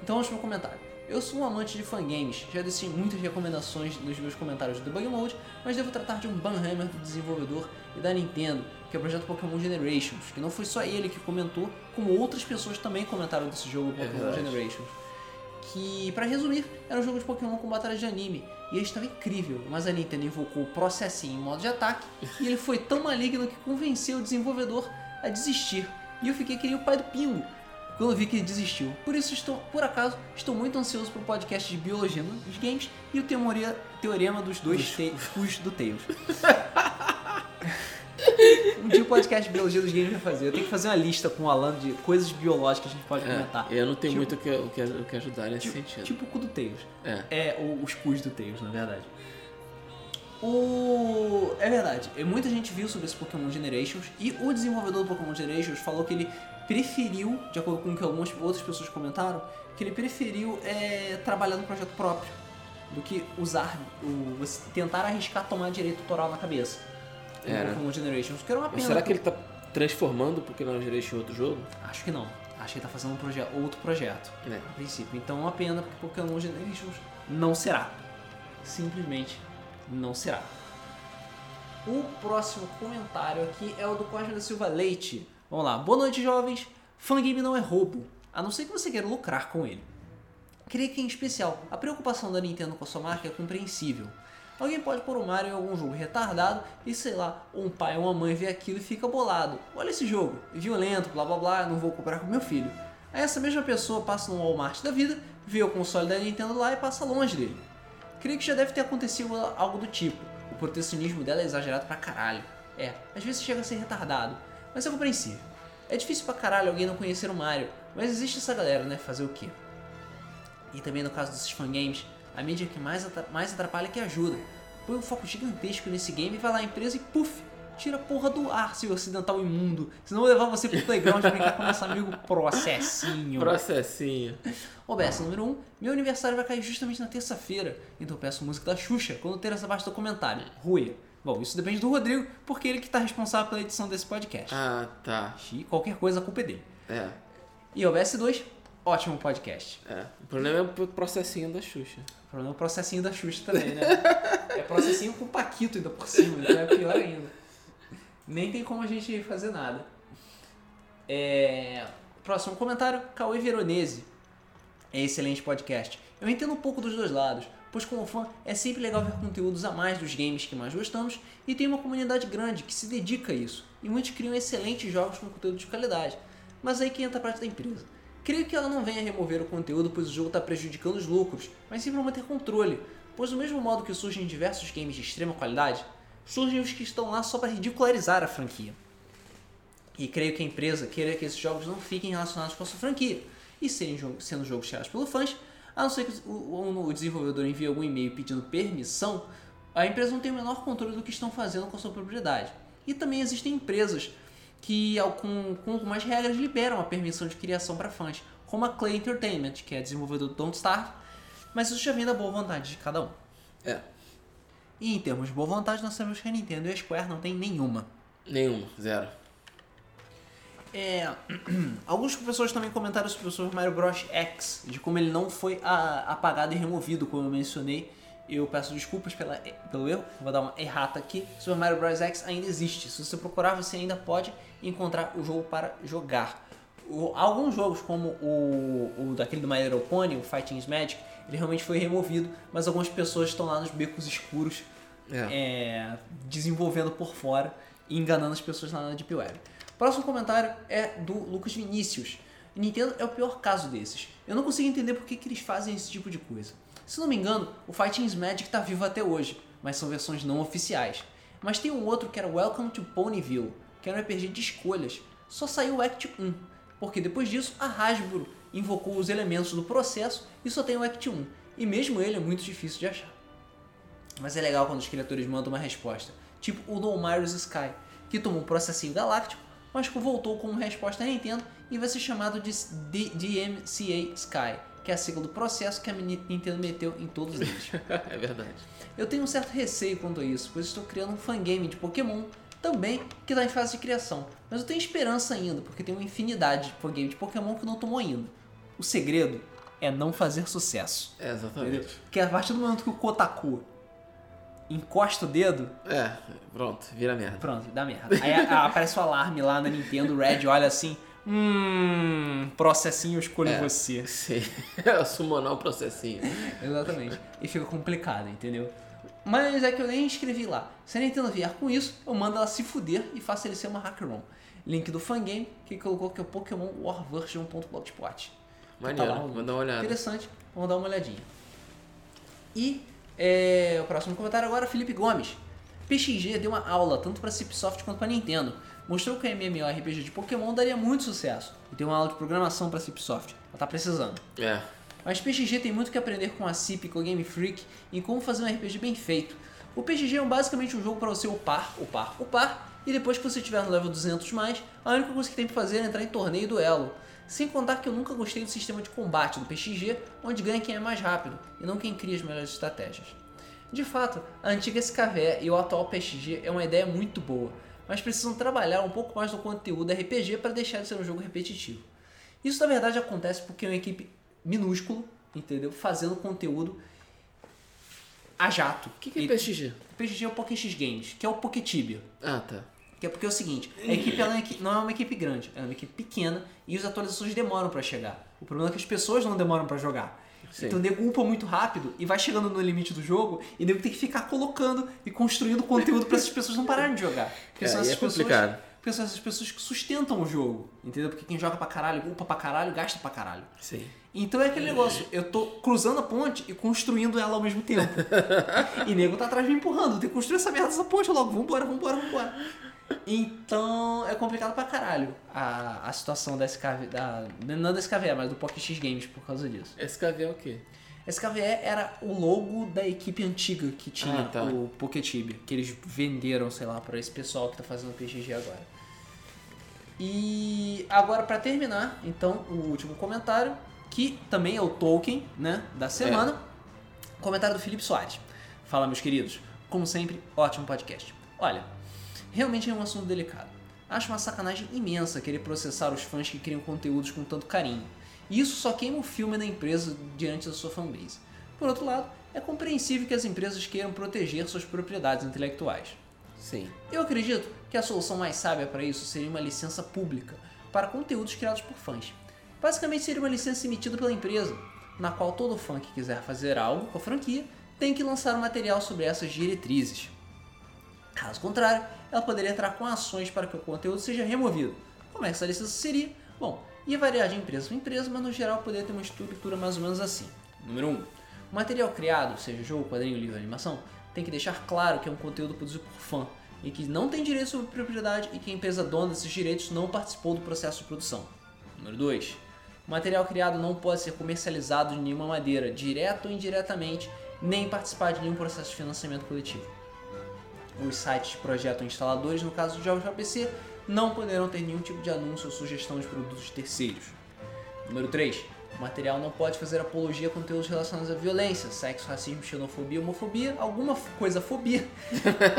A: Então vamos pro comentário. Eu sou um amante de fangames, já deixei muitas recomendações nos meus comentários do Debug Mode, mas devo tratar de um banhammer do desenvolvedor e da Nintendo, que é o projeto Pokémon Generations, que não foi só ele que comentou, como outras pessoas também comentaram desse jogo Pokémon
B: É verdade.
A: Generations que, pra resumir, era um jogo de Pokémon com batalha de anime. E ele estava incrível, mas a Nintendo invocou o processinho em modo de ataque e ele foi tão maligno que convenceu o desenvolvedor a desistir. E eu fiquei que nem o pai do Pingo quando eu vi que ele desistiu. Por isso, estou, por acaso, estou muito ansioso pro podcast de Biologia nos Games e o teoria, teorema dos dois te, os do Tails. um dia o podcast de Biologia dos Games vai fazer. Eu tenho que fazer uma lista com o Alan de coisas biológicas que a gente pode comentar.
B: É, eu não tenho
A: Tipo-
B: muito o que, o, que, o que ajudar nesse sentido.
A: Tipo o cu do Tails.
B: é.
A: É, ou os cus do Tails, na verdade. O... É verdade. E Muita gente viu sobre esse Pokémon Generations e o desenvolvedor do Pokémon Generations falou que ele preferiu, de acordo com o que algumas outras pessoas comentaram, que ele preferiu é, trabalhar no projeto próprio. do que usar, o, você tentar arriscar tomar direito autoral na cabeça. Em
B: É, né?
A: Pokémon Generations, que era uma pena.
B: Mas será que ele tá transformando o Pokémon Generation em outro jogo?
A: Acho que não. Acho que ele tá fazendo um proje- outro projeto.
B: É.
A: A princípio. Então é uma pena, porque Pokémon Generations não será. Simplesmente não será. O próximo comentário aqui é o do Costa da Silva Leite. Vamos lá. Boa noite, jovens. Fangame não é roubo, a não ser que você queira lucrar com ele. Creio que, em especial, a preocupação da Nintendo com a sua marca é compreensível. Alguém pode pôr o Mario em algum jogo retardado e, sei lá, um pai ou uma mãe vê aquilo e fica bolado. Olha esse jogo, é violento, blá blá blá, não vou comprar com meu filho. Aí essa mesma pessoa passa no Walmart da vida, vê o console da Nintendo lá e passa longe dele. Creio que já deve ter acontecido algo do tipo. O protecionismo dela é exagerado pra caralho. É, às vezes chega a ser retardado, mas é compreensível. É difícil pra caralho alguém não conhecer o Mario, mas existe essa galera, né? Fazer o quê? E também no caso desses fangames, a mídia que mais, atra- mais atrapalha é que ajuda. Põe um foco gigantesco nesse game e vai lá a empresa e puf, tira a porra do ar, seu ocidental imundo. Senão eu vou levar você pro playground brincar com nosso amigo processinho.
B: Processinho.
A: OBS número 1, meu aniversário vai cair justamente na terça-feira, então eu peço música da Xuxa quando ter essa parte do comentário. Rui. Bom, isso depende do Rodrigo, porque ele que tá responsável pela edição desse podcast.
B: Ah, tá.
A: E qualquer coisa a culpa é dele.
B: É,
A: E OBS 2, ótimo podcast.
B: é. O problema é o processinho da Xuxa.
A: O problema é o processinho da Xuxa também, né? é processinho com Paquito ainda por cima, então é pior ainda. Nem tem como a gente fazer nada. É... Próximo comentário, Cauê Veronese. É excelente podcast. Eu entendo um pouco dos dois lados, pois como fã é sempre legal ver conteúdos a mais dos games que mais gostamos e tem uma comunidade grande que se dedica a isso. E muitos criam excelentes jogos com conteúdo de qualidade. Mas aí que entra a parte da empresa. Creio que ela não venha remover o conteúdo pois o jogo está prejudicando os lucros, mas sim para manter controle, pois do mesmo modo que surgem diversos games de extrema qualidade, surgem os que estão lá só para ridicularizar a franquia. E creio que a empresa queira que esses jogos não fiquem relacionados com a sua franquia e serem jo- sendo jogos criados pelos fãs, a não ser que o, o- o desenvolvedor envie algum e-mail pedindo permissão, a empresa não tem o menor controle do que estão fazendo com a sua propriedade. E também existem empresas que, ao- com, com algumas regras, liberam a permissão de criação para fãs, como a Clay Entertainment, que é desenvolvedor do Don't Starve, mas isso já vem da boa vontade de cada um.
B: É.
A: E em termos de boa vontade, nós sabemos que a Nintendo e a Square não tem nenhuma.
B: Nenhuma, zero.
A: É, alguns professores também comentaram sobre o Super Mario Bros. X, de como ele não foi a- apagado e removido, como eu mencionei. Eu peço desculpas pela, pelo erro, vou dar uma errata aqui. Super Mario Bros. X ainda existe. Se você procurar, você ainda pode encontrar o jogo para jogar. O- alguns jogos, como o, o daquele do My Little Pony, o Fighting Magic, ele realmente foi removido, mas algumas pessoas estão lá nos becos escuros
B: É.
A: é, desenvolvendo por fora e enganando as pessoas na Deep Web. Próximo comentário é do Lucas Vinícius. Nintendo é o pior caso desses. Eu não consigo entender por que, que eles fazem esse tipo de coisa. Se não me engano, o Fighting Magic tá vivo até hoje, mas são versões não oficiais. Mas tem um outro que era Welcome to Ponyville, que era um RPG de escolhas. Só saiu o Act 1, porque depois disso a Hasbro invocou os elementos do processo e só tem o Act 1. E mesmo ele é muito difícil de achar. Mas é legal quando os criadores mandam uma resposta, tipo o No Mario's Sky, que tomou um processinho galáctico, mas que voltou como resposta à Nintendo e vai ser chamado de D- DMCA Sky, que é a sigla do processo que a mini- Nintendo meteu em todos eles.
B: é verdade.
A: Eu tenho um certo receio quanto a isso, pois estou criando um fangame de Pokémon também que está em fase de criação. Mas eu tenho esperança ainda, porque tem uma infinidade de fangame de Pokémon que não tomou ainda. O segredo é não fazer sucesso.
B: É,
A: Entendeu?
B: exatamente.
A: Porque a partir do momento que o Kotaku encosta o dedo,
B: É, pronto, vira merda.
A: pronto, dá merda. Aí a- a- aparece o alarme lá na Nintendo, o Red olha assim, hum, processinho eu escolho
B: É.
A: você.
B: Sim, eu sumonar o processinho.
A: Exatamente. E fica complicado, entendeu? Mas é que eu nem escrevi lá. Se a Nintendo vier com isso, eu mando ela se fuder e faço ele ser uma hackron. Link do fangame que colocou que é o Pokémon War Version.blogspot.
B: Maneiro,
A: Tá lá,
B: vou dar uma olhada.
A: Interessante, vamos dar uma olhadinha. E é, o próximo comentário agora, Felipe Gomes. PXG deu uma aula tanto para Cipsoft quanto para Nintendo. Mostrou que a MMORPG de Pokémon daria muito sucesso. E deu uma aula de programação para Cipsoft. Ela tá precisando.
B: É,
A: Mas PXG tem muito que aprender com a CIP e com a Game Freak em como fazer um RPG bem feito. O PXG é um- basicamente um jogo para você upar, upar, upar, e depois que você estiver no level 200 mais, a única coisa que tem que fazer é entrar em torneio e duelo. Sem contar que eu nunca gostei do sistema de combate do PXG, onde ganha quem é mais rápido e não quem cria as melhores estratégias. De fato, a antiga SKVE e o atual PXG é uma ideia muito boa, mas precisam trabalhar um pouco mais no conteúdo RPG para deixar de ser um jogo repetitivo. Isso na verdade acontece porque é uma equipe minúscula, entendeu? Fazendo conteúdo a jato.
B: O que, que é PXG?
A: PXG é o Poké X Games, que é o Poké Tibia.
B: Ah, tá.
A: Que é porque é o seguinte, a equipe ela é uma equi- não é uma equipe grande, é uma equipe pequena e as atualizações demoram pra chegar. O problema é que as pessoas não demoram pra jogar.
B: Sim.
A: Então o nego upa muito rápido e vai chegando no limite do jogo e o nego tem que ficar colocando e construindo conteúdo pra essas pessoas não pararem de jogar. Porque
B: É,
A: são
B: aí
A: essas
B: é
A: pessoas,
B: complicado.
A: porque são essas pessoas que sustentam o jogo, entendeu? Porque quem joga pra caralho, upa pra caralho, gasta pra caralho.
B: Sim.
A: Então é aquele negócio, eu tô cruzando a ponte e construindo ela ao mesmo tempo. e nego tá atrás me empurrando, tem que construir essa merda dessa ponte logo, vambora, vambora, vambora. Então é complicado pra caralho a, a situação da SKV, da, não da SKVE, mas do Pocket X Games por causa disso.
B: SKV é o quê?
A: SKVE é, era o logo da equipe antiga que tinha
B: Ah, tá.
A: o Poketibia, que eles venderam, sei lá, pra esse pessoal que tá fazendo o PXG agora. E agora, pra terminar, então, o último comentário, que também é o Tolkien, né, da semana. Comentário do Felipe Soares. Fala, meus queridos. Como sempre, ótimo podcast. Olha, realmente é um assunto delicado. Acho uma sacanagem imensa querer processar os fãs que criam conteúdos com tanto carinho. E isso só queima o filme da empresa diante da sua fanbase. Por outro lado, é compreensível que as empresas queiram proteger suas propriedades intelectuais.
B: Sim.
A: Eu acredito que a solução mais sábia para isso seria uma licença pública para conteúdos criados por fãs. Basicamente seria uma licença emitida pela empresa, na qual todo fã que quiser fazer algo com a franquia tem que lançar um material sobre essas diretrizes. Caso contrário, ela poderia entrar com ações para que o conteúdo seja removido. Como é que essa licença seria? Bom, ia variar de empresa para empresa, mas no geral poderia ter uma estrutura mais ou menos assim. Número 1. Um, o material criado, seja jogo, quadrinho, livro, animação, tem que deixar claro que é um conteúdo produzido por fã e que não tem direito sobre propriedade e que a empresa dona desses direitos não participou do processo de produção. Número 2. O material criado não pode ser comercializado de nenhuma maneira, direta ou indiretamente, nem participar de nenhum processo de financiamento coletivo. Os sites de projeto ou instaladores, no caso de jogos para PC, não poderão ter nenhum tipo de anúncio ou sugestão de produtos terceiros. Número 3. O material não pode fazer apologia a conteúdos relacionados à violência, sexo, racismo, xenofobia, homofobia, alguma f- coisa fobia,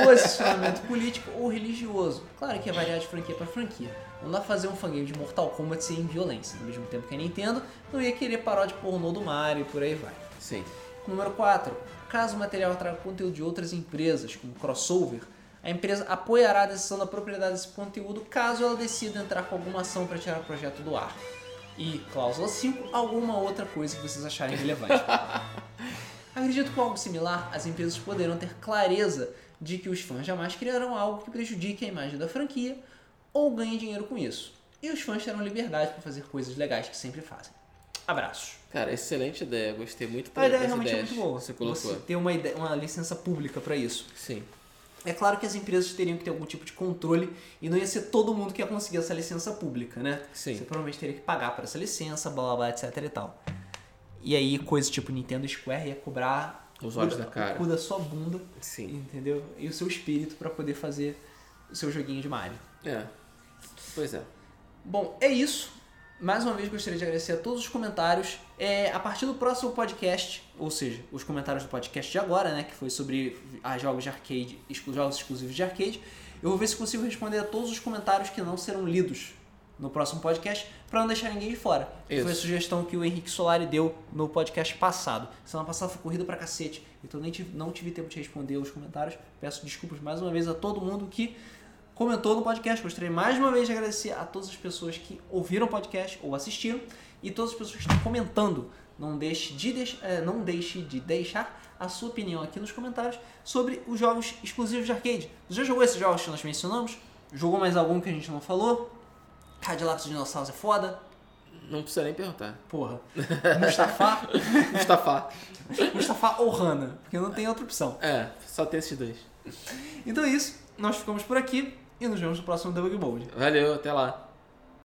A: posicionamento político ou religioso. Claro que é variar de franquia para franquia. Não dá pra fazer um fangame de Mortal Kombat sem violência. No mesmo tempo que a Nintendo não ia querer paródia pornô do Mario e por aí vai.
B: Sim.
A: Número 4. Caso o material traga conteúdo de outras empresas, como crossover, a empresa apoiará a decisão da propriedade desse conteúdo caso ela decida entrar com alguma ação para tirar o projeto do ar. E, cláusula 5, alguma outra coisa que vocês acharem relevante. Acredito que com algo similar, as empresas poderão ter clareza de que os fãs jamais criarão algo que prejudique a imagem da franquia ou ganhe dinheiro com isso. E os fãs terão liberdade para fazer coisas legais que sempre fazem. Abraços.
B: Cara, excelente ideia. Gostei muito
A: A ideia
B: das
A: realmente é
B: ideias
A: muito boa.
B: que Você colocou.
A: Você ter uma, ide- uma licença pública para isso.
B: Sim.
A: É claro que as empresas teriam que ter algum tipo de controle e não ia ser todo mundo que ia conseguir essa licença pública, né?
B: Sim.
A: Você provavelmente teria que pagar por essa licença, blá blá blá, etc e tal. E aí, coisa tipo Nintendo Square ia cobrar
B: Os olhos
A: o cu
B: da cara.
A: o cu da sua bunda,
B: Sim.
A: entendeu? E o seu espírito para poder fazer o seu joguinho de Mario.
B: É. Pois é.
A: Bom, é isso. Mais uma vez gostaria de agradecer a todos os comentários. É, a partir do próximo podcast, ou seja, os comentários do podcast de agora, né, que foi sobre ah, jogos de arcade, exclu- jogos exclusivos de arcade, eu vou ver se consigo responder a todos os comentários que não serão lidos no próximo podcast, para não deixar ninguém de fora. Que
B: Isso.
A: Foi a sugestão que o Henrique Solari deu no podcast passado. Semana passada foi corrida pra cacete, então nem tive- não tive tempo de responder os comentários. Peço desculpas mais uma vez a todo mundo que comentou no podcast. Gostaria mais uma vez de agradecer a todas as pessoas que ouviram o podcast ou assistiram e todas as pessoas que estão comentando. Não deixe de, deix- eh, não deixe de deixar a sua opinião aqui nos comentários sobre os jogos exclusivos de arcade. Você já jogou esses jogos que nós mencionamos? Jogou mais algum que a gente não falou? Cadillac dos Dinossauros é foda?
B: Não precisa nem perguntar.
A: Porra. Mustafa?
B: Mustafa.
A: Mustafa ou Hana? Porque não tem outra opção.
B: É, só tem esses dois.
A: Então é isso. Nós ficamos por aqui e nos vemos no próximo Debug Mode.
B: Valeu, até lá.